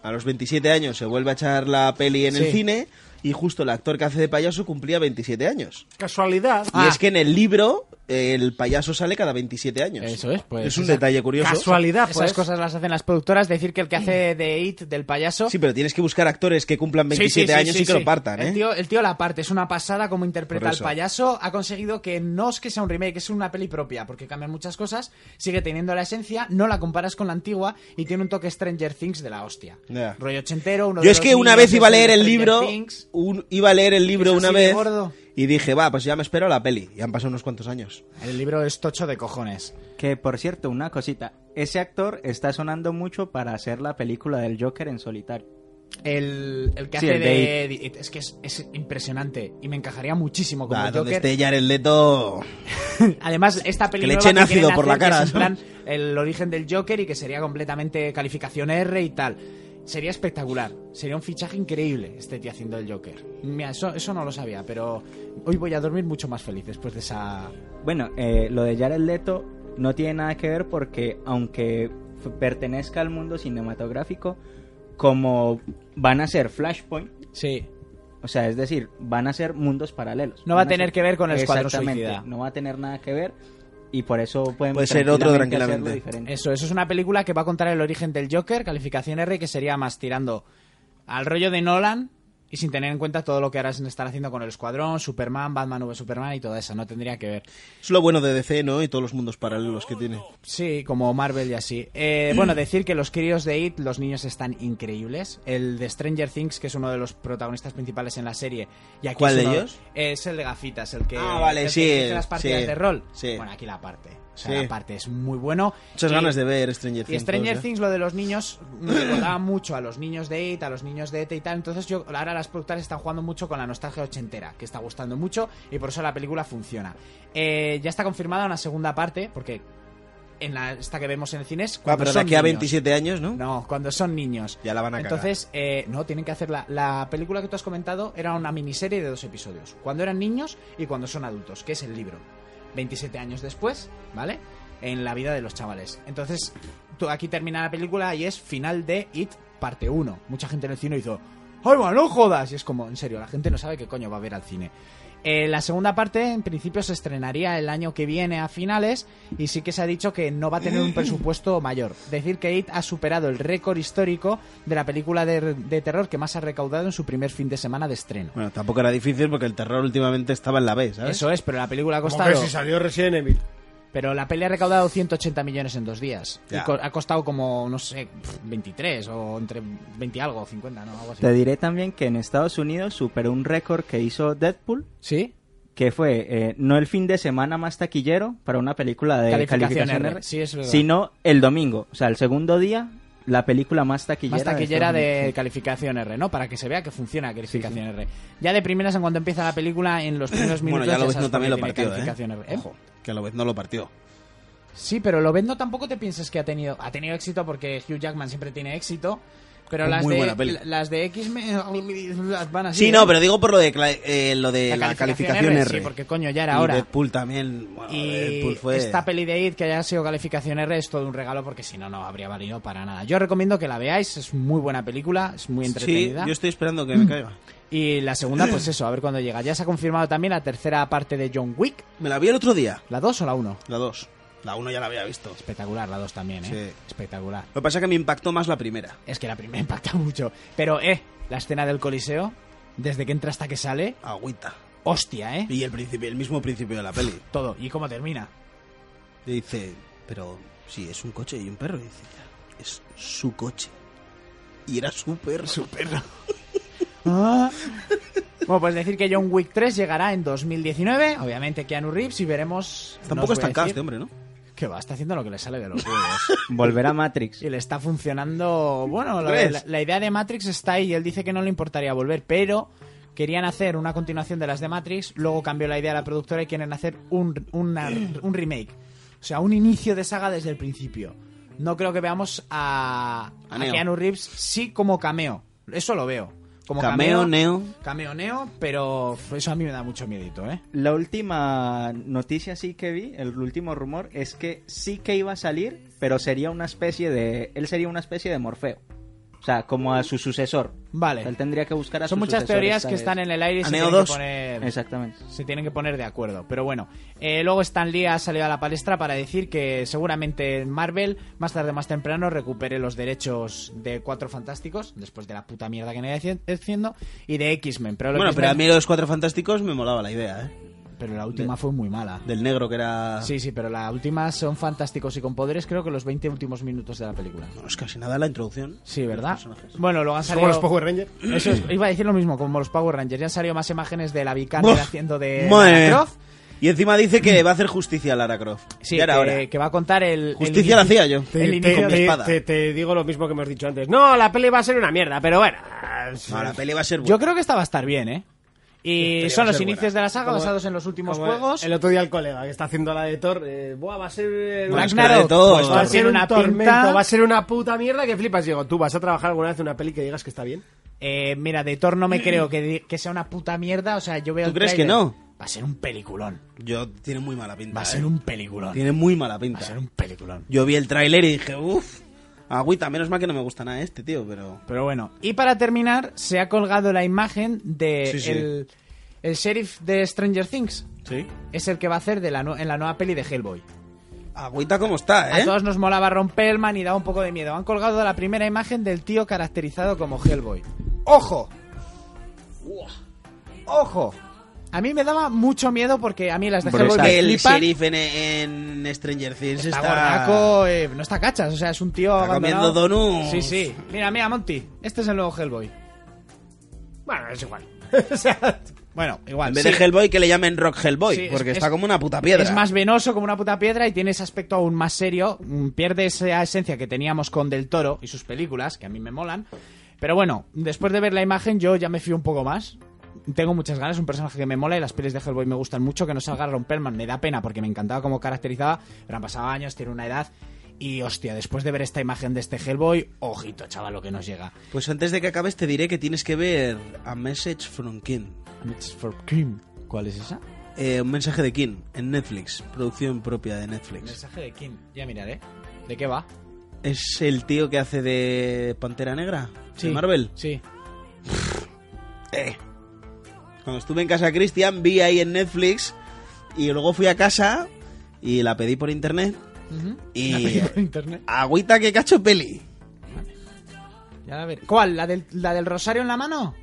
Speaker 3: A los 27 años se vuelve a echar la peli en el
Speaker 2: Sí.
Speaker 3: cine y justo el actor que hace de payaso cumplía 27 años.
Speaker 1: Casualidad.
Speaker 2: Ah.
Speaker 3: Y es que en el libro eh, el payaso sale cada 27 años.
Speaker 2: Eso es, pues,
Speaker 3: Es un
Speaker 2: esa-
Speaker 3: detalle curioso.
Speaker 1: Casualidad,
Speaker 2: Esas
Speaker 1: pues.
Speaker 2: cosas las hacen las productoras. Decir que el que hace de It, del payaso,
Speaker 3: Sí, pero tienes que buscar actores que cumplan 27
Speaker 2: Sí, sí, sí,
Speaker 3: años
Speaker 2: sí,
Speaker 3: y que
Speaker 2: sí.
Speaker 3: lo partan, ¿eh?
Speaker 2: El tío, el tío la parte, es una pasada como interpreta
Speaker 3: Por
Speaker 2: al
Speaker 3: eso.
Speaker 2: payaso. Ha conseguido que no es que sea un remake, es una peli propia, porque cambian muchas cosas, sigue teniendo la esencia, no la comparas con la antigua y tiene un toque Stranger Things de la hostia.
Speaker 3: Ya.
Speaker 2: Rollo ochentero, uno
Speaker 3: Yo
Speaker 2: de
Speaker 3: es
Speaker 2: los
Speaker 3: que una
Speaker 2: niños
Speaker 3: vez iba a
Speaker 2: es de
Speaker 3: leer el
Speaker 2: Stranger
Speaker 3: libro,
Speaker 2: Things.
Speaker 3: un- iba a leer el libro
Speaker 2: Es
Speaker 3: una
Speaker 2: así de
Speaker 3: vez
Speaker 2: gordo.
Speaker 3: y dije, va, pues ya me espero la peli. Y han pasado unos cuantos años.
Speaker 2: El libro es tocho de cojones.
Speaker 4: Que por cierto, una cosita. Ese actor está sonando mucho para hacer la película del Joker en solitario.
Speaker 2: El, el que
Speaker 4: Sí,
Speaker 2: hace
Speaker 4: el
Speaker 2: de,
Speaker 4: de
Speaker 2: de- es que es, es impresionante y me encajaría muchísimo como
Speaker 3: Va,
Speaker 2: el
Speaker 3: donde
Speaker 2: Joker.
Speaker 3: esté Jared Leto...
Speaker 2: Además, esta película
Speaker 3: Que le echen ácido por la cara,
Speaker 2: Es en plan el origen del Joker y que sería completamente calificación R y tal. Sería espectacular. Sería un fichaje increíble este tío haciendo el Joker. Mira, eso, eso no lo sabía, pero hoy voy a dormir mucho más feliz después de esa.
Speaker 4: Bueno, eh, lo de Jared Leto no tiene nada que ver porque aunque f- pertenezca al mundo cinematográfico, como van a ser Flashpoint,
Speaker 2: Sí.
Speaker 4: o sea, es decir, van a ser mundos paralelos.
Speaker 2: No va a
Speaker 4: Van
Speaker 2: tener
Speaker 4: ser-
Speaker 2: que ver con el Escuadrón
Speaker 4: Exactamente,
Speaker 2: Suicida.
Speaker 4: No va a tener nada que ver y por eso pueden
Speaker 3: Puede ser otro
Speaker 4: hacerlo
Speaker 3: tranquilamente.
Speaker 4: diferente.
Speaker 2: Eso, eso es una película que va a contar el origen del Joker, calificación R, que sería más tirando al rollo de Nolan y sin tener en cuenta todo lo que ahora se están haciendo con el Escuadrón, Superman, Batman v Superman y todo eso. No tendría que ver.
Speaker 3: Es lo bueno de DC, ¿no? Y todos los mundos paralelos que tiene.
Speaker 2: Sí, como Marvel y así. Eh, bueno, decir que los críos de It, los niños están increíbles. El de Stranger Things, que es uno de los protagonistas principales en la serie. Y aquí es
Speaker 3: ¿Cuál de
Speaker 2: uno-
Speaker 3: ellos?
Speaker 2: Es el de gafitas, el que.
Speaker 3: Ah, vale,
Speaker 2: el que
Speaker 3: sí,
Speaker 2: dirige las partidas
Speaker 3: sí,
Speaker 2: de rol.
Speaker 3: sí.
Speaker 2: Bueno, aquí la parte. O sea,
Speaker 3: Sí.
Speaker 2: la parte es muy bueno.
Speaker 3: Muchas
Speaker 2: Y-
Speaker 3: ganas de ver Stranger Things.
Speaker 2: y Stranger
Speaker 3: todos, ¿eh?
Speaker 2: Things, lo de los niños, me recordaba mucho a los niños de It, a los niños de ET y tal. Entonces, yo ahora las productoras están jugando mucho con la nostalgia ochentera, que está gustando mucho y por eso la película funciona. Eh, ya está confirmada una segunda parte, porque en la, esta que vemos en el cine es
Speaker 3: Va,
Speaker 2: cuando
Speaker 3: Ah, pero de
Speaker 2: son
Speaker 3: aquí a
Speaker 2: niños.
Speaker 3: 27 años, ¿no?
Speaker 2: No, cuando son niños.
Speaker 3: Ya la van a cagar.
Speaker 2: Entonces, eh, no, tienen que hacerla. La película que tú has comentado era una miniserie de dos episodios. Cuando eran niños y cuando son adultos, que es el libro. 27 años después, ¿vale? En la vida de los chavales. Entonces, tú- aquí termina la película y es final de It, parte 1. Mucha gente en el cine hizo, ¡ay, bueno, no jodas! Y es como, en serio, la gente no sabe qué coño va a ver al cine. Eh, la segunda parte, en principio, se estrenaría el año que viene a finales y sí que se ha dicho que no va a tener un presupuesto mayor. Decir que It ha superado el récord histórico de la película de, de terror que más ha recaudado en su primer fin de semana de estreno.
Speaker 3: Bueno, tampoco era difícil porque el terror últimamente estaba en la B, ¿sabes?
Speaker 2: Eso es, pero la película ha
Speaker 1: Como
Speaker 2: costado...
Speaker 1: que si salió Resident Evil.
Speaker 2: Pero la peli ha recaudado 180 millones en dos días. Y
Speaker 3: Ya.
Speaker 2: co- ha costado como, no sé, pf, 23 o entre 20 y algo, 50, ¿no? Algo así.
Speaker 4: Te diré también que en Estados Unidos superó un récord que hizo Deadpool
Speaker 2: ¿Sí?
Speaker 4: que fue eh, no el fin de semana más taquillero para una película de
Speaker 2: Calificación
Speaker 4: calificación,
Speaker 2: R,
Speaker 4: R,
Speaker 2: sí, es verdad.
Speaker 4: sino el domingo, o sea, el segundo día, la película más taquillera.
Speaker 2: Más
Speaker 4: de
Speaker 2: taquillera
Speaker 4: Estados
Speaker 2: de
Speaker 4: Unidos.
Speaker 2: calificación R, ¿no? Para que se vea que funciona calificación R. Ya de primeras, en cuando empieza la película, en los primeros
Speaker 3: Bueno,
Speaker 2: minutos...
Speaker 3: ya lo ves,
Speaker 2: sabes
Speaker 3: no
Speaker 2: por
Speaker 3: también
Speaker 2: qué
Speaker 3: lo
Speaker 2: tiene
Speaker 3: partió,
Speaker 2: calificación
Speaker 3: ¿eh?
Speaker 2: R, ¿eh?
Speaker 3: Ojo, que lo vez no lo partió.
Speaker 2: Sí, pero lo vendo tampoco te pienses que ha tenido ha tenido éxito porque Hugh Jackman siempre tiene éxito, pero
Speaker 3: Muy
Speaker 2: las
Speaker 3: buena peli.
Speaker 2: de las de X-Men las van así.
Speaker 3: Sí,
Speaker 2: ¿eh?
Speaker 3: no, pero digo por lo de, cla- eh, lo de la, calificación, R.
Speaker 2: Sí, porque coño, ya
Speaker 3: Y
Speaker 2: era hora.
Speaker 3: Deadpool también. Bueno,
Speaker 2: Y
Speaker 3: Deadpool pues, fue...
Speaker 2: esta peli de It que haya sido calificación R es todo un regalo porque si no, no habría valido para nada. Yo recomiendo que la veáis, es muy buena película, es muy
Speaker 3: Sí,
Speaker 2: entretenida. Mm.
Speaker 3: yo estoy esperando que me caiga.
Speaker 2: Y la segunda, pues eso, a ver cuándo llega. Ya se ha confirmado también la tercera parte de John Wick,
Speaker 3: Me la vi el otro día,
Speaker 2: la 2 o la 1.
Speaker 3: la 2. La 1 ya la había visto. Lo
Speaker 2: Espectacular, la 2 también, ¿eh?
Speaker 3: Sí.
Speaker 2: Espectacular.
Speaker 3: que pasa es que me impactó más la primera.
Speaker 2: Es que la primera impacta mucho. Pero, eh, la escena del Coliseo, desde que entra hasta que sale,
Speaker 3: Agüita.
Speaker 2: hostia, eh.
Speaker 3: Y el, principio, el mismo principio de la peli.
Speaker 2: Todo. ¿Y cómo termina?
Speaker 3: Y dice, pero si es un coche y un perro. Y dice, "Ya, es su coche. Y era su perro. Su perro.
Speaker 2: Ah. Bueno, pues decir que John Wick 3 llegará en 2019, obviamente Keanu Reeves, y veremos... no
Speaker 3: Tampoco
Speaker 2: os
Speaker 3: está
Speaker 2: voy
Speaker 3: en
Speaker 2: a
Speaker 3: cast, este ¿eh?
Speaker 2: decir-
Speaker 3: hombre, ¿no?
Speaker 2: Que va, está haciendo lo que le sale de los huevos.
Speaker 4: Volver a Matrix.
Speaker 2: Y le está funcionando. Bueno, lo de-
Speaker 3: ¿Crees?
Speaker 2: la, la idea de Matrix está ahí y él dice que no le importaría volver, pero querían hacer una continuación de las de Matrix, luego cambió la idea de la productora y quieren hacer un, una- un remake. O sea, un inicio de saga desde el principio. No creo que veamos a,
Speaker 3: A
Speaker 2: a
Speaker 3: Neo.
Speaker 2: Keanu Reeves, sí como cameo. Eso lo veo. Como
Speaker 3: Cameo,
Speaker 2: cameo,
Speaker 3: Neo.
Speaker 2: Cameo, Neo, pero eso a mí me da mucho miedito, ¿eh?
Speaker 4: La última noticia sí que vi, el último rumor, es que sí que iba a salir, pero sería una especie de... Él sería una especie de Morfeo. O sea, como a su sucesor.
Speaker 2: Vale.
Speaker 4: Él tendría que buscar a
Speaker 2: Son
Speaker 4: su
Speaker 2: muchas
Speaker 4: sucesor
Speaker 2: teorías
Speaker 4: esta
Speaker 2: que
Speaker 4: vez.
Speaker 2: están en el aire y
Speaker 3: A
Speaker 2: se
Speaker 3: Neo
Speaker 2: tienen que
Speaker 3: 2.
Speaker 2: poner-
Speaker 4: Exactamente.
Speaker 2: se tienen que poner de acuerdo. Pero bueno, eh, luego Stan Lee ha salido a la palestra para decir que seguramente Marvel, más tarde o más temprano, recupere los derechos de Cuatro Fantásticos, después de la puta mierda que me está haciendo, y de X-Men. Pero, lo
Speaker 3: Bueno,
Speaker 2: que
Speaker 3: pero a
Speaker 2: están-
Speaker 3: mí los Cuatro Fantásticos me molaba la idea, ¿eh?
Speaker 2: pero la última fue muy mala.
Speaker 3: Del negro que era...
Speaker 2: Sí, sí, pero la última son fantásticos y con poderes, creo que los 20 últimos minutos de la película.
Speaker 3: No, es casi nada la introducción.
Speaker 2: Sí, ¿verdad?
Speaker 3: Los personajes.
Speaker 2: Bueno, luego han salido...
Speaker 1: Como los Power Rangers.
Speaker 2: Eso es- iba a decir lo mismo, como los Power Rangers. Ya han salido más imágenes de la Vikander
Speaker 3: Buf,
Speaker 2: haciendo de
Speaker 3: madre
Speaker 2: Lara
Speaker 3: mía.
Speaker 2: Croft. Mm.
Speaker 3: Y encima dice que va a hacer justicia a Lara Croft.
Speaker 2: Sí,
Speaker 3: Ya era hora.
Speaker 2: que, que va a contar el... el
Speaker 3: Justicia la
Speaker 2: inicio-
Speaker 3: hacía yo.
Speaker 2: el
Speaker 1: Te,
Speaker 2: inicio
Speaker 1: te-
Speaker 3: con mi
Speaker 1: te-
Speaker 3: espada.
Speaker 1: te- te digo lo mismo que hemos dicho antes. No, la peli va a ser una mierda, pero bueno.
Speaker 3: No, la peli va a ser buena.
Speaker 2: Yo creo que esta va a estar bien, ¿eh? Y
Speaker 3: Esta
Speaker 2: son
Speaker 3: va a
Speaker 2: los
Speaker 3: ser
Speaker 2: inicios
Speaker 3: buena.
Speaker 2: de la saga basados en los últimos
Speaker 1: Como
Speaker 2: juegos.
Speaker 1: El otro día el colega que está haciendo la de Thor. eh, Buah, va a ser. eh,
Speaker 3: Bueno,
Speaker 1: una-
Speaker 3: es que la de todo-
Speaker 2: pues,
Speaker 1: va a ser
Speaker 2: tiene
Speaker 1: un
Speaker 2: una
Speaker 1: tormento,
Speaker 2: pinta.
Speaker 1: va a ser una puta mierda que flipas. Digo, ¿tú vas a trabajar alguna vez en una peli que digas que está bien?
Speaker 2: Eh, mira, de Thor no me creo que, di- que sea una puta mierda. O sea, yo veo.
Speaker 3: ¿Tú
Speaker 2: el
Speaker 3: crees
Speaker 2: tráiler.
Speaker 3: que no?
Speaker 2: Va a ser un peliculón.
Speaker 3: Yo tiene muy mala pinta.
Speaker 2: Va a
Speaker 3: ¿eh?
Speaker 2: ser un peliculón.
Speaker 3: Tiene muy mala
Speaker 2: Va a
Speaker 3: pinta.
Speaker 2: ser un peliculón.
Speaker 3: Yo vi el tráiler y dije, uff, agüita, menos mal que no me gusta nada este, tío, pero...
Speaker 2: Pero bueno, y para terminar, se ha colgado la imagen de
Speaker 3: Sí, sí.
Speaker 2: El, el sheriff de Stranger Things.
Speaker 3: Sí.
Speaker 2: Es el que va a hacer de la nu- en la nueva peli de Hellboy.
Speaker 3: Agüita como está,
Speaker 2: A
Speaker 3: ¿eh?
Speaker 2: todos nos molaba Romperman y daba un poco de miedo. Han colgado la primera imagen del tío caracterizado como Hellboy. ¡Ojo! ¡Ojo! A mí me daba mucho miedo porque a mí las de
Speaker 4: Brutal.
Speaker 2: Hellboy me
Speaker 3: Que el
Speaker 2: flipan.
Speaker 3: sheriff en, en Stranger Things
Speaker 2: Está
Speaker 3: está...
Speaker 2: gordaco, eh, no está cachas, o sea, es un tío
Speaker 3: Está
Speaker 2: abandonado.
Speaker 3: comiendo donuts.
Speaker 2: Sí, sí. Mira, mira, Monty, este es el nuevo Hellboy.
Speaker 1: Bueno, es igual. o sea,
Speaker 2: Bueno, igual.
Speaker 3: En vez
Speaker 2: sí.
Speaker 3: de Hellboy, que le llamen Rock Hellboy,
Speaker 2: Sí, es-
Speaker 3: porque
Speaker 2: es-
Speaker 3: está como una puta piedra.
Speaker 2: Es más venoso como una puta piedra y tiene ese aspecto aún más serio. Mm, Pierde esa esencia que teníamos con Del Toro y sus películas, que a mí me molan. Pero bueno, después de ver la imagen, yo ya me fío un poco más. Tengo muchas ganas, un personaje que me mola y las pelis de Hellboy me gustan mucho. Que no salga Romperman, me da pena porque me encantaba como caracterizaba. Pero han pasado años, tiene una edad. Y hostia, después de ver esta imagen de este Hellboy, ojito, chaval, lo que nos llega.
Speaker 3: Pues antes de que acabes te diré que tienes que ver A Message from King.
Speaker 2: It's for Cream. ¿Cuál es esa?
Speaker 3: Eh, un mensaje de King en Netflix, producción propia de Netflix.
Speaker 2: Mensaje de Kim. Ya miraré. ¿De qué va?
Speaker 3: Es el tío que hace de Pantera Negra, de Marvel.
Speaker 2: Sí.
Speaker 3: Eh. Cuando estuve en casa de Cristian, vi ahí en Netflix y luego fui a casa y la pedí por internet y...
Speaker 2: Internet.
Speaker 3: Agüita que cacho peli.
Speaker 2: Ya la veré. ¿Cuál? ¿La del, ¿La del rosario en la mano?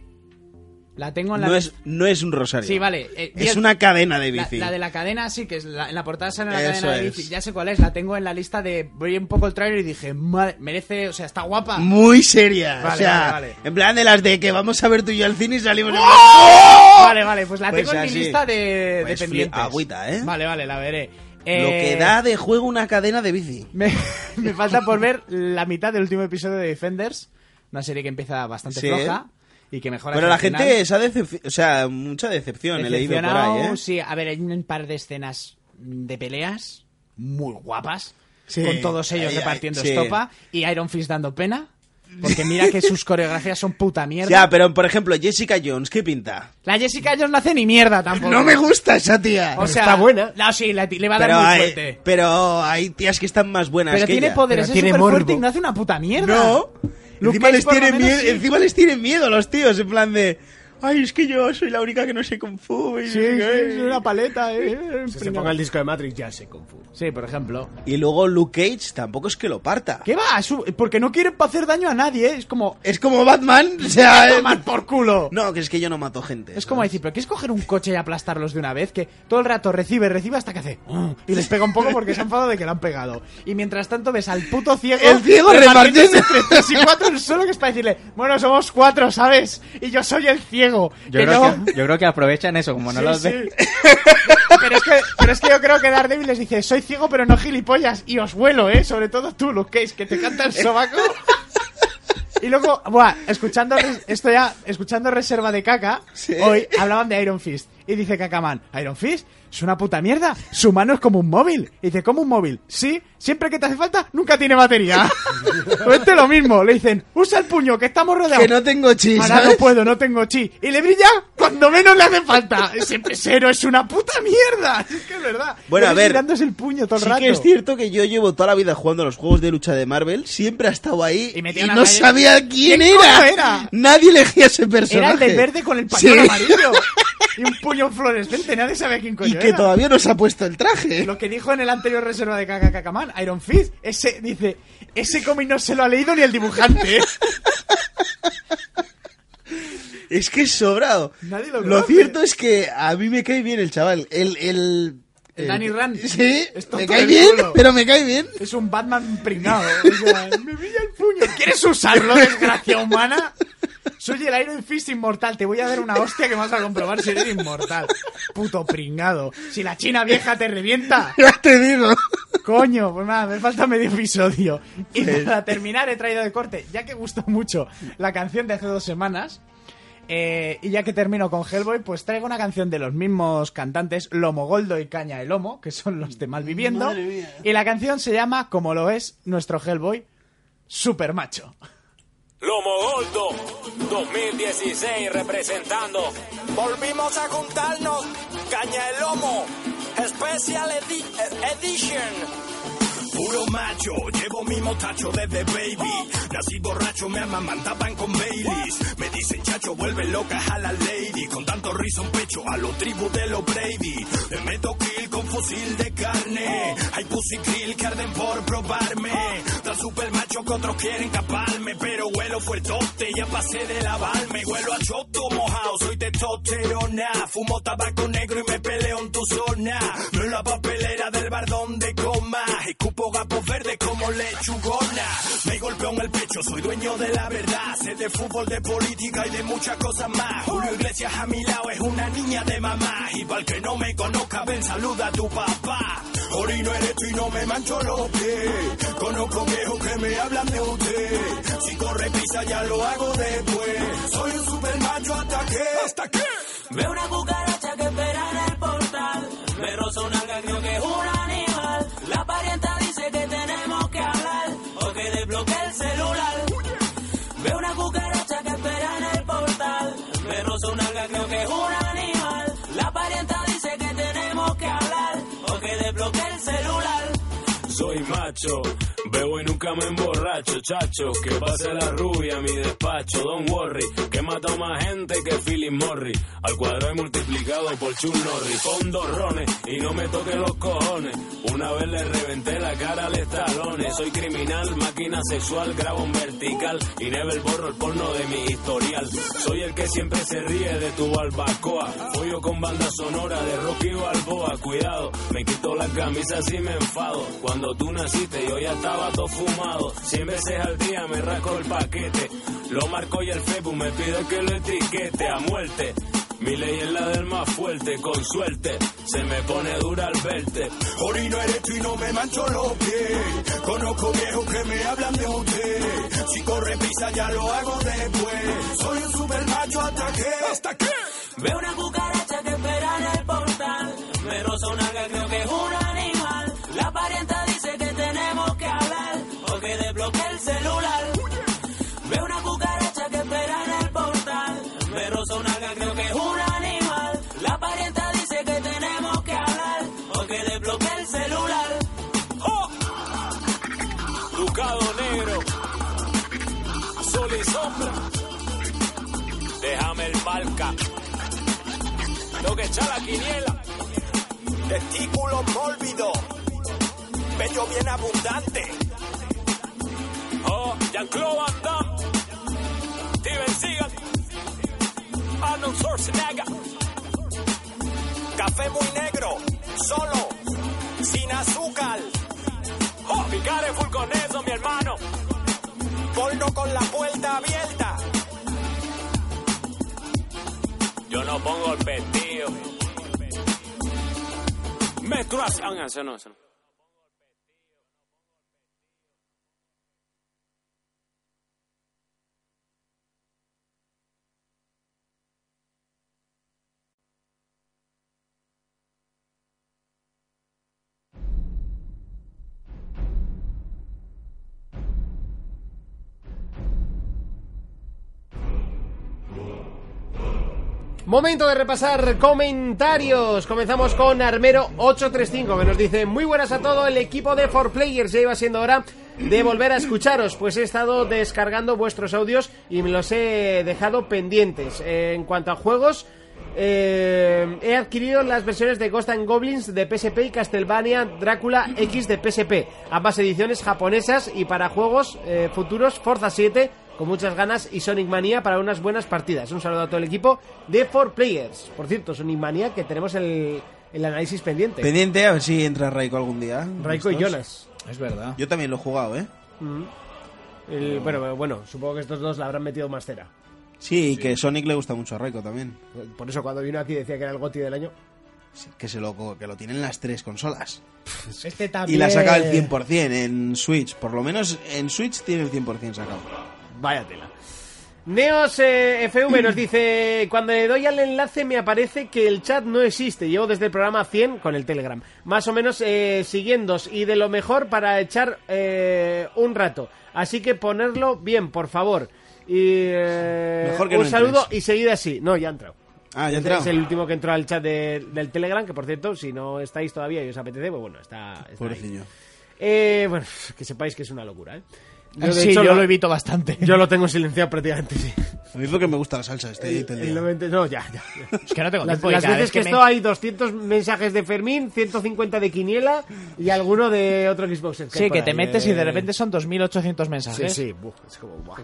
Speaker 2: La tengo en la...
Speaker 3: No es, no es un rosario.
Speaker 2: Sí, vale. eh,
Speaker 3: Es
Speaker 2: bien.
Speaker 3: una cadena de
Speaker 2: La,
Speaker 3: bici.
Speaker 2: la de la cadena, sí, que es la- en la portada sale la
Speaker 3: Eso
Speaker 2: cadena de
Speaker 3: es.
Speaker 2: bici. Ya sé cuál es, la tengo en la lista de... Voy un poco el trailer y dije, madre, merece, o sea, está guapa.
Speaker 3: Muy seria. o
Speaker 2: Ah. Vale,
Speaker 3: sea,
Speaker 2: vale, ¡Oh! vale.
Speaker 3: en plan de las de que vamos a ver tú y yo al cine y salimos... en plan-
Speaker 2: Vale, vale, pues la
Speaker 3: Pues
Speaker 2: tengo en
Speaker 3: así.
Speaker 2: mi lista de,
Speaker 3: Pues
Speaker 2: de
Speaker 3: fli-
Speaker 2: pendientes.
Speaker 3: agüita, ¿eh?
Speaker 2: Vale, vale, la veré.
Speaker 3: Lo
Speaker 2: Eh,
Speaker 3: que da de juego una cadena de bici.
Speaker 2: Me, me falta por ver la mitad del último episodio de Defenders, una serie que empieza bastante
Speaker 3: Sí.
Speaker 2: floja y que mejora...
Speaker 3: Pero
Speaker 2: hacia
Speaker 3: la
Speaker 2: el final.
Speaker 3: gente se ha decepcionado. O sea, mucha decepción he leído por
Speaker 2: Decepcionado,
Speaker 3: ahí, ¿eh?
Speaker 2: Sí, a ver, hay un par de escenas de peleas muy guapas. con todos ellos
Speaker 3: Ay, ay,
Speaker 2: repartiendo
Speaker 3: sí.
Speaker 2: estopa y Iron Fist dando pena. Porque mira que sus coreografías son puta mierda.
Speaker 3: Ya, pero por ejemplo, Jessica Jones, ¿qué pinta?
Speaker 2: La Jessica Jones no hace ni mierda tampoco.
Speaker 3: No me gusta esa tía.
Speaker 2: O sea,
Speaker 1: está buena.
Speaker 2: No, sí, la- le va a dar
Speaker 3: pero,
Speaker 2: muy
Speaker 3: hay,
Speaker 2: fuerte.
Speaker 3: pero hay tías que están más buenas
Speaker 2: Pero
Speaker 3: que
Speaker 2: tiene
Speaker 3: ella.
Speaker 2: poderes,
Speaker 1: Pero
Speaker 2: es
Speaker 1: tiene
Speaker 2: súper fuerte
Speaker 1: morbo.
Speaker 2: y no hace una puta mierda.
Speaker 3: No.
Speaker 2: Luke
Speaker 3: Encima
Speaker 2: Cage
Speaker 3: les,
Speaker 2: por lo
Speaker 3: tienen
Speaker 2: menos
Speaker 3: miedo,
Speaker 2: sí.
Speaker 3: encima les tienen miedo los tíos, en plan de... Ay, es que yo soy la única que no sé Kung Fu. y-
Speaker 2: Sí, sí, es una paleta, eh.
Speaker 8: Si se ponga el disco de Matrix, ya sé Kung Fu.
Speaker 2: Sí, por ejemplo.
Speaker 3: Y luego Luke Cage tampoco es que lo parta.
Speaker 2: ¿Qué va? Es un- Porque no quieren pa' hacer daño a nadie, ¿eh? es como...
Speaker 3: Es como Batman, o sea... eh,
Speaker 2: ¡Tomar por culo!
Speaker 3: No, que es que yo no mato gente.
Speaker 2: Es como decir, ¿pero qué es coger un coche y aplastarlos de una vez? Que todo el rato recibe, recibe hasta que hace... "Mm", Y les pega un poco porque se han enfadado de que le han pegado. Y mientras tanto ves al puto ciego...
Speaker 3: El ciego
Speaker 2: repartiéndose
Speaker 3: repartiendo.
Speaker 2: entre tres y cuatro el solo que es para decirle... Bueno, somos cuatro, ¿sabes? Y yo soy el ciego.
Speaker 4: Yo,
Speaker 2: que
Speaker 4: creo
Speaker 2: no".
Speaker 4: que, yo creo que aprovechan eso, como no
Speaker 2: Sí,
Speaker 4: los
Speaker 2: sí.
Speaker 4: ve.
Speaker 2: pero, es que, pero es que yo creo que Daredevil les dice, soy ciego pero no gilipollas y os vuelo, ¿eh? Sobre todo tú, Luke Cage, que te canta el sobaco. Y luego, buah, escuchando res- esto ya, escuchando Reserva de Caca, hoy hablaban de Iron Fist. Y dice Cacaman, Iron Fist es una puta mierda, su mano es como un móvil. Y dice, ¿como un móvil? Sí, siempre que te hace falta, nunca tiene batería. pues este lo mismo, le dicen, usa el puño, que estamos rodeados.
Speaker 3: Que no tengo chis,
Speaker 2: Ahora
Speaker 3: ¿sabes?
Speaker 2: no puedo, no tengo chi. Y le brilla cuando menos le hace falta. Ese pesero es una puta mierda. Es que es verdad.
Speaker 3: Bueno,
Speaker 2: Le
Speaker 3: a
Speaker 2: ves
Speaker 3: ver,
Speaker 2: girándose el puño todo el
Speaker 3: Sí
Speaker 2: rato.
Speaker 3: que es cierto que yo llevo toda la vida jugando a los juegos de lucha de Marvel, siempre ha estado ahí
Speaker 2: Y
Speaker 3: y,
Speaker 2: metía la
Speaker 3: no
Speaker 2: calle-
Speaker 3: sabía quién,
Speaker 2: ¿Quién coño
Speaker 3: era?
Speaker 2: era?
Speaker 3: Nadie elegía ese
Speaker 2: Era
Speaker 3: personaje.
Speaker 2: el de verde con el pañuelo
Speaker 3: Sí.
Speaker 2: amarillo. Y un puño fluorescente. Nadie sabe quién coño
Speaker 3: Y que
Speaker 2: era.
Speaker 3: todavía no se ha puesto el traje.
Speaker 2: Lo que dijo en el anterior reserva de Kaka Kakaman, Iron Fist, ese dice, ese cómic no se lo ha leído ni el dibujante. ¿eh?
Speaker 3: Es que es sobrado.
Speaker 2: Nadie lo
Speaker 3: lo
Speaker 2: conoce.
Speaker 3: cierto es que a mí me cae bien el chaval. El. el
Speaker 2: El
Speaker 3: eh,
Speaker 2: Danny Rand.
Speaker 3: Sí,
Speaker 2: Es tonto
Speaker 3: me cae
Speaker 2: del
Speaker 3: bien,
Speaker 2: culo.
Speaker 3: pero me cae bien.
Speaker 2: Es un Batman pringado. o sea, me brilla el puño. ¿Quieres usarlo, desgracia humana? Soy el Iron Fist inmortal. Te voy a dar una hostia que vas a comprobar si eres inmortal. Puto pringado. Si la China vieja te revienta.
Speaker 3: Ya te digo.
Speaker 2: Coño, pues nada, me falta medio episodio. Y para terminar he traído de corte, ya que gustó mucho la canción de hace dos semanas. eh, y ya que termino con Hellboy, pues traigo una canción de los mismos cantantes, Lomo Goldo y Caña el Lomo, que son los de Malviviendo. Y la canción se llama, como lo es nuestro Hellboy, Super Macho.
Speaker 9: Lomo Gordo 2016 representando. Volvimos a juntarnos, caña de lomo, Special edi- eh, Edition. Puro macho, llevo mi motacho desde baby. Nací borracho, me amamantaban con Baileys. Me dicen, chacho, vuelve loca a la lady. Con tanto rizo en pecho, a los tribus de los Brady. Le meto kill con fusil de carne. Hay pussy kill que arden por probarme. Tan super macho que otros quieren caparme. Pero huelo fuertote, ya pasé de lavarme. Huelo a choto mojado, soy testosterona. Fumo tabaco negro y me peleo en tu zona. No en la papelera del bardón de coma. Escupo gapos verdes como lechugona. Me golpeo en el pecho, soy dueño de la verdad. Sé de fútbol, de política y de muchas cosas más. Julio Iglesias a mi lado es una niña de mamá. Y para el que no me conozca, ven, saluda a tu papá. Orino eres tú y no me mancho los pies. Conozco viejos que me hablan de usted. Si corre prisa ya lo hago después. Soy un supermacho hasta que... ¿Hasta que Veo una cucaracha que espera en el portal. Me roza una alga, creo que es un animal. La parienta dice que tenemos que hablar. O que desbloquee el celular. Veo una cucaracha que espera en el portal. Me roza una alga, creo que es un animal. La parienta dice que tenemos que hablar. O que desbloquee el celular. Soy macho, bebo y nunca me emborracho, chacho. Que pase la rubia a mi despacho, Don Worry. Que mata más gente que Philip Morris. Al cuadrado y multiplicado por Chun Norris. Con dos rones y no me toquen los cojones. Una vez le reventé la cara al estalone. Soy criminal, máquina sexual, grabo en vertical. Y never borro el porno de mi historial. Soy el que siempre se ríe de tu barbacoa. Pollo con banda sonora de Rocky Balboa. Cuidado, me quito la camisa si me enfado. Cuando tú naciste yo ya estaba todo fumado. Cien veces al día me rasco el paquete. Lo marco y el Facebook me pide que lo etiquete a muerte. Mi ley es la del más fuerte, con suerte, se me pone dura al verte. Orino eres tú y no me mancho los pies. Conozco viejos que me hablan de usted. Si corre prisa ya lo hago después. Soy un super macho hasta que. ¿Hasta que Veo una cucaracha que espera en el portal. Me roza una alga, creo que es un animal. La parienta dice que tenemos que hablar. O que desbloquee el celular. Veo una cucaracha que espera en el portal. Me roza una alga, creo que es un animal. La parienta dice que tenemos que hablar. O que desbloquee el celular. ¡Oh! Ducado negro. Sol y sombra. déjame el palca. Lo que echa la quiniela.
Speaker 10: Testículo mórbido. Bello bien abundante.
Speaker 9: Oh, Jean-Claude Van Damme. Steven Seagal. Arnold Schwarzenegger.
Speaker 10: Café muy negro. Solo. Sin azúcar.
Speaker 9: Oh, picare full con eso, mi hermano.
Speaker 10: Porno con la puerta abierta.
Speaker 9: Yo no pongo el vestido. Menstruación. Ah, eso no, eso no.
Speaker 1: Momento de repasar comentarios. Comenzamos con Armero835 que nos dice muy buenas a todo el equipo de 4Players. Ya iba siendo hora de volver a escucharos, pues he estado descargando vuestros audios y me los he dejado pendientes. Eh, en cuanto a juegos, eh, he adquirido las versiones de Ghost and Goblins de PSP y Castlevania Drácula X de PSP, ambas ediciones japonesas y para juegos eh, futuros Forza 7 con muchas ganas y Sonic Mania para unas buenas partidas. Un saludo a todo el equipo de 4Players. Por cierto, Sonic Mania que tenemos el, el análisis pendiente.
Speaker 3: Pendiente, a ver si entra Raiko algún día.
Speaker 1: Raiko y
Speaker 3: Estos.
Speaker 1: Jonas.
Speaker 2: Es verdad.
Speaker 3: Yo también lo he jugado, ¿eh?
Speaker 1: Mm. El- bueno, bueno, supongo que estos dos la habrán metido más cera.
Speaker 3: Sí, y que Sonic le gusta mucho a Raiko también.
Speaker 1: Por eso cuando vino aquí decía que era el goti del año.
Speaker 3: Sí, que se lo, co- que lo tienen las tres consolas.
Speaker 2: Este también.
Speaker 3: Y la ha sacado el 100% en Switch. Por lo menos en Switch tiene el 100% sacado.
Speaker 1: Vaya tela. Neos eh, FM nos dice, cuando le doy al enlace me aparece que el chat no existe. Llevo desde el programa 100 con el Telegram. Más o menos eh, siguiéndos y de lo mejor para echar eh, un rato. Así que ponerlo bien, por favor. Y, eh,
Speaker 3: Mejor que
Speaker 1: un
Speaker 3: no entres.
Speaker 1: saludo y seguid así. No, ya ha entrado.
Speaker 3: Ah, ya ha
Speaker 1: Este
Speaker 3: entrado.
Speaker 1: Es el último que entró al chat de- del Telegram, que por cierto, si no estáis todavía y os apetece, pues bueno, está... está ahí.
Speaker 3: Pobrecillo.
Speaker 1: Eh, bueno, que sepáis que es una locura, ¿eh? Yo, de
Speaker 2: sí,
Speaker 1: hecho,
Speaker 2: yo
Speaker 1: lo-
Speaker 2: lo evito bastante.
Speaker 1: yo lo tengo silenciado prácticamente, sí.
Speaker 3: A mí es lo que me gusta la salsa este. ahí te
Speaker 1: El
Speaker 3: digo.
Speaker 1: 90 no, ya, ya.
Speaker 2: Es que no tengo
Speaker 1: Las,
Speaker 2: tiempo. y
Speaker 1: las
Speaker 2: cada
Speaker 1: veces
Speaker 2: vez
Speaker 1: que,
Speaker 2: me-
Speaker 1: esto hay 200 mensajes de Fermín, 150 de Quiniela y alguno de otro Xboxer. hay
Speaker 2: Sí,
Speaker 1: por
Speaker 2: que te
Speaker 1: ahí,
Speaker 2: metes
Speaker 1: eh.
Speaker 2: y de repente son 2.800 mensajes.
Speaker 1: Sí, Eh, sí, buh, es como, buah.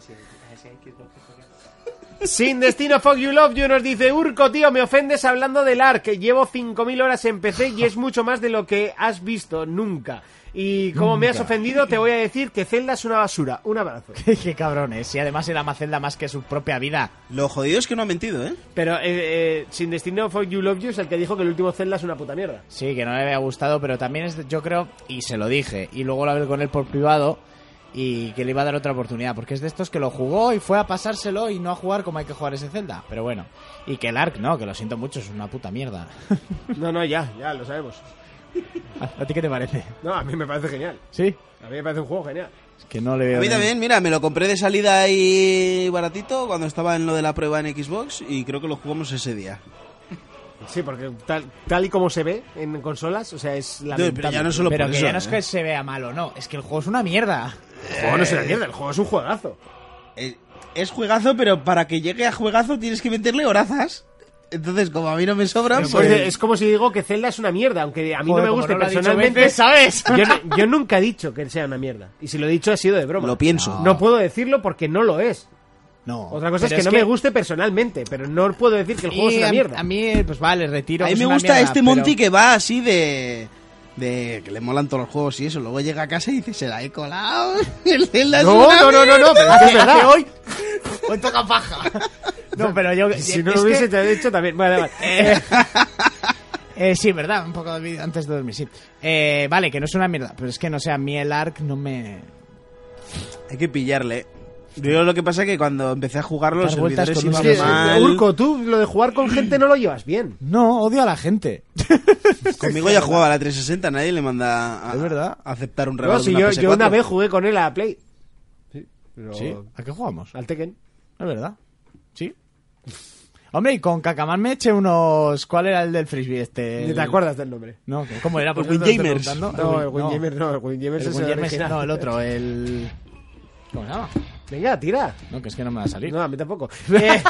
Speaker 1: Sin destino, fuck you, love you, nos dice Urco, tío, me ofendes hablando del ARC. Llevo 5.000 horas en PC y es mucho más de lo que has visto nunca. Y como me has ofendido, te voy a decir que Zelda es una basura. Un abrazo.
Speaker 2: Qué cabrones. Y además era Macelda más que su propia vida.
Speaker 3: Lo jodido es que no ha mentido, ¿eh?
Speaker 1: Pero eh, eh, Sin Destino Fuck You Love You es el que dijo que el último Zelda es una puta mierda.
Speaker 2: Sí, que no le había gustado, pero también es, yo creo, y se lo dije, y luego lo hablé con él por privado, y que le iba a dar otra oportunidad, porque es de estos que lo jugó y fue a pasárselo y no a jugar como hay que jugar ese Zelda, pero bueno. Y que el Ark, no, que lo siento mucho, es una puta mierda.
Speaker 1: No, no, ya, ya, lo sabemos.
Speaker 2: ¿A, a ti qué te parece?
Speaker 1: No, a mí me parece genial.
Speaker 2: ¿Sí?
Speaker 1: A mí me parece un juego genial.
Speaker 2: Es que no le veo...
Speaker 3: A mí
Speaker 2: ni-
Speaker 3: también, mira, me lo compré de salida ahí baratito cuando estaba en lo de la prueba en Xbox y creo que lo jugamos ese día.
Speaker 1: Sí, porque tal, tal y como se ve en consolas, o sea, es la
Speaker 3: pero ya no solo
Speaker 2: Pero
Speaker 3: por
Speaker 2: que
Speaker 3: eso,
Speaker 2: ya no es
Speaker 3: ¿eh?
Speaker 2: que se vea malo, no, es que el juego es una mierda.
Speaker 1: El juego no es una mierda, el juego es un juegazo.
Speaker 3: Eh, Es juegazo, pero para que llegue a juegazo tienes que meterle horazas. Entonces, como a mí no me sobra,
Speaker 1: Pero
Speaker 3: pues...
Speaker 1: pues, es como si digo que Zelda es una mierda, aunque a mí
Speaker 2: Joder,
Speaker 1: no me
Speaker 2: como
Speaker 1: guste
Speaker 2: no lo ha dicho
Speaker 1: personalmente.
Speaker 2: veces, ¿sabes?
Speaker 1: Yo, no- yo nunca he dicho que sea una mierda. Y si lo he dicho ha sido de broma.
Speaker 3: Lo pienso.
Speaker 1: No puedo decirlo porque no lo es.
Speaker 2: No.
Speaker 1: Otra cosa es
Speaker 2: pero
Speaker 1: que no me guste personalmente, pero no puedo decir que el juego
Speaker 2: Y
Speaker 1: es una
Speaker 2: a-
Speaker 1: mierda.
Speaker 2: A, mí, pues vale, retiro.
Speaker 3: a
Speaker 2: que
Speaker 3: mí
Speaker 2: es
Speaker 3: me
Speaker 2: una
Speaker 3: gusta
Speaker 2: mierda,
Speaker 3: este
Speaker 2: pero-
Speaker 3: Monty que va así de... De que le molan todos los juegos y eso. Luego llega a casa y dice, se la he colado. El Zelda es
Speaker 1: No,
Speaker 3: una
Speaker 1: no, no, no, no,
Speaker 3: mierda".
Speaker 1: pero es verdad.
Speaker 2: hoy, hoy toca paja. No, pero yo.
Speaker 1: Si no
Speaker 2: es
Speaker 1: lo
Speaker 2: que-
Speaker 1: hubiese hecho también. Vale, vale.
Speaker 2: eh, sí, verdad, un poco de vídeo antes de dormir, sí. Eh, vale, que no es una mierda, pero es que no sé, a mí el arc no me.
Speaker 3: Hay que pillarle. Yo lo que pasa es que cuando empecé a jugarlo, los
Speaker 2: Dar vueltas
Speaker 3: servidores
Speaker 2: con
Speaker 1: Es
Speaker 3: iban
Speaker 2: un
Speaker 1: que,
Speaker 3: mal.
Speaker 1: Urco, tú lo de jugar con gente no lo llevas bien.
Speaker 2: No, odio a la gente.
Speaker 3: Conmigo ya jugaba la 360, nadie le manda a,
Speaker 2: Es verdad.
Speaker 3: a aceptar un regalo.
Speaker 1: No,
Speaker 3: de
Speaker 1: si
Speaker 3: una
Speaker 1: yo,
Speaker 3: PS4.
Speaker 1: yo una vez jugué con él a la Play.
Speaker 2: ¿Sí? ¿A qué jugamos?
Speaker 1: Al Tekken.
Speaker 2: Es verdad. ¿Sí? Hombre, y con Cacamán me eché unos. ¿Cuál era el del frisbee este?
Speaker 1: Ni te
Speaker 2: El-
Speaker 1: acuerdas del nombre.
Speaker 2: No, ¿cómo era? Pues no
Speaker 3: El
Speaker 2: te estoy
Speaker 3: Windjamers.
Speaker 2: preguntando.
Speaker 1: No, el
Speaker 2: Win-
Speaker 1: Windjammer no, el
Speaker 2: El
Speaker 1: Windjammer es el
Speaker 2: Windjamers,
Speaker 1: original.
Speaker 2: no, el otro, el. ¿Cómo se llama?
Speaker 1: Venga, tira.
Speaker 2: No, que es que no me va a salir.
Speaker 1: No, a mí tampoco. Eh,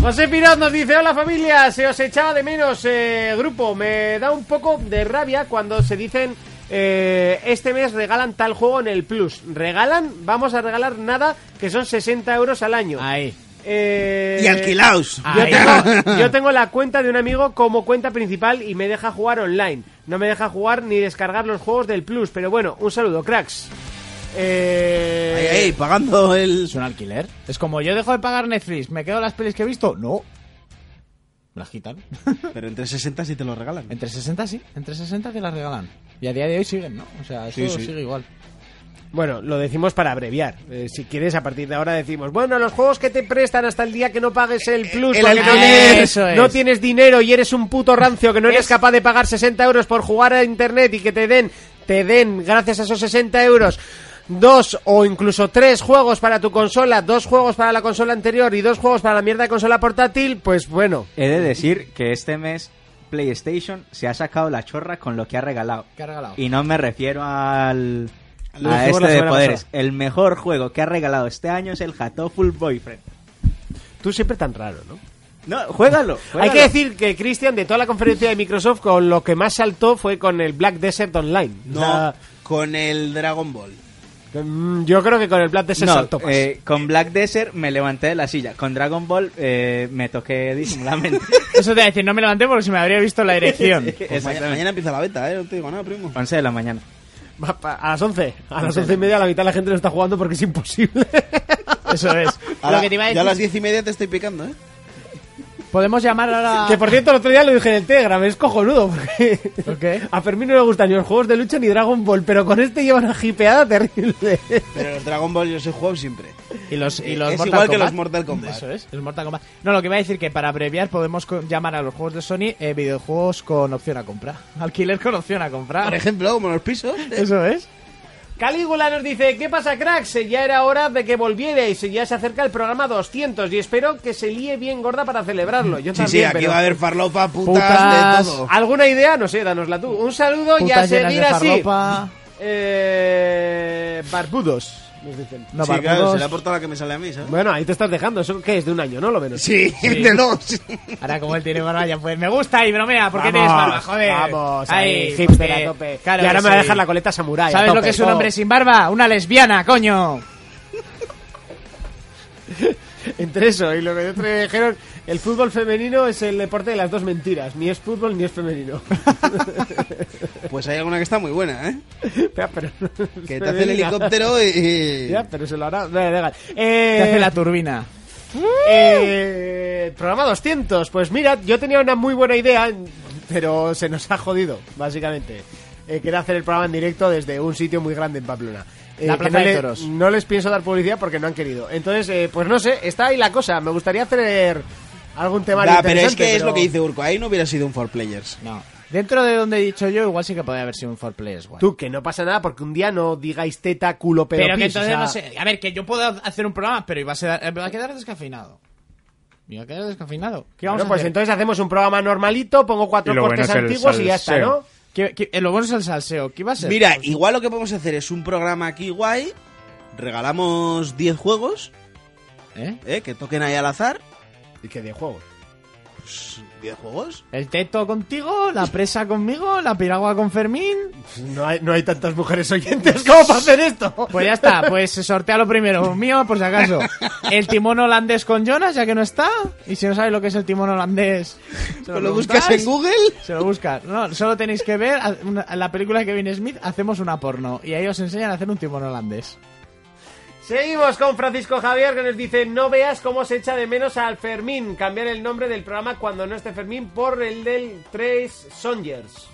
Speaker 1: José Piroz nos dice, hola familia, se os echaba de menos eh, grupo. Me da un poco de rabia cuando se dicen, eh, este mes regalan tal juego en el Plus. Regalan, vamos a regalar nada que son 60 euros al año.
Speaker 2: Ahí.
Speaker 1: Eh,
Speaker 3: Y alquilaos.
Speaker 1: Yo
Speaker 2: Ahí.
Speaker 1: tengo, yo tengo la cuenta de un amigo como cuenta principal y me deja jugar online. No me deja jugar ni descargar los juegos del Plus, pero bueno, un saludo, cracks. Eh,
Speaker 3: Ahí, ahí, pagando el...
Speaker 2: Es un alquiler. Es como yo dejo de pagar Netflix, me quedo las pelis que he visto. No. Me las quitan.
Speaker 3: Pero entre 60 si te lo regalan.
Speaker 2: entre 60 sí, entre 60 te las regalan. Y a día de hoy siguen, ¿no? O sea, eso
Speaker 3: Sí, sí.
Speaker 2: sigue igual.
Speaker 1: Bueno, lo decimos para abreviar. Eh, si quieres, a partir de ahora decimos, bueno, los juegos que te prestan hasta el día que no pagues el plus,
Speaker 3: Eh, el
Speaker 1: porque no,
Speaker 3: alquiler.
Speaker 1: tienes,
Speaker 2: Eso es.
Speaker 1: no tienes dinero y eres un puto rancio que no eres capaz de pagar 60 euros por jugar a internet y que te den, te den, gracias a esos 60 euros, dos o incluso tres juegos para tu consola, dos juegos para la consola anterior y dos juegos para la mierda de consola portátil, pues bueno.
Speaker 4: He de decir que este mes PlayStation se ha sacado la chorra con lo que ha regalado.
Speaker 2: ¿Qué ha regalado?
Speaker 4: Y no me refiero al.
Speaker 1: Lo
Speaker 4: A este
Speaker 1: dijimos la
Speaker 4: de
Speaker 1: semana
Speaker 4: poderes. El mejor juego que ha regalado este año es el Hatoful Boyfriend.
Speaker 1: Tú siempre tan raro, ¿no?
Speaker 4: No, juégalo.
Speaker 1: Hay
Speaker 4: juégalo.
Speaker 1: que decir que Christian, de toda la conferencia de Microsoft, con lo que más saltó fue con el Black Desert Online.
Speaker 3: No,
Speaker 1: La-
Speaker 3: con el Dragon Ball. Pues
Speaker 1: Mm, Yo creo que con el Black Desert
Speaker 4: No,
Speaker 1: saltó más.
Speaker 4: eh, con Black Desert me levanté de la silla. Con Dragon Ball eh, me toqué disimuladamente.
Speaker 2: Eso te voy a decir, no me levanté porque se me habría visto la dirección.
Speaker 3: Pues maña- mañana,
Speaker 4: Exactamente.
Speaker 3: empieza la beta, ¿eh? No te digo nada, primo.
Speaker 4: 11 de la mañana.
Speaker 1: Va pa- A las 11. A las 11 y media la mitad de la gente no está jugando porque es imposible.
Speaker 2: Eso es.
Speaker 3: A
Speaker 2: lo
Speaker 3: la-
Speaker 2: que te iba a
Speaker 3: ya a
Speaker 2: decir,
Speaker 3: las diez y media te estoy picando, ¿eh?
Speaker 2: podemos llamar ahora...
Speaker 1: que por cierto, el otro día lo dije en el Telegram, es cojonudo. Porque
Speaker 2: ¿Por qué?
Speaker 1: A Fermín no le gustan ni los juegos de lucha ni Dragon Ball, pero con este lleva una jipeada terrible.
Speaker 3: Pero el Dragon Ball yo los he jugado siempre.
Speaker 2: Y los, y los
Speaker 3: Es
Speaker 2: Mortal
Speaker 3: igual que
Speaker 2: Kombat.
Speaker 3: los Mortal Kombat.
Speaker 2: Eso es, los Mortal Kombat. No, lo que iba a decir que para abreviar podemos co- llamar a los juegos de Sony eh, videojuegos con opción a compra. Alquiler con opción a comprar.
Speaker 3: Por ejemplo, como los pisos.
Speaker 2: Eso Ah. es.
Speaker 1: Calígula nos dice, ¿qué pasa cracks? Eh, Ya era hora de que volvierais, Eh, ya se acerca el programa 200 y espero que se líe bien gorda para celebrarlo. Yo
Speaker 3: Sí,
Speaker 1: también,
Speaker 3: sí, aquí
Speaker 1: pero- ah,
Speaker 3: va a haber farlopa, putas,
Speaker 2: Putas.
Speaker 3: de todo.
Speaker 1: ¿Alguna idea? No sé, danosla tú. Un saludo y a
Speaker 2: Putas llenas de
Speaker 1: seguir así.
Speaker 2: farlopa.
Speaker 1: Eh, barbudos, nos dicen.
Speaker 2: No,
Speaker 3: sí, claro,
Speaker 2: barbudos.
Speaker 3: se le ha portado la que me sale a mí, ¿sabes?
Speaker 1: Bueno, ahí te estás dejando. ¿Eso qué es? De un año, ¿no? Lo menos.
Speaker 3: Sí, de dos.
Speaker 2: Ahora como él tiene barba ya pues me gusta y bromea, ¿por qué
Speaker 1: Vamos,
Speaker 2: tienes barba? Joder.
Speaker 1: Vamos, ahí,
Speaker 2: Ay,
Speaker 1: hipster a
Speaker 2: eh,
Speaker 1: tope.
Speaker 2: claro
Speaker 1: y ahora
Speaker 2: que
Speaker 1: me va a
Speaker 2: sí.
Speaker 1: dejar la coleta samurai. a
Speaker 2: ¿Sabes lo
Speaker 1: tope.
Speaker 2: que es un hombre sin barba? Una lesbiana, coño.
Speaker 1: Entre eso y lo que otros dijeron, el fútbol femenino es el deporte de las dos mentiras. Ni es fútbol ni es femenino.
Speaker 3: Pues hay alguna que está muy buena, ¿eh?
Speaker 1: Ya, pero-
Speaker 3: Que te hace el helicóptero y... y-
Speaker 1: Ya, pero se lo hará. Vale, da igual. Eh,
Speaker 2: Te hace la turbina.
Speaker 1: Eh, programa 200. Pues mirad, yo tenía una muy buena idea, pero se nos ha jodido, básicamente. Eh, que era hacer el programa en directo desde un sitio muy grande en Pamplona. Eh,
Speaker 2: La
Speaker 1: que no
Speaker 2: Plaza de
Speaker 1: le-
Speaker 2: Toros.
Speaker 1: No les pienso dar publicidad porque no han querido. Entonces, eh, pues no sé, está ahí la cosa. Me gustaría hacer algún tema
Speaker 3: Da, pero es que es lo que dice Urco. Ahí no hubiera sido un four players.
Speaker 2: No. Dentro de donde he dicho yo, igual sí que podría haber sido un 4 players guay.
Speaker 1: Tú, que no pasa nada porque un día no digáis teta, culo, pero
Speaker 2: Pero que
Speaker 1: pis, o
Speaker 2: entonces
Speaker 1: sea,
Speaker 2: no sé. A ver, que yo puedo hacer un programa, pero iba a, ser- eh, me va a quedar descafeinado. Me va a quedar descafeinado. ¿Qué vamos
Speaker 1: bueno, pues
Speaker 2: a hacer?
Speaker 1: entonces hacemos un programa normalito, pongo cuatro
Speaker 8: Y lo
Speaker 1: cortes
Speaker 8: bueno es el
Speaker 1: antiguos y ya está,
Speaker 8: salseo.
Speaker 1: ¿no?
Speaker 2: ¿Qué- qué- eh, lo bueno es el salseo. ¿Qué iba a ser?
Speaker 3: Mira, igual lo que podemos hacer es un programa aquí guay. Regalamos 10 juegos,
Speaker 2: ¿Eh?
Speaker 3: ¿eh? Que toquen ahí al azar.
Speaker 1: Y que de juego.
Speaker 3: Pues, 10 juegos.
Speaker 2: El teto contigo, la presa conmigo, la piragua con Fermín.
Speaker 1: No hay, no hay tantas mujeres oyentes como para hacer esto.
Speaker 2: Pues ya está, pues se sortea lo primero, mío por si acaso. El timón holandés con Jonas, ya que no está. Y si no sabes lo que es el timón holandés, se
Speaker 3: Pues lo buscas
Speaker 2: preguntáis,
Speaker 3: en Google.
Speaker 2: Se lo buscas. No, solo tenéis que ver a- una- a la película de Kevin Smith, hacemos una porno. Y ahí os enseñan a hacer un timón holandés.
Speaker 1: Seguimos con Francisco Javier que nos dice, no veas cómo se echa de menos al Fermín. Cambiar el nombre del programa cuando no esté Fermín por el del Tres Songers.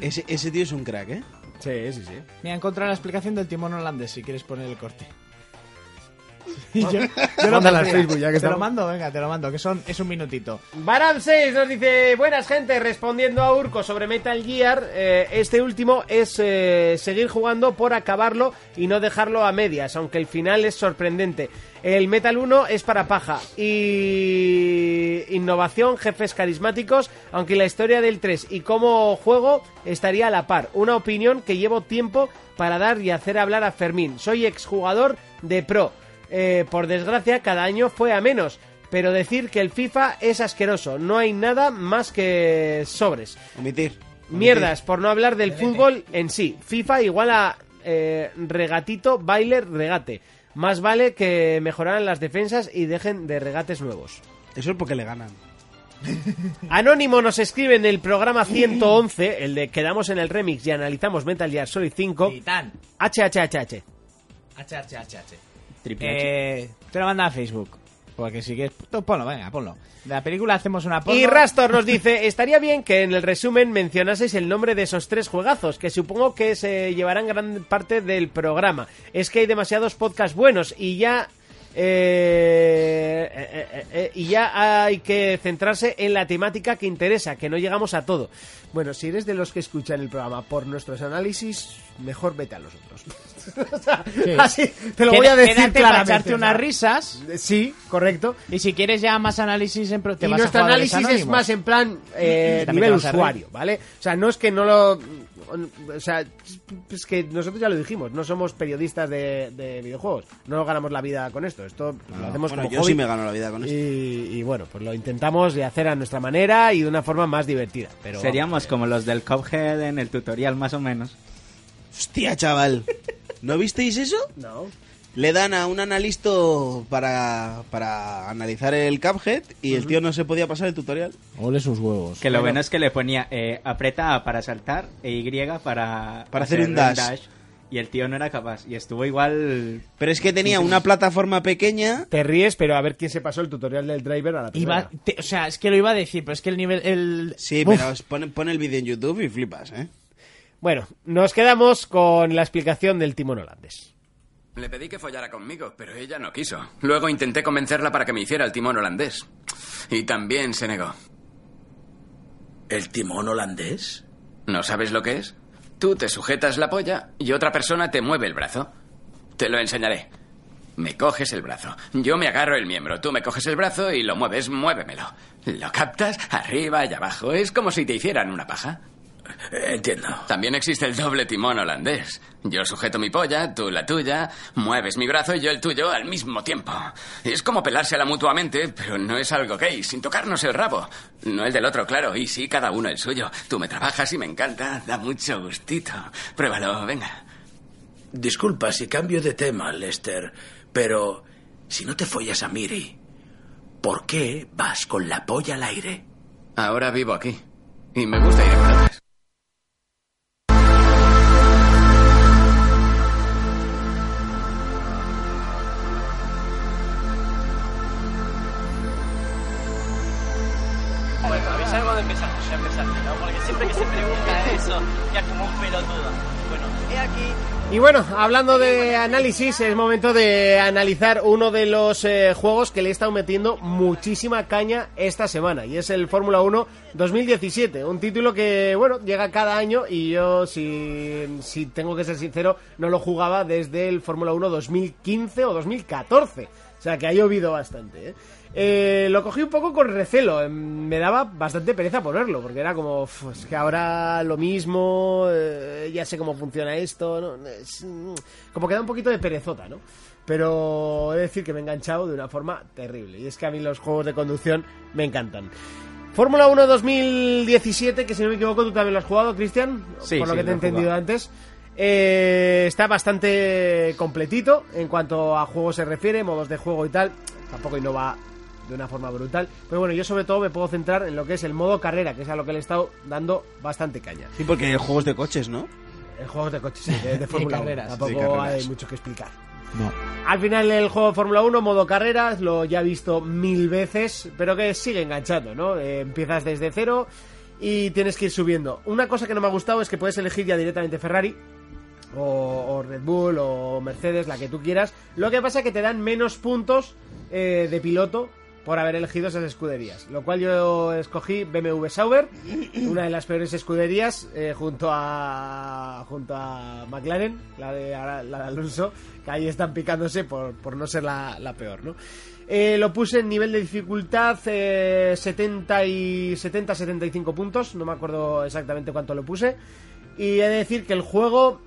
Speaker 3: Ese, ese tío es un crack, ¿eh?
Speaker 1: Sí, sí, sí.
Speaker 2: Mira, he encontrado la explicación del timón holandés si quieres poner el corte. Y yo, yo lo-
Speaker 1: Mándala al
Speaker 2: mira,
Speaker 1: Facebook, ya que
Speaker 2: Te
Speaker 1: estamos.
Speaker 2: lo mando, venga, te lo mando, que son, es un minutito.
Speaker 1: Baran 6 nos dice, buenas gente, respondiendo a Urco sobre Metal Gear, eh, este último es eh, seguir jugando por acabarlo y no dejarlo a medias, aunque el final es sorprendente. El Metal 1 es para paja y innovación, jefes carismáticos, aunque la historia del 3 y como juego estaría a la par. Una opinión que llevo tiempo para dar y hacer hablar a Fermín. Soy exjugador de Pro. Eh, por desgracia, cada año fue a menos. Pero decir que el FIFA es asqueroso, no hay nada más que sobres.
Speaker 3: Omitir.
Speaker 1: Mierdas, por no hablar del fútbol en sí. FIFA igual a eh, regatito, baile, regate. Más vale que mejoraran las defensas y dejen de regates nuevos.
Speaker 3: Eso es porque le ganan.
Speaker 1: Anónimo nos escribe en el programa 111, el de Quedamos en el Remix y analizamos Metal Gear Solid 5.
Speaker 2: Titán.
Speaker 1: HHHH.
Speaker 2: H, H, H, H.
Speaker 3: Triple H.
Speaker 2: Eh, te lo manda a Facebook. Porque si quieres, tú ponlo, venga, ponlo. De la película hacemos una porno.
Speaker 1: Y Rastor nos dice, estaría bien que en el resumen mencionaseis el nombre de esos tres juegazos, que supongo que se llevarán gran parte del programa. Es que hay demasiados podcasts buenos y ya... eh, eh, eh, eh, y ya hay que centrarse en la temática que interesa, que no llegamos a todo.
Speaker 11: Bueno, si eres de los que escuchan el programa por nuestros análisis, mejor vete a los otros. O sea, Así, te lo
Speaker 2: Queda-
Speaker 11: voy a decir
Speaker 2: quédate para
Speaker 11: claramente.
Speaker 2: echarte
Speaker 11: o sea,
Speaker 2: unas risas.
Speaker 11: Sí, correcto.
Speaker 2: Y si quieres ya más análisis en pro- te
Speaker 11: y
Speaker 2: vas a
Speaker 11: nuestro
Speaker 2: jugadores
Speaker 11: análisis es
Speaker 2: anónimos.
Speaker 11: más en plan eh,
Speaker 2: También te
Speaker 11: nivel
Speaker 2: vas a reír.
Speaker 11: usuario, ¿vale? O sea, no es que no lo... O sea, es que nosotros ya lo dijimos, no somos periodistas de, de videojuegos, no ganamos la vida con esto, esto lo hacemos
Speaker 3: bueno,
Speaker 11: como
Speaker 3: yo
Speaker 11: hobby
Speaker 3: sí me gano la vida con
Speaker 11: y,
Speaker 3: esto.
Speaker 11: y bueno, pues lo intentamos de hacer a nuestra manera y de una forma más divertida. Pero
Speaker 6: Seríamos como los del Cuphead en el tutorial, más o menos.
Speaker 3: Hostia, chaval. ¿No visteis eso?
Speaker 11: No.
Speaker 3: Le dan a un analista para, para analizar el Cuphead y el tío no se podía pasar el tutorial.
Speaker 2: Ole sus huevos.
Speaker 6: Que lo bueno es que le ponía eh, aprieta A para saltar e Y para,
Speaker 3: Para hacer un dash.
Speaker 6: Y el tío no era capaz. Y estuvo igual.
Speaker 3: Pero es que tenía una plataforma pequeña.
Speaker 11: Te ríes, pero a ver quién se pasó el tutorial del driver a la primera.
Speaker 2: Iba- te- o sea, es que lo iba a decir, pero es que el nivel... El...
Speaker 3: Sí,
Speaker 2: Uf.
Speaker 3: pero os pone, pone el vídeo en YouTube y flipas, ¿eh?
Speaker 1: Bueno, nos quedamos con la explicación del timón holandés.
Speaker 12: Le pedí que follara conmigo, pero ella no quiso. Luego intenté convencerla para que me hiciera el timón holandés. Y también se negó.
Speaker 13: ¿El timón holandés?
Speaker 12: ¿No sabes lo que es? Tú te sujetas la polla y otra persona te mueve el brazo. Te lo enseñaré. Me coges el brazo. Yo me agarro el miembro. Tú me coges el brazo y lo mueves. Muévemelo. ¿Lo captas? Arriba y abajo. Es como si te hicieran una paja. Entiendo. También existe el doble timón holandés. Yo sujeto mi polla, tú la tuya, mueves mi brazo y yo el tuyo al mismo tiempo. Es como pelársela mutuamente, pero no es algo gay, sin tocarnos el rabo. No el del otro, claro, y sí, cada uno el suyo. Tú me trabajas y me encanta, da mucho gustito. Pruébalo, venga.
Speaker 13: Disculpa si cambio de tema, Lester, pero si no te follas a Miri, ¿por qué vas con la polla al aire?
Speaker 12: Ahora vivo aquí. Y me gusta ir a pelotas.
Speaker 14: Bueno, ¿habéis algo de empezar? Pues ya empezaste, ¿no? Porque siempre que se pregunta eso, ya como un pelotudo. Bueno, he aquí
Speaker 1: Y bueno, hablando de análisis, es momento de analizar uno de los eh, juegos que le he estado metiendo muchísima caña esta semana, y es el Fórmula 1 2017, un título que, bueno, llega cada año y yo, si, si tengo que ser sincero, no lo jugaba desde el Fórmula 1 2015 o 2014, o sea que ha llovido bastante, ¿eh? Eh, lo cogí un poco con recelo, em, me daba bastante pereza ponerlo, porque era como, "Uf, es que ahora lo mismo, eh, ya sé cómo funciona esto, ¿no? Es, mm, como que da un poquito de perezota, ¿no? Pero he de decir que me he enganchado de una forma terrible, y es que a mí los juegos de conducción me encantan. Fórmula 1 2017, que si no me equivoco tú también lo has jugado, Cristian,
Speaker 6: Sí,
Speaker 1: por lo
Speaker 6: sí,
Speaker 1: que te
Speaker 6: lo
Speaker 1: he
Speaker 6: he
Speaker 1: entendido
Speaker 6: jugado.
Speaker 1: antes. Eh, está bastante completito en cuanto a juego se refiere, modos de juego y tal. Tampoco innova de una forma brutal. Pero bueno, yo sobre todo me puedo centrar en lo que es el modo carrera, que es a lo que le he estado dando bastante caña.
Speaker 3: Sí, porque hay juegos de coches, ¿no?
Speaker 1: En eh, juegos de coches, sí, de, de
Speaker 3: Y
Speaker 1: Fórmula 1.
Speaker 3: carreras.
Speaker 1: Tampoco
Speaker 3: Sí, carreras.
Speaker 1: hay mucho que explicar.
Speaker 2: No.
Speaker 1: Al final el juego de Fórmula 1, modo carrera, lo ya he visto mil veces, pero que sigue enganchando, ¿no? Eh, empiezas desde cero y tienes que ir subiendo. Una cosa que no me ha gustado es que puedes elegir ya directamente Ferrari. O, o Red Bull o Mercedes, la que tú quieras. Lo que pasa es que te dan menos puntos eh, de piloto por haber elegido esas escuderías. Lo cual yo escogí BMW Sauber, una de las peores escuderías, eh, junto a junto a McLaren, la de, la de Alonso, que ahí están picándose por, por no ser la, la peor, ¿no? Eh, lo puse en nivel de dificultad eh, 70 y 70-75 puntos, no me acuerdo exactamente cuánto lo puse. Y he de decir que el juego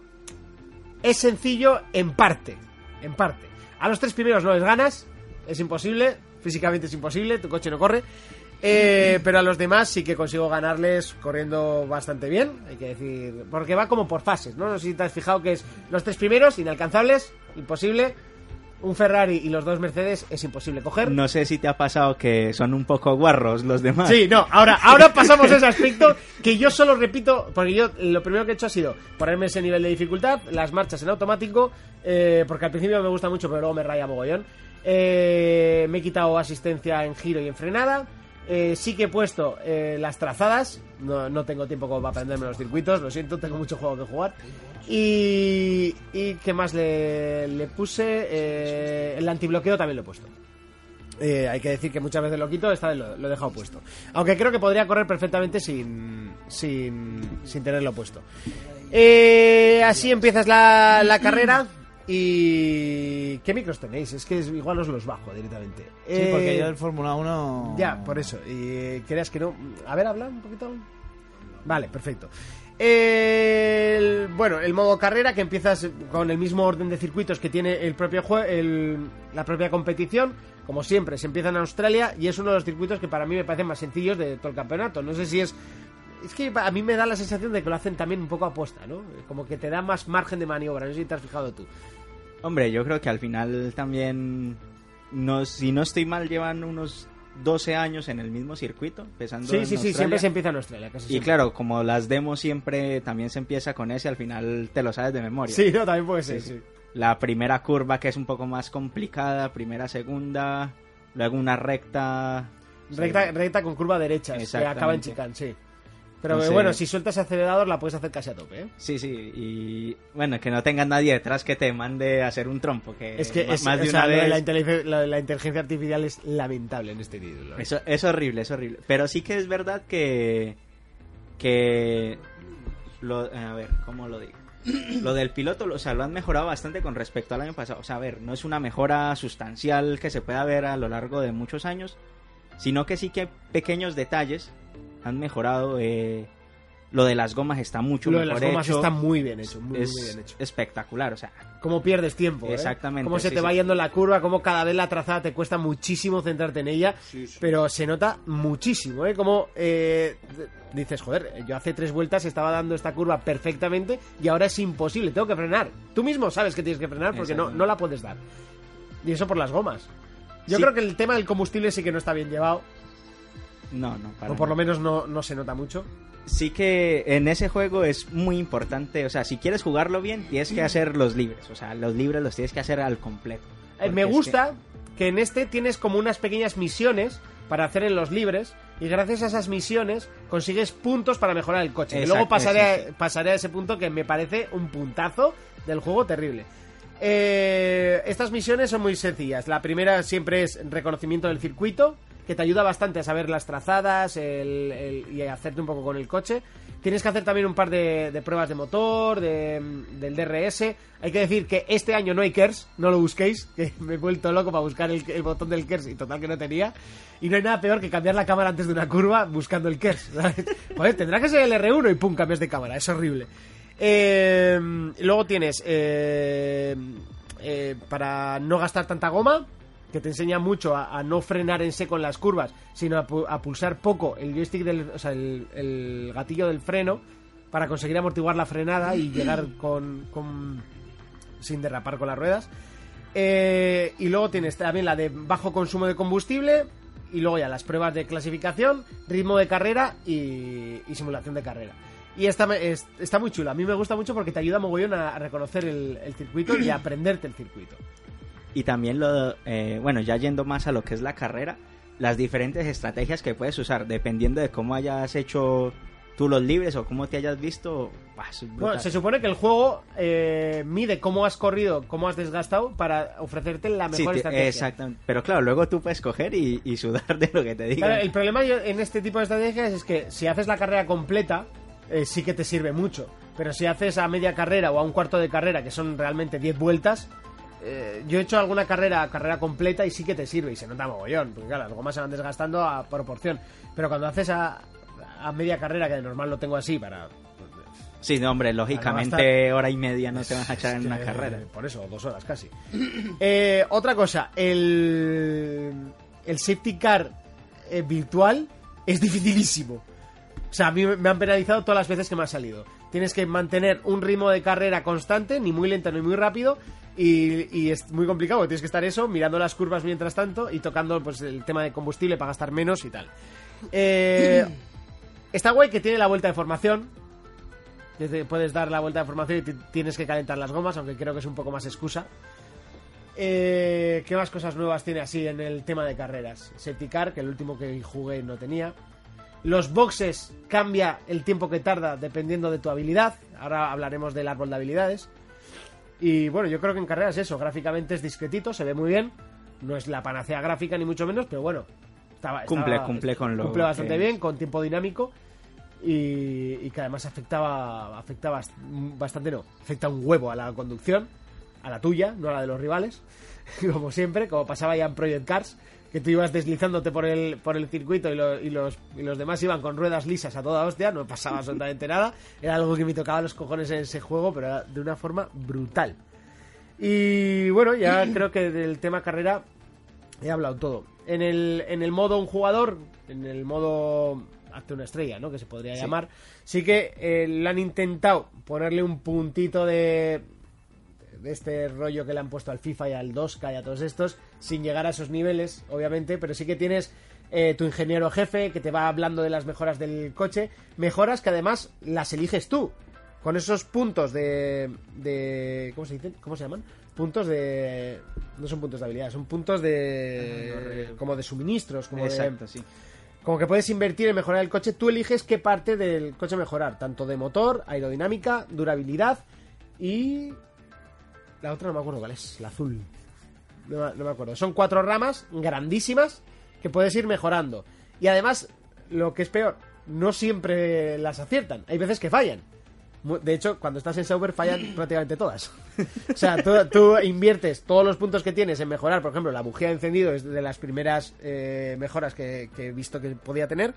Speaker 1: es sencillo en parte. En parte. A los tres primeros no les ganas, es imposible. físicamente es imposible, tu coche no corre. Eh, pero a los demás sí que consigo ganarles corriendo bastante bien, hay que decir, porque va como por fases, ¿no? No sé si te has fijado que es los tres primeros, inalcanzables, imposible. Un Ferrari y los dos Mercedes es imposible coger.
Speaker 6: No sé si te ha pasado que son un poco guarros los demás.
Speaker 1: Sí, no, ahora, ahora pasamos a ese aspecto que yo solo repito, porque yo lo primero que he hecho ha sido ponerme ese nivel de dificultad, las marchas en automático, eh, porque al principio me gusta mucho, pero luego me raya mogollón. Eh, me he quitado asistencia en giro y en frenada. Eh, sí que he puesto eh, las trazadas. No, no tengo tiempo como para aprenderme los circuitos, lo siento, tengo mucho juego que jugar. Y, y ¿qué más le, le puse? Eh, el antibloqueo también lo he puesto. Eh, hay que decir que muchas veces lo quito, esta vez lo, lo he dejado puesto. Aunque creo que podría correr perfectamente sin, sin, sin tenerlo puesto. Eh, así empiezas la, la carrera. ¿Y qué micros tenéis? Es que es- igual os los bajo directamente.
Speaker 15: Sí, porque
Speaker 1: Eh,
Speaker 15: yo del Fórmula 1...
Speaker 1: Ya, por eso. Y eh, creas que no. A ver, habla un poquito. Vale, perfecto. El- bueno, el modo carrera que empiezas con el mismo orden de circuitos que tiene el propio jue- el- la propia competición. Como siempre, se empieza en Australia y es uno de los circuitos que para mí me parecen más sencillos de todo el campeonato. No sé si es. Es que a mí me da la sensación de que lo hacen también un poco aposta, ¿no? Como que te da más margen de maniobra. No sé si te has fijado tú.
Speaker 6: Hombre, yo creo que al final también, no, si no estoy mal, llevan unos 12 años en el mismo circuito, empezando
Speaker 1: Sí,
Speaker 6: en
Speaker 1: sí, sí,
Speaker 6: Australia.
Speaker 1: siempre se empieza en Australia, casi
Speaker 6: Y
Speaker 1: siempre.
Speaker 6: claro, como las demos siempre también se empieza con ese, al final te lo sabes de memoria.
Speaker 1: Sí, no, también puede ser, sí.
Speaker 6: La primera curva que es un poco más complicada, primera, segunda, luego una recta.
Speaker 1: Recta,
Speaker 6: Sí.
Speaker 1: recta con curva derecha, que
Speaker 6: Exactamente.
Speaker 1: acaba en chicane, sí. Pero
Speaker 6: Entonces-
Speaker 1: bueno, si sueltas acelerador la puedes hacer casi a tope, ¿eh?
Speaker 6: Sí, sí, y bueno, que no tengas nadie detrás que te mande a hacer un trompo, que
Speaker 1: Es que
Speaker 6: Eh, ma-
Speaker 1: es-
Speaker 6: más de
Speaker 1: o sea,
Speaker 6: una
Speaker 1: lo de
Speaker 6: vez...
Speaker 1: la, inteligencia, lo de la inteligencia artificial es lamentable en este título. ¿eh?
Speaker 6: Eso, es horrible, es horrible. Pero sí que es verdad que. Que. Lo, eh, a ver, ¿cómo lo digo? Lo del piloto, o sea, lo han mejorado bastante con respecto al año pasado. O sea, a ver, no es una mejora sustancial que se pueda ver a lo largo de muchos años, sino que sí que pequeños detalles han mejorado. eh, lo de las gomas está mucho
Speaker 1: Lo de
Speaker 6: mejor
Speaker 1: las gomas
Speaker 6: hecho.
Speaker 1: está muy bien hecho, muy, muy
Speaker 6: es
Speaker 1: bien hecho.
Speaker 6: espectacular, o sea,
Speaker 1: Cómo pierdes tiempo, ¿eh?
Speaker 6: Exactamente,
Speaker 1: Cómo se
Speaker 6: sí,
Speaker 1: te va
Speaker 6: sí.
Speaker 1: yendo la curva, cómo cada vez la trazada te cuesta muchísimo centrarte en ella, pero se nota muchísimo, ¿eh? Como eh, dices, joder, yo hace tres vueltas estaba dando esta curva perfectamente y ahora es imposible, tengo que frenar. Tú mismo sabes que tienes que frenar porque no,
Speaker 6: Exactamente.
Speaker 1: no la puedes dar. Y eso por las gomas. Yo
Speaker 6: Sí.
Speaker 1: creo que el tema del combustible sí que no está bien llevado,
Speaker 6: no, no, para
Speaker 1: o por
Speaker 6: nada.
Speaker 1: lo menos no, no se nota mucho.
Speaker 6: sí que en ese juego es muy importante, o sea, si quieres jugarlo bien, tienes
Speaker 1: Mm.
Speaker 6: que hacer los libres, o sea, los libres los tienes que hacer al completo.
Speaker 1: Eh,
Speaker 6: Porque
Speaker 1: me
Speaker 6: es que-
Speaker 1: gusta que... en este tienes como unas pequeñas misiones para hacer en los libres y gracias a esas misiones consigues puntos para mejorar el coche. Y
Speaker 6: Exacto,
Speaker 1: luego pasaré,
Speaker 6: sí,
Speaker 1: a, pasaré a ese punto que me parece un puntazo del juego terrible. Eh, estas misiones son muy sencillas. La primera siempre es reconocimiento del circuito, que te ayuda bastante a saber las trazadas el- el- y a hacerte un poco con el coche. Tienes que hacer también un par de, de pruebas de motor, de, del DRS. Hay que decir que este año no hay KERS, no lo busquéis, que me he vuelto loco para buscar el, el botón del KERS y total que no tenía. Y no hay nada peor que cambiar la cámara antes de una curva buscando el KERS. ¿sabes? Joder, tendrá que ser el R1 y pum, cambias de cámara, es horrible. Eh, luego tienes eh, eh, para no gastar tanta goma, que te enseña mucho a, a no frenar en seco en las curvas, sino a, pu- a pulsar poco el joystick del, o sea, el, el gatillo del freno para conseguir amortiguar la frenada y llegar con- con sin derrapar con las ruedas. Eh, y luego tienes también la de bajo consumo de combustible. Y luego ya las pruebas de clasificación, ritmo de carrera y, y simulación de carrera. Y esta me- es- está muy chula. A mí me gusta mucho porque te ayuda mogollón a, a reconocer el, el circuito y a aprenderte el circuito.
Speaker 6: Y también lo, eh, bueno, ya yendo más a lo que es la carrera, las diferentes estrategias que puedes usar, dependiendo de cómo hayas hecho tú los libres o cómo te hayas visto, bah, es
Speaker 1: Bueno,
Speaker 6: brutal.
Speaker 1: se supone que el juego eh, mide cómo has corrido, cómo has desgastado para ofrecerte la
Speaker 6: Sí,
Speaker 1: mejor
Speaker 6: te-
Speaker 1: estrategia.
Speaker 6: Exactamente. Pero claro, luego tú puedes coger y, y sudar de lo que te digan.
Speaker 1: Claro, el problema yo- en este tipo de estrategias es que si haces la carrera completa, eh, sí que te sirve mucho. Pero si haces a media carrera o a un cuarto de carrera, que son realmente 10 vueltas, eh, yo he hecho alguna carrera, carrera completa y sí que te sirve y se nota mogollón. Porque claro, las gomas se van desgastando a proporción. Pero cuando haces a, a media carrera, que de normal lo tengo así para... pues,
Speaker 6: Sí, no,
Speaker 1: Ah,
Speaker 6: hombre,
Speaker 1: Para
Speaker 6: lógicamente hora y media no te vas a echar en una
Speaker 1: Eh,
Speaker 6: carrera.
Speaker 1: Por eso, dos horas casi. Eh, otra cosa, el... el safety car eh, virtual es dificilísimo. O sea, a mí me han penalizado todas las veces que me ha salido. Tienes que mantener un ritmo de carrera constante, ni muy lento ni muy rápido, y, y es muy complicado, porque tienes que estar eso, mirando las curvas mientras tanto y tocando pues, el tema de combustible para gastar menos y tal. Eh, está guay que tiene la vuelta de formación. Desde- Puedes dar la vuelta de formación y ti- tienes que calentar las gomas, aunque creo que es un poco más excusa. Eh, ¿Qué más cosas nuevas tiene así en el tema de carreras? Safety Car, que el último que jugué no tenía. Los boxes cambia el tiempo que tarda dependiendo de tu habilidad. Ahora hablaremos del árbol de habilidades. Y bueno, yo creo que en carreras eso, gráficamente es discretito, se ve muy bien. No es la panacea gráfica ni mucho menos, pero bueno. estaba-
Speaker 6: Cumple,
Speaker 1: estaba-
Speaker 6: cumple con lo
Speaker 1: Cumple bastante
Speaker 6: que-
Speaker 1: bien, con tiempo dinámico. Y, y que además afectaba, afectaba bast- bastante, no, afecta un huevo a la conducción, a la tuya, no a la de los rivales, como siempre, como pasaba ya en Project Cars, que tú ibas deslizándote por el, por el circuito y, lo- y los, y los demás iban con ruedas lisas a toda hostia, no pasaba absolutamente nada, era algo que me tocaba los cojones en ese juego, pero era de una forma brutal. Y bueno, ya creo que del tema carrera he hablado todo. En el, en el modo un jugador, en el modo hazte una estrella, ¿no? Que se podría
Speaker 16: Sí.
Speaker 1: llamar. Sí que eh, le han intentado ponerle un puntito de, de este rollo que le han puesto al FIFA y al 2K y a todos estos, sin llegar a esos niveles, obviamente, pero sí que tienes eh, tu ingeniero jefe que te va hablando de las mejoras del coche, mejoras que además las eliges tú, con esos puntos de... de ¿Cómo se dicen? ¿Cómo se llaman? Puntos de... No son puntos de habilidad, son puntos de... como de suministros, como de-
Speaker 6: Exacto, sí.
Speaker 1: como que puedes invertir en mejorar el coche, tú eliges qué parte del coche mejorar, tanto de motor, aerodinámica, durabilidad y... La otra no me acuerdo cuál es, la azul. No, me- no me acuerdo. Son cuatro ramas grandísimas que puedes ir mejorando. Y además, lo que es peor, no siempre las aciertan. Hay veces que fallan. Mu- De hecho, cuando estás en Sauber fallan prácticamente todas. O sea, tú, tú inviertes todos los puntos que tienes en mejorar, por ejemplo, la bujía de encendido es de las primeras eh, mejoras que, que he visto que podía tener.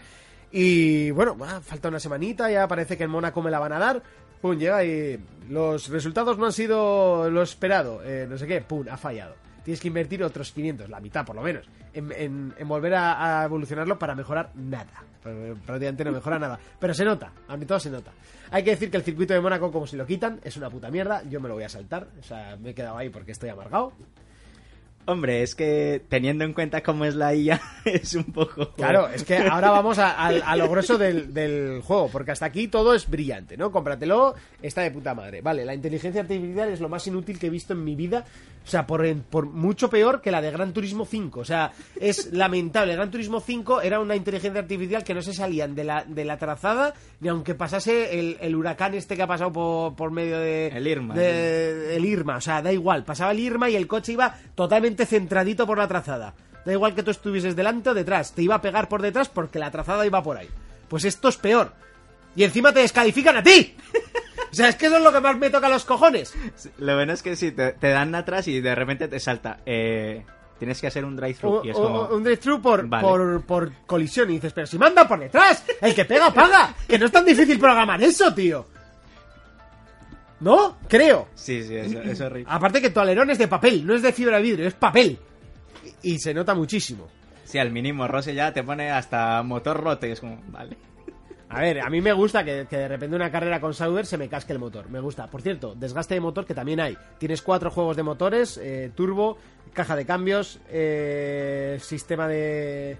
Speaker 1: Y bueno, ah, falta una semanita, ya parece que en Mónaco me la van a dar. Pum, llega y los resultados no han sido lo esperado. eh, no sé qué, pum, ha fallado. Tienes que invertir otros 500, la mitad por lo menos, en, en- en volver a, a evolucionarlo para mejorar nada. Pr- Prácticamente no mejora nada. Pero se nota, ante todo se nota. Hay que decir que el circuito de Mónaco, como si lo quitan, es una puta mierda. Yo me lo voy a saltar. O sea, me he quedado ahí porque estoy amargado.
Speaker 6: Hombre, es que teniendo en cuenta cómo es la IA, es un poco.
Speaker 1: Claro, es que ahora vamos a, a- a lo grueso del, del juego, porque hasta aquí todo es brillante, ¿no? Cómpratelo, está de puta madre. Vale, la inteligencia artificial es lo más inútil que he visto en mi vida, o sea, por, en- por mucho peor que la de Gran Turismo 5, o sea, es lamentable. Gran Turismo 5 era una inteligencia artificial que no se salían de la, de la trazada, ni aunque pasase el, el huracán este que ha pasado por, por medio de...
Speaker 6: El Irma.
Speaker 1: de- el Irma, o sea, da igual, pasaba el Irma y el coche iba totalmente centradito por la trazada. Da igual que tú estuvieses delante o detrás, te iba a pegar por detrás porque la trazada iba por ahí. Pues esto es peor. Y encima te descalifican a ti. O sea, es que eso es lo que más me toca los cojones.
Speaker 6: Lo bueno es que si te, te dan atrás y de repente te salta. eh, tienes que hacer un drive-thru.
Speaker 1: Un,
Speaker 6: Y es como.
Speaker 1: un- un drive-thru por,
Speaker 6: Vale.
Speaker 1: por, por colisión. Y dices, pero si manda por detrás, el que pega, paga. Que no es tan difícil programar eso, tío. ¿No? Creo.
Speaker 6: Sí, sí, eso, es horrible.
Speaker 1: Aparte que tu alerón es de papel, no es de fibra de vidrio, es papel. Y, y se nota muchísimo.
Speaker 6: Sí, al mínimo roce ya te pone hasta motor roto y es como. Vale.
Speaker 1: A ver, a mí me gusta que, que de repente una carrera con Sauber se me casque el motor. Me gusta. Por cierto, desgaste de motor que también hay. Tienes cuatro juegos de motores, eh, turbo, caja de cambios, eh, sistema de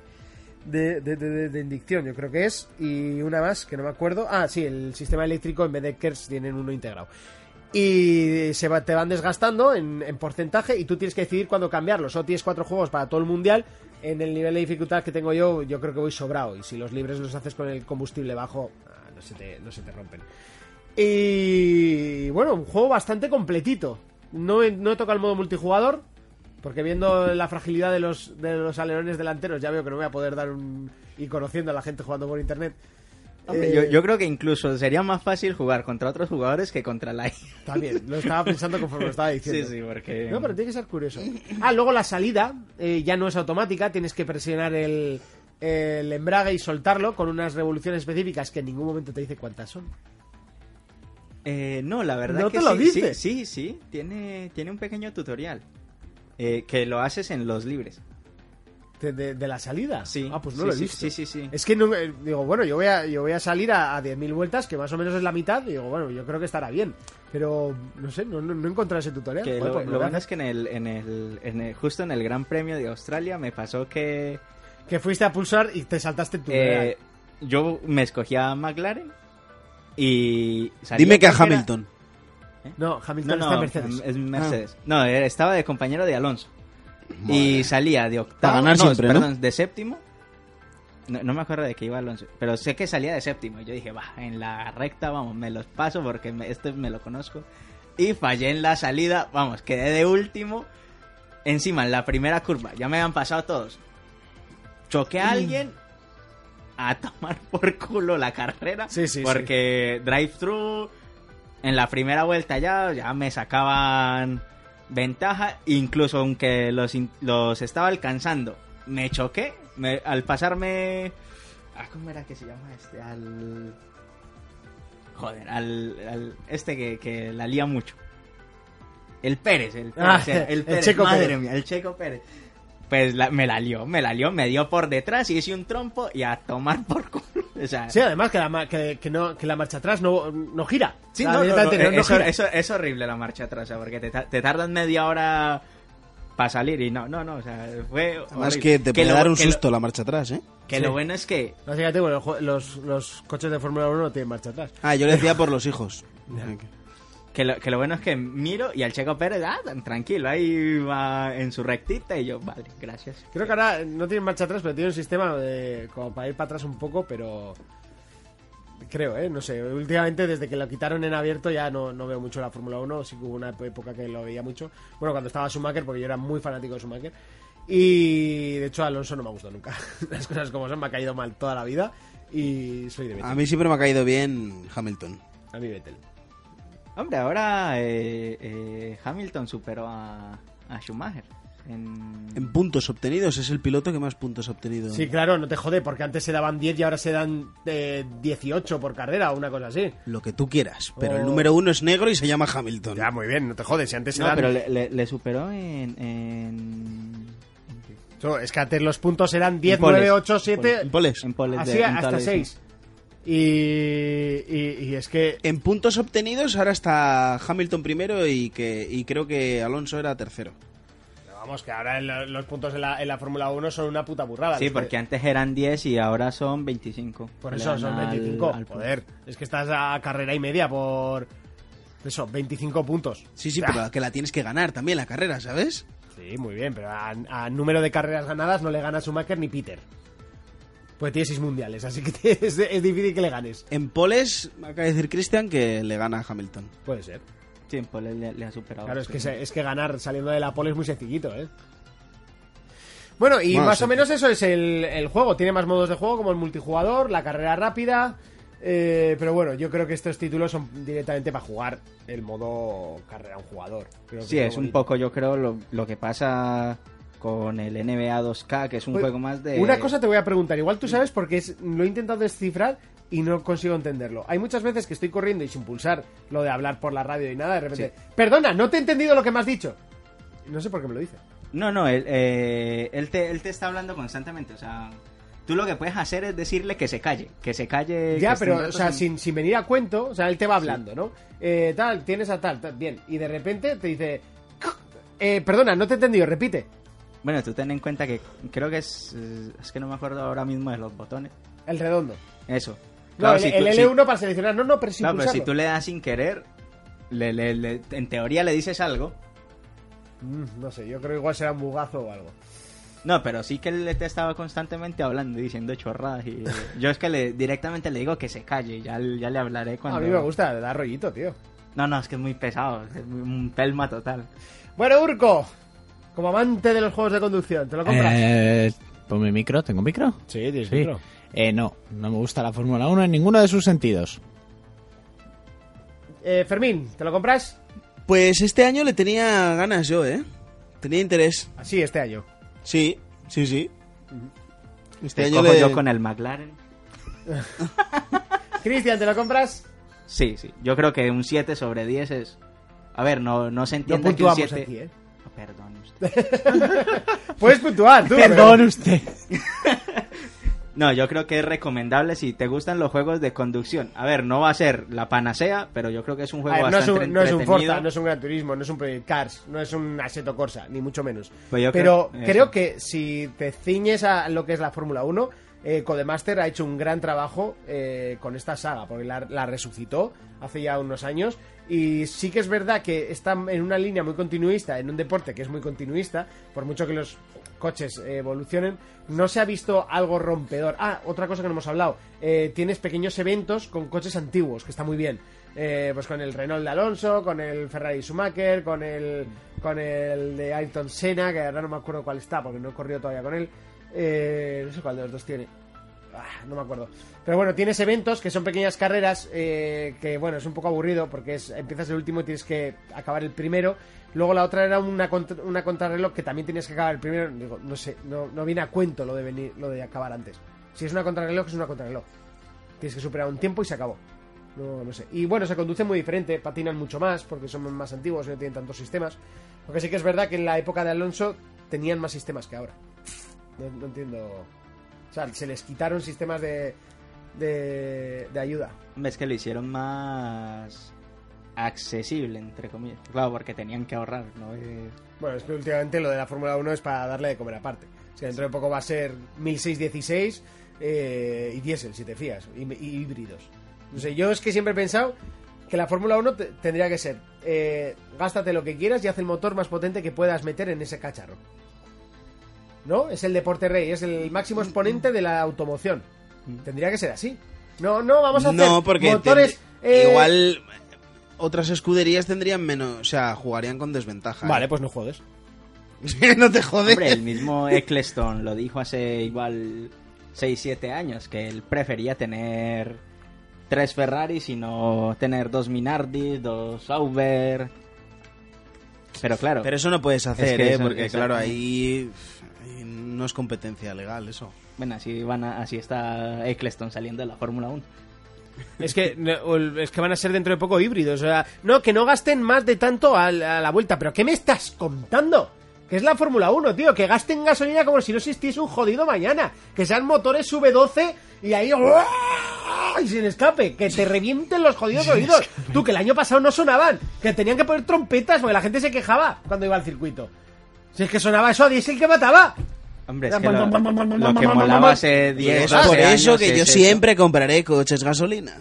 Speaker 1: de, de, de- de- de inducción, yo creo que es. Y una más, que no me acuerdo. Ah, sí, el sistema eléctrico en vez de KERS tienen uno integrado. Y se va- te van desgastando en, en porcentaje y tú tienes que decidir cuándo cambiarlos. Solo tienes cuatro juegos para todo el mundial. En el nivel de dificultad que tengo yo, yo creo que voy sobrado. Y si los libres los haces con el combustible bajo, ah, no, se te, no se te rompen. Y bueno, un juego bastante completito. No he, no he tocado el modo multijugador, porque viendo la fragilidad de los, de los alerones delanteros, ya veo que no voy a poder dar un. Y conociendo a la gente jugando por internet.
Speaker 6: Hombre,
Speaker 1: eh,
Speaker 6: yo, yo creo que incluso sería más fácil jugar contra otros jugadores que contra la IA.
Speaker 1: También, lo estaba pensando conforme lo estaba diciendo.
Speaker 6: Sí, sí, porque.
Speaker 1: No, pero tiene que ser curioso. Ah, luego la salida eh, ya no es automática, tienes que presionar el, el embrague y soltarlo con unas revoluciones específicas que en ningún momento te dice cuántas son.
Speaker 6: Eh, no, la verdad
Speaker 1: ¿No
Speaker 6: que
Speaker 1: te lo
Speaker 6: sí,
Speaker 1: dice?
Speaker 6: Sí, sí, sí. Tiene, tiene un pequeño tutorial eh, que lo haces en los libres.
Speaker 1: Te ¿De, de- de la salida? Sí. Ah, pues no
Speaker 6: sí,
Speaker 1: lo he
Speaker 6: sí,
Speaker 1: visto.
Speaker 6: sí, sí, sí.
Speaker 1: Es que no, eh, digo, bueno, yo voy a, yo voy a salir a, a 10.000 vueltas, que más o menos es la mitad. y digo, bueno, yo creo que estará bien. Pero, no sé, no, no, no he encontrado ese tutorial.
Speaker 6: Que
Speaker 1: Joder,
Speaker 6: lo,
Speaker 1: pues
Speaker 6: lo
Speaker 1: me
Speaker 6: bueno
Speaker 1: da-
Speaker 6: es que en el, en, el, en el- justo en el Gran Premio de Australia me pasó que
Speaker 1: que fuiste a pulsar y te saltaste el tutorial.
Speaker 6: eh, yo me escogí a McLaren y salí
Speaker 3: Dime que a
Speaker 6: tercera.
Speaker 3: Hamilton. Ah.
Speaker 1: No, Hamilton
Speaker 6: No,
Speaker 1: está en
Speaker 6: no,
Speaker 1: Mercedes.
Speaker 6: Es Mercedes. No, eh, estaba de compañero de Alonso. Y salía de octavo.
Speaker 3: Para ganar
Speaker 6: no,
Speaker 3: siempre, ¿no?
Speaker 6: perdón, de séptimo. No, no me acuerdo de que iba Alonso, pero sé que salía de séptimo. Y Yo dije, va, en la recta, vamos, me los paso porque me- este me lo conozco. Y fallé en la salida, vamos, quedé de último. Encima, en la primera curva, ya me han pasado todos. Choqué a alguien a tomar por culo la carrera. porque drive-thru, en la primera vuelta ya, ya me sacaban ventaja, incluso aunque los, in- los estaba alcanzando, me choqué, me- al pasarme... ah, ¿Cómo era que se llama este? Al... Joder, al, al- este que, que la lía mucho. El Pérez, el Pérez,
Speaker 1: Ah,
Speaker 6: el, el
Speaker 1: el
Speaker 6: Pérez,
Speaker 1: Checo
Speaker 6: madre
Speaker 1: Pérez.
Speaker 6: mía, el Checo Pérez. Pues la- me la lió, me la lió, me dio por detrás y hice un trompo y a tomar por culo. O sea,
Speaker 1: Sí, además que la, ma- que, que no, que la marcha atrás no, no gira.
Speaker 6: Sí,
Speaker 1: La
Speaker 6: no, no,
Speaker 1: directa
Speaker 6: no,
Speaker 1: anterior
Speaker 6: eh,
Speaker 1: no
Speaker 6: eso,
Speaker 1: gira.
Speaker 6: eso- es horrible la marcha atrás, o sea, porque te, ta- te tardan media hora para salir y no, no, no, o sea, fue
Speaker 3: Además
Speaker 6: horrible.
Speaker 3: que te puede
Speaker 6: lo-
Speaker 3: dar un
Speaker 6: que lo-
Speaker 3: susto la marcha atrás, ¿eh?
Speaker 6: que lo bueno es que
Speaker 1: No, fíjate, bueno, jo- los, los coches de Fórmula 1 no tienen marcha atrás.
Speaker 3: Ah, yo le decía por los hijos.
Speaker 6: que lo, que lo bueno es que miro y al Checo Pérez, ah, tan tranquilo, ahí va en su rectita y yo, vale, gracias.
Speaker 1: Creo que ahora eh, no tienen marcha atrás, pero tienen un sistema de- como para ir para atrás un poco, pero... Creo, ¿eh? No sé. Últimamente, desde que lo quitaron en abierto, ya no, no veo mucho la Fórmula 1. Sí que hubo una época que lo veía mucho. Bueno, cuando estaba Schumacher, porque yo era muy fanático de Schumacher. Y, de hecho, Alonso no me ha gustado nunca. Las cosas como son, me ha caído mal toda la vida. Y soy de Vettel.
Speaker 3: A mí siempre me ha caído bien Hamilton.
Speaker 1: A mí Vettel.
Speaker 6: Hombre, ahora eh, eh, Hamilton superó a, a Schumacher. En...
Speaker 3: En puntos obtenidos, es el piloto que más puntos ha obtenido.
Speaker 1: Sí, claro, no te jode, porque antes se daban 10 y ahora se dan eh, 18 por carrera o una cosa así.
Speaker 3: Lo que tú quieras, pero el
Speaker 1: Oh.
Speaker 3: número uno es negro y se llama Hamilton.
Speaker 1: Ya, muy bien, no te jodes, si antes se
Speaker 6: No,
Speaker 1: dan...
Speaker 6: pero le, le- le superó en... en...
Speaker 1: So, Es que antes los puntos eran 10,
Speaker 6: En poles.
Speaker 1: 9, 8, 7...
Speaker 3: En poles.
Speaker 6: En poles
Speaker 1: así
Speaker 6: de- en
Speaker 1: hasta
Speaker 6: tales, sí.
Speaker 1: 6. Y, y- y es que...
Speaker 3: En puntos obtenidos ahora está Hamilton primero y que y creo que Alonso era tercero.
Speaker 1: Vamos, que ahora en lo- los puntos en la, en la Fórmula 1 son una puta burrada.
Speaker 6: Sí,
Speaker 1: Los que-
Speaker 6: porque antes eran 10 y ahora son 25.
Speaker 1: Por
Speaker 6: Le
Speaker 1: eso
Speaker 6: dan
Speaker 1: son
Speaker 6: al-
Speaker 1: 25.
Speaker 6: al punto.
Speaker 1: Joder, es que estás a carrera y media por... Eso, 25 puntos.
Speaker 3: Sí, sí,
Speaker 1: O sea,
Speaker 3: pero que la tienes que ganar también la carrera, ¿sabes?
Speaker 1: Sí, muy bien, pero a, a número de carreras ganadas no le gana Schumacher ni Peter. Pues tiene 6 mundiales, así que es, es difícil que le ganes.
Speaker 3: En poles, me acaba de decir Cristian que le gana a Hamilton.
Speaker 1: Puede ser.
Speaker 6: Sí, en poles le, le ha superado.
Speaker 1: Claro, es
Speaker 6: sí.
Speaker 1: que, se- es que ganar saliendo de la pole es muy sencillito, ¿eh? Bueno, y
Speaker 3: Bueno,
Speaker 1: más
Speaker 3: sí.
Speaker 1: o menos eso es el, el juego. Tiene más modos de juego como el multijugador, la carrera rápida. eh, pero bueno, yo creo que estos títulos son directamente para jugar el modo carrera a un jugador. Creo que
Speaker 6: Sí, es un
Speaker 1: bonito.
Speaker 6: poco, yo creo, lo, lo que pasa con el NBA 2K, que es un
Speaker 1: Oye,
Speaker 6: juego más de...
Speaker 1: Una cosa te voy a preguntar, igual tú sabes porque es, lo he intentado descifrar y no consigo entenderlo. Hay muchas veces que estoy corriendo y sin pulsar lo de hablar por la radio y nada, de repente, perdona, no te he entendido lo que me has dicho. No sé por qué me lo dice.
Speaker 6: No, no, él, eh, él, te, él te está hablando constantemente, o sea... Tú lo que puedes hacer es decirle que se calle, que se calle... que
Speaker 1: Ya,
Speaker 6: esté un
Speaker 1: pero,
Speaker 6: rato
Speaker 1: o sea,
Speaker 6: sin-
Speaker 1: sin, sin venir a cuento, o sea, él te va hablando, ¿no? Eh, tal, tienes a tal, tal, bien. Y de repente te dice, eh, perdona, no te he entendido, repite.
Speaker 6: Bueno, tú ten en cuenta que creo que es... eh, Es que no me acuerdo ahora mismo de los botones.
Speaker 1: El redondo.
Speaker 6: Eso.
Speaker 1: No,
Speaker 6: Claro,
Speaker 1: el,
Speaker 6: si
Speaker 1: el
Speaker 6: tú- si-
Speaker 1: L1 para seleccionar, no, no, pero sin
Speaker 6: no, pero si
Speaker 1: pulsarlo.
Speaker 6: tú le das sin querer, le- le- le- en teoría le dices algo.
Speaker 1: Mm, no sé, yo creo que igual será un bugazo o algo.
Speaker 6: No, pero sí que él te estaba constantemente hablando y diciendo chorradas. Y, yo es que le, directamente le digo que se calle, ya, ya le hablaré cuando...
Speaker 1: A mí me gusta, da rollito, tío.
Speaker 6: No, no, es que es muy pesado, es muy- un pelma total.
Speaker 1: Bueno, Urco, como amante de los juegos de conducción, ¿te lo compras?
Speaker 2: Eh, ponme micro, ¿tengo micro?
Speaker 1: Sí, tienes
Speaker 2: micro. Eh, no, no me gusta la Fórmula 1 en ninguno de sus sentidos.
Speaker 1: Eh, Fermín, ¿te lo compras?
Speaker 3: Pues este año le tenía ganas yo, ¿eh? Tenía interés.
Speaker 1: Así este año.
Speaker 3: Sí, sí, sí. Este
Speaker 6: Te
Speaker 3: año
Speaker 6: cojo
Speaker 3: le-
Speaker 6: yo con el McLaren.
Speaker 1: Cristian, ¿te lo compras?
Speaker 6: Sí, sí, yo creo que un 7 sobre 10 es... A ver, no, no se
Speaker 1: No
Speaker 6: entiende que un
Speaker 1: puntuamos
Speaker 6: 7...
Speaker 1: aquí, ¿eh?
Speaker 6: Perdón usted.
Speaker 1: Puedes puntuar, tú.
Speaker 6: Perdón usted. No, yo creo que es recomendable si te gustan los juegos de conducción. A ver, no va a ser la panacea, pero yo creo que es un juego
Speaker 1: A ver, no, es
Speaker 6: bastante
Speaker 1: un, no es un
Speaker 6: entretenido.
Speaker 1: Forza, no es un Gran Turismo, no es un Project Cars, no es un Assetto Corsa, ni mucho menos.
Speaker 6: Pues yo
Speaker 1: Pero
Speaker 6: creo-
Speaker 1: creo,
Speaker 6: eso.
Speaker 1: que si te ciñes a lo que es la Fórmula 1, eh, Codemaster ha hecho un gran trabajo eh, con esta saga, porque la, la resucitó hace ya unos años. Y sí que es verdad que está en una línea muy continuista, en un deporte que es muy continuista, por mucho que los coches eh, evolucionen, no se ha visto algo rompedor. Ah, otra cosa que no hemos hablado, eh, tienes pequeños eventos con coches antiguos, que está muy bien. Eh, pues con el Renault de Alonso, con el Ferrari Schumacher, con el con el de Ayrton Senna, que ahora no me acuerdo cuál está, porque no he corrido todavía con él. Eh, no sé cuál de los dos tiene. Ah, no me acuerdo. Pero bueno, tienes eventos que son pequeñas carreras, eh, que bueno, es un poco aburrido porque es, empiezas el último y tienes que acabar el primero. Luego la otra era una, contra- una contrarreloj que también tenías que acabar el primero. Digo, no sé, no, no viene a cuento lo de, venir, lo de acabar antes. Si es una contrarreloj, es una contrarreloj. Tienes que superar un tiempo y se acabó. No, no sé. Y bueno, se conduce muy diferente, patinan mucho más porque son más antiguos y no tienen tantos sistemas. Lo que sí que es verdad que en la época de Alonso tenían más sistemas que ahora. No, no entiendo. O sea, se les quitaron sistemas de, de, de ayuda.
Speaker 6: Es que lo hicieron más accesible, entre comillas. Claro, porque tenían que ahorrar, ¿no? Eh,
Speaker 1: Bueno, es que últimamente lo de la Fórmula 1 es para darle de comer aparte. O sea, dentro de poco va a ser 1616 eh, y diésel, si te fías, y, y híbridos. No sé, yo es que siempre he pensado que la Fórmula 1 te- tendría que ser, eh, gástate lo que quieras y haz el motor más potente que puedas meter en ese cacharro. ¿No? Es el deporte rey, es el máximo exponente de la automoción. Tendría que ser así. No, no, vamos a hacer
Speaker 3: No, porque
Speaker 1: motores...
Speaker 3: tendr-
Speaker 1: eh,
Speaker 3: igual otras escuderías tendrían menos, o sea, jugarían con desventaja.
Speaker 1: Vale,
Speaker 3: pues no jodes. no te jodes.
Speaker 6: Hombre, el mismo Eccleston lo dijo hace igual 6-7 años, que él prefería tener tres Ferraris y no tener dos Minardi, dos Sauber. Pero claro.
Speaker 3: Pero eso no puedes hacer,
Speaker 6: Es que
Speaker 3: ¿eh?
Speaker 6: eso-
Speaker 3: Porque
Speaker 6: eso-
Speaker 3: claro, ahí ahí no es competencia legal eso.
Speaker 6: Bueno, así, van a- así está Eccleston saliendo de la Fórmula 1.
Speaker 1: Es que, no, o el- es que van a ser dentro de poco híbridos. o sea, no, que no gasten más de tanto a la, a la vuelta. ¿Pero qué me estás contando? Que es la Fórmula 1, tío. Que gasten gasolina como si no existiese un jodido mañana. Que sean motores V12 y ahí... ¡guau! Y sin escape. Que te revienten los jodidos oídos. Tú, que el año pasado no sonaban. Que tenían que poner trompetas porque la gente se quejaba cuando iba al circuito. Si es que sonaba eso a diésel que mataba.
Speaker 6: Hombre, es que lo, lo que molaba hace 10
Speaker 3: Es por
Speaker 6: 12
Speaker 3: eso
Speaker 6: años
Speaker 3: que
Speaker 6: es
Speaker 3: yo
Speaker 6: eso.
Speaker 3: siempre compraré coches gasolina.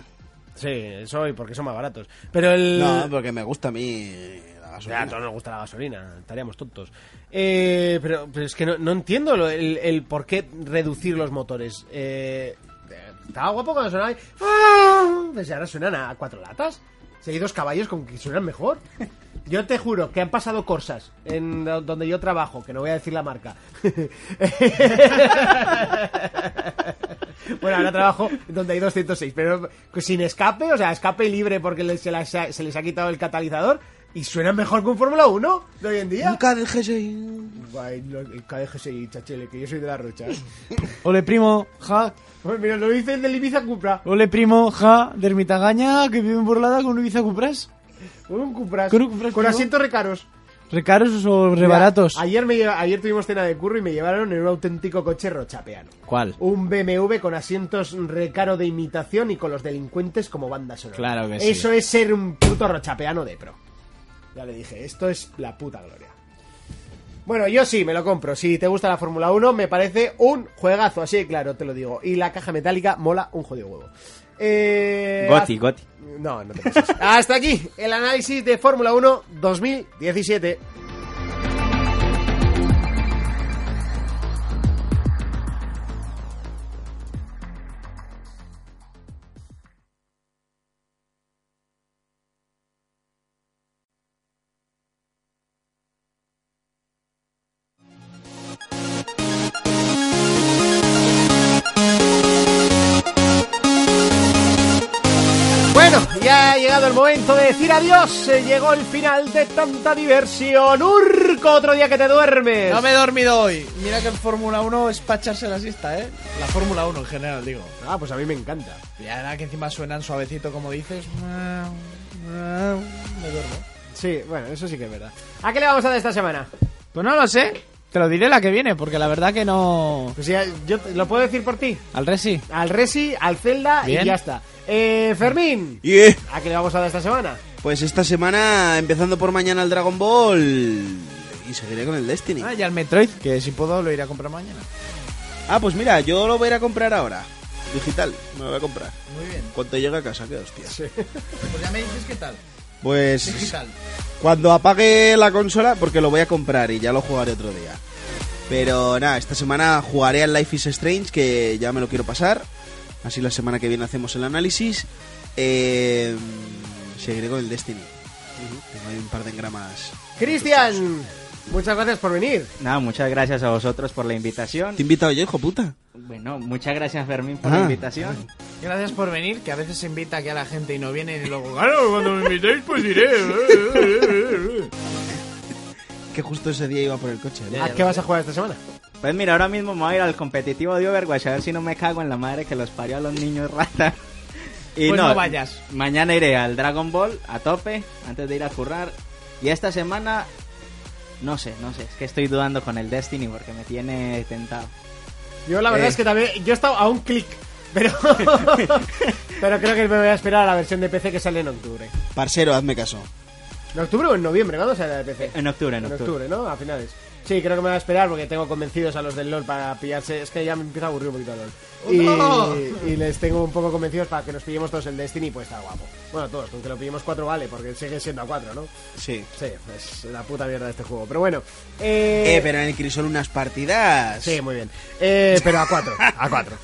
Speaker 1: Sí, eso y porque son más baratos. Pero el...
Speaker 3: No, porque me gusta a mí la gasolina.
Speaker 1: Ya, a todos nos gusta la gasolina, estaríamos tontos. Eh, pero, pero es que no, no entiendo lo- el, el por qué reducir los motores. Eh, estaba guapo cuando sonaba. ahí, ¡ah! Pues ahora suenan a cuatro latas. Si hay dos caballos con que suenan mejor. Yo te juro que han pasado corsas en do- donde yo trabajo, que no voy a decir la marca. Bueno, ahora trabajo donde hay 206, pero sin escape, o sea, escape libre porque le- se, la- se ha- se les ha quitado el catalizador y suena mejor que un Fórmula 1 de hoy en día. Nunca
Speaker 3: del GSI.
Speaker 1: El KDGSI, chachele, que yo soy de la rocha. ¿eh? Pues
Speaker 2: Ole, primo, ja.
Speaker 1: Mira, lo dice el del Ibiza Cupra.
Speaker 2: Ole, primo, ja, de ermitagaña, que vive en burlada con un Ibiza Cupras.
Speaker 1: Con un Cupras.
Speaker 2: Con un Cupras,
Speaker 1: Con
Speaker 2: ¿no?
Speaker 1: asientos recaros.
Speaker 2: ¿Recaros o
Speaker 1: Mira,
Speaker 2: rebaratos?
Speaker 1: Ayer, me, lleva- ayer tuvimos cena de curro y me llevaron en un auténtico coche rochapeano.
Speaker 2: ¿Cuál?
Speaker 1: Un BMW con asientos recaro de imitación y con los delincuentes como banda sonora.
Speaker 2: Claro que sí.
Speaker 1: Eso es ser un puto rochapeano de pro. Ya le dije, esto es la puta gloria. Bueno, yo sí, me lo compro. Si te gusta la Fórmula 1, me parece un juegazo, así de claro, te lo digo. Y la caja metálica mola un jodido huevo. Eh,
Speaker 6: Goti, Goti.
Speaker 1: No, no te pases. Hasta aquí el análisis de Fórmula 1 2017. Bueno, ya ha llegado el momento de decir adiós. Se Llegó el final de tanta diversión. Urco, otro día que te duermes.
Speaker 17: No me he dormido hoy. Mira que en Fórmula 1 es para echarse la siesta, ¿eh? La Fórmula 1 en general, digo.
Speaker 1: Ah, pues a mí me encanta.
Speaker 17: Y ahora que encima suenan suavecito, como dices. Me duermo.
Speaker 1: Sí, bueno, eso sí que es verdad. ¿A qué le vamos a dar esta semana?
Speaker 2: Pues no lo sé. Te lo diré la que viene, porque la verdad que no.
Speaker 1: Pues ya, yo lo puedo decir por ti.
Speaker 2: Al Resi.
Speaker 1: Al Resi, al Zelda
Speaker 2: Bien.
Speaker 1: y ya está. Eh, Fermín,
Speaker 3: Yeah.
Speaker 1: ¿a qué le vamos a dar esta semana?
Speaker 3: Pues esta semana, empezando por mañana el Dragon Ball. Y seguiré con el Destiny.
Speaker 2: Ah, y al Metroid, que si puedo lo iré a comprar mañana.
Speaker 3: Ah, pues mira, yo lo voy a ir a comprar ahora. Digital, me lo voy a comprar. Muy bien. Cuando llegue a casa, qué hostia.
Speaker 7: Pues ya me dices qué tal.
Speaker 3: Pues.
Speaker 7: Digital.
Speaker 3: Cuando apague la consola, porque lo voy a comprar y ya lo jugaré otro día. Pero nada, esta semana jugaré al Life is Strange, que ya me lo quiero pasar. Así la semana que viene hacemos el análisis. Eh, seguiré con el Destiny. Tengo ahí un par de engramas.
Speaker 1: Cristian, muchas gracias por venir.
Speaker 6: Nada, muchas gracias a vosotros por la invitación.
Speaker 3: Te he invitado yo, hijo puta.
Speaker 6: Bueno, muchas gracias Fermín por
Speaker 3: Ah.
Speaker 6: la invitación.
Speaker 2: Gracias por venir, que a veces se invita aquí a la gente y no viene y luego.
Speaker 8: Claro, cuando me invitéis, pues diré.
Speaker 3: Que justo ese día iba por el coche. ¿no?
Speaker 1: ¿A qué vas a jugar esta semana?
Speaker 6: Pues mira, ahora mismo me voy a ir al competitivo de Overwatch a ver si no me cago en la madre que los parió a los niños rata. Y
Speaker 2: Pues no vayas.
Speaker 6: Mañana iré al Dragon Ball a tope antes de ir a currar. Y esta semana, no sé, no sé, es que estoy dudando con el Destiny porque me tiene tentado.
Speaker 1: Yo la verdad
Speaker 6: Eh.
Speaker 1: es que también, yo he estado a un clic, pero, pero creo que me voy a esperar a la versión de PC que sale en octubre.
Speaker 3: Parcero, hazme caso.
Speaker 1: ¿En octubre o en noviembre? ¿Cuándo sale la de PC?
Speaker 6: En octubre, en
Speaker 1: En
Speaker 6: octubre.
Speaker 1: octubre, ¿no? A finales. Sí, creo que me voy a esperar porque tengo convencidos a los del LOL para pillarse. Es que ya me empieza a aburrir un poquito el LOL. Y,
Speaker 6: ¡Oh,
Speaker 7: ¡No!
Speaker 1: y les tengo un poco convencidos para que nos pillemos todos el Destiny y pues está guapo. Bueno, todos, con que lo pillemos cuatro vale, porque sigue siendo a cuatro, ¿no?
Speaker 3: Sí.
Speaker 1: Sí, es la puta mierda de este juego. Pero bueno.
Speaker 3: Eh,
Speaker 1: Eh,
Speaker 3: pero en el Crisol unas partidas.
Speaker 1: Sí, muy bien. Eh, pero a cuatro, a cuatro.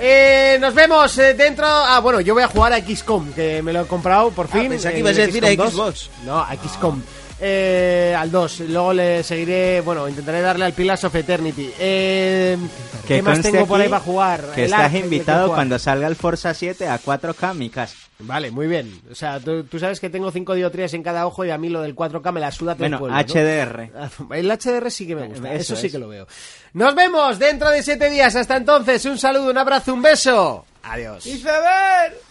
Speaker 1: Eh, nos vemos eh, dentro. Ah, bueno, yo voy a jugar a XCOM, que me lo he comprado por fin.
Speaker 3: pensaba Ah, que
Speaker 1: el
Speaker 3: ibas a decir a
Speaker 1: XCOM 2.
Speaker 3: Xbox.
Speaker 1: No, a XCOM. Eh, al 2. Luego le seguiré. Bueno, intentaré darle al Pillars of Eternity. Eh,
Speaker 6: Que
Speaker 1: ¿Qué más
Speaker 6: conste
Speaker 1: tengo por
Speaker 6: aquí
Speaker 1: ahí para jugar?
Speaker 6: Que
Speaker 1: El
Speaker 6: estás
Speaker 1: Ark, que quiero
Speaker 6: invitado
Speaker 1: jugar.
Speaker 6: cuando salga el Forza 7 a 4K, mi casa.
Speaker 1: Vale, muy bien. O sea, tú, tú sabes que tengo 5 dioptrías en cada ojo y a mí lo del 4K me la suda todo el
Speaker 6: Bueno,
Speaker 1: pueblo, ¿no?
Speaker 6: HDR.
Speaker 1: El HDR sí que me gusta,
Speaker 6: Eso
Speaker 1: eso, sí
Speaker 6: es.
Speaker 1: que lo veo. Nos vemos dentro de 7 días. Hasta entonces, un saludo, un abrazo, un beso. Adiós.
Speaker 7: ¡Iceberg!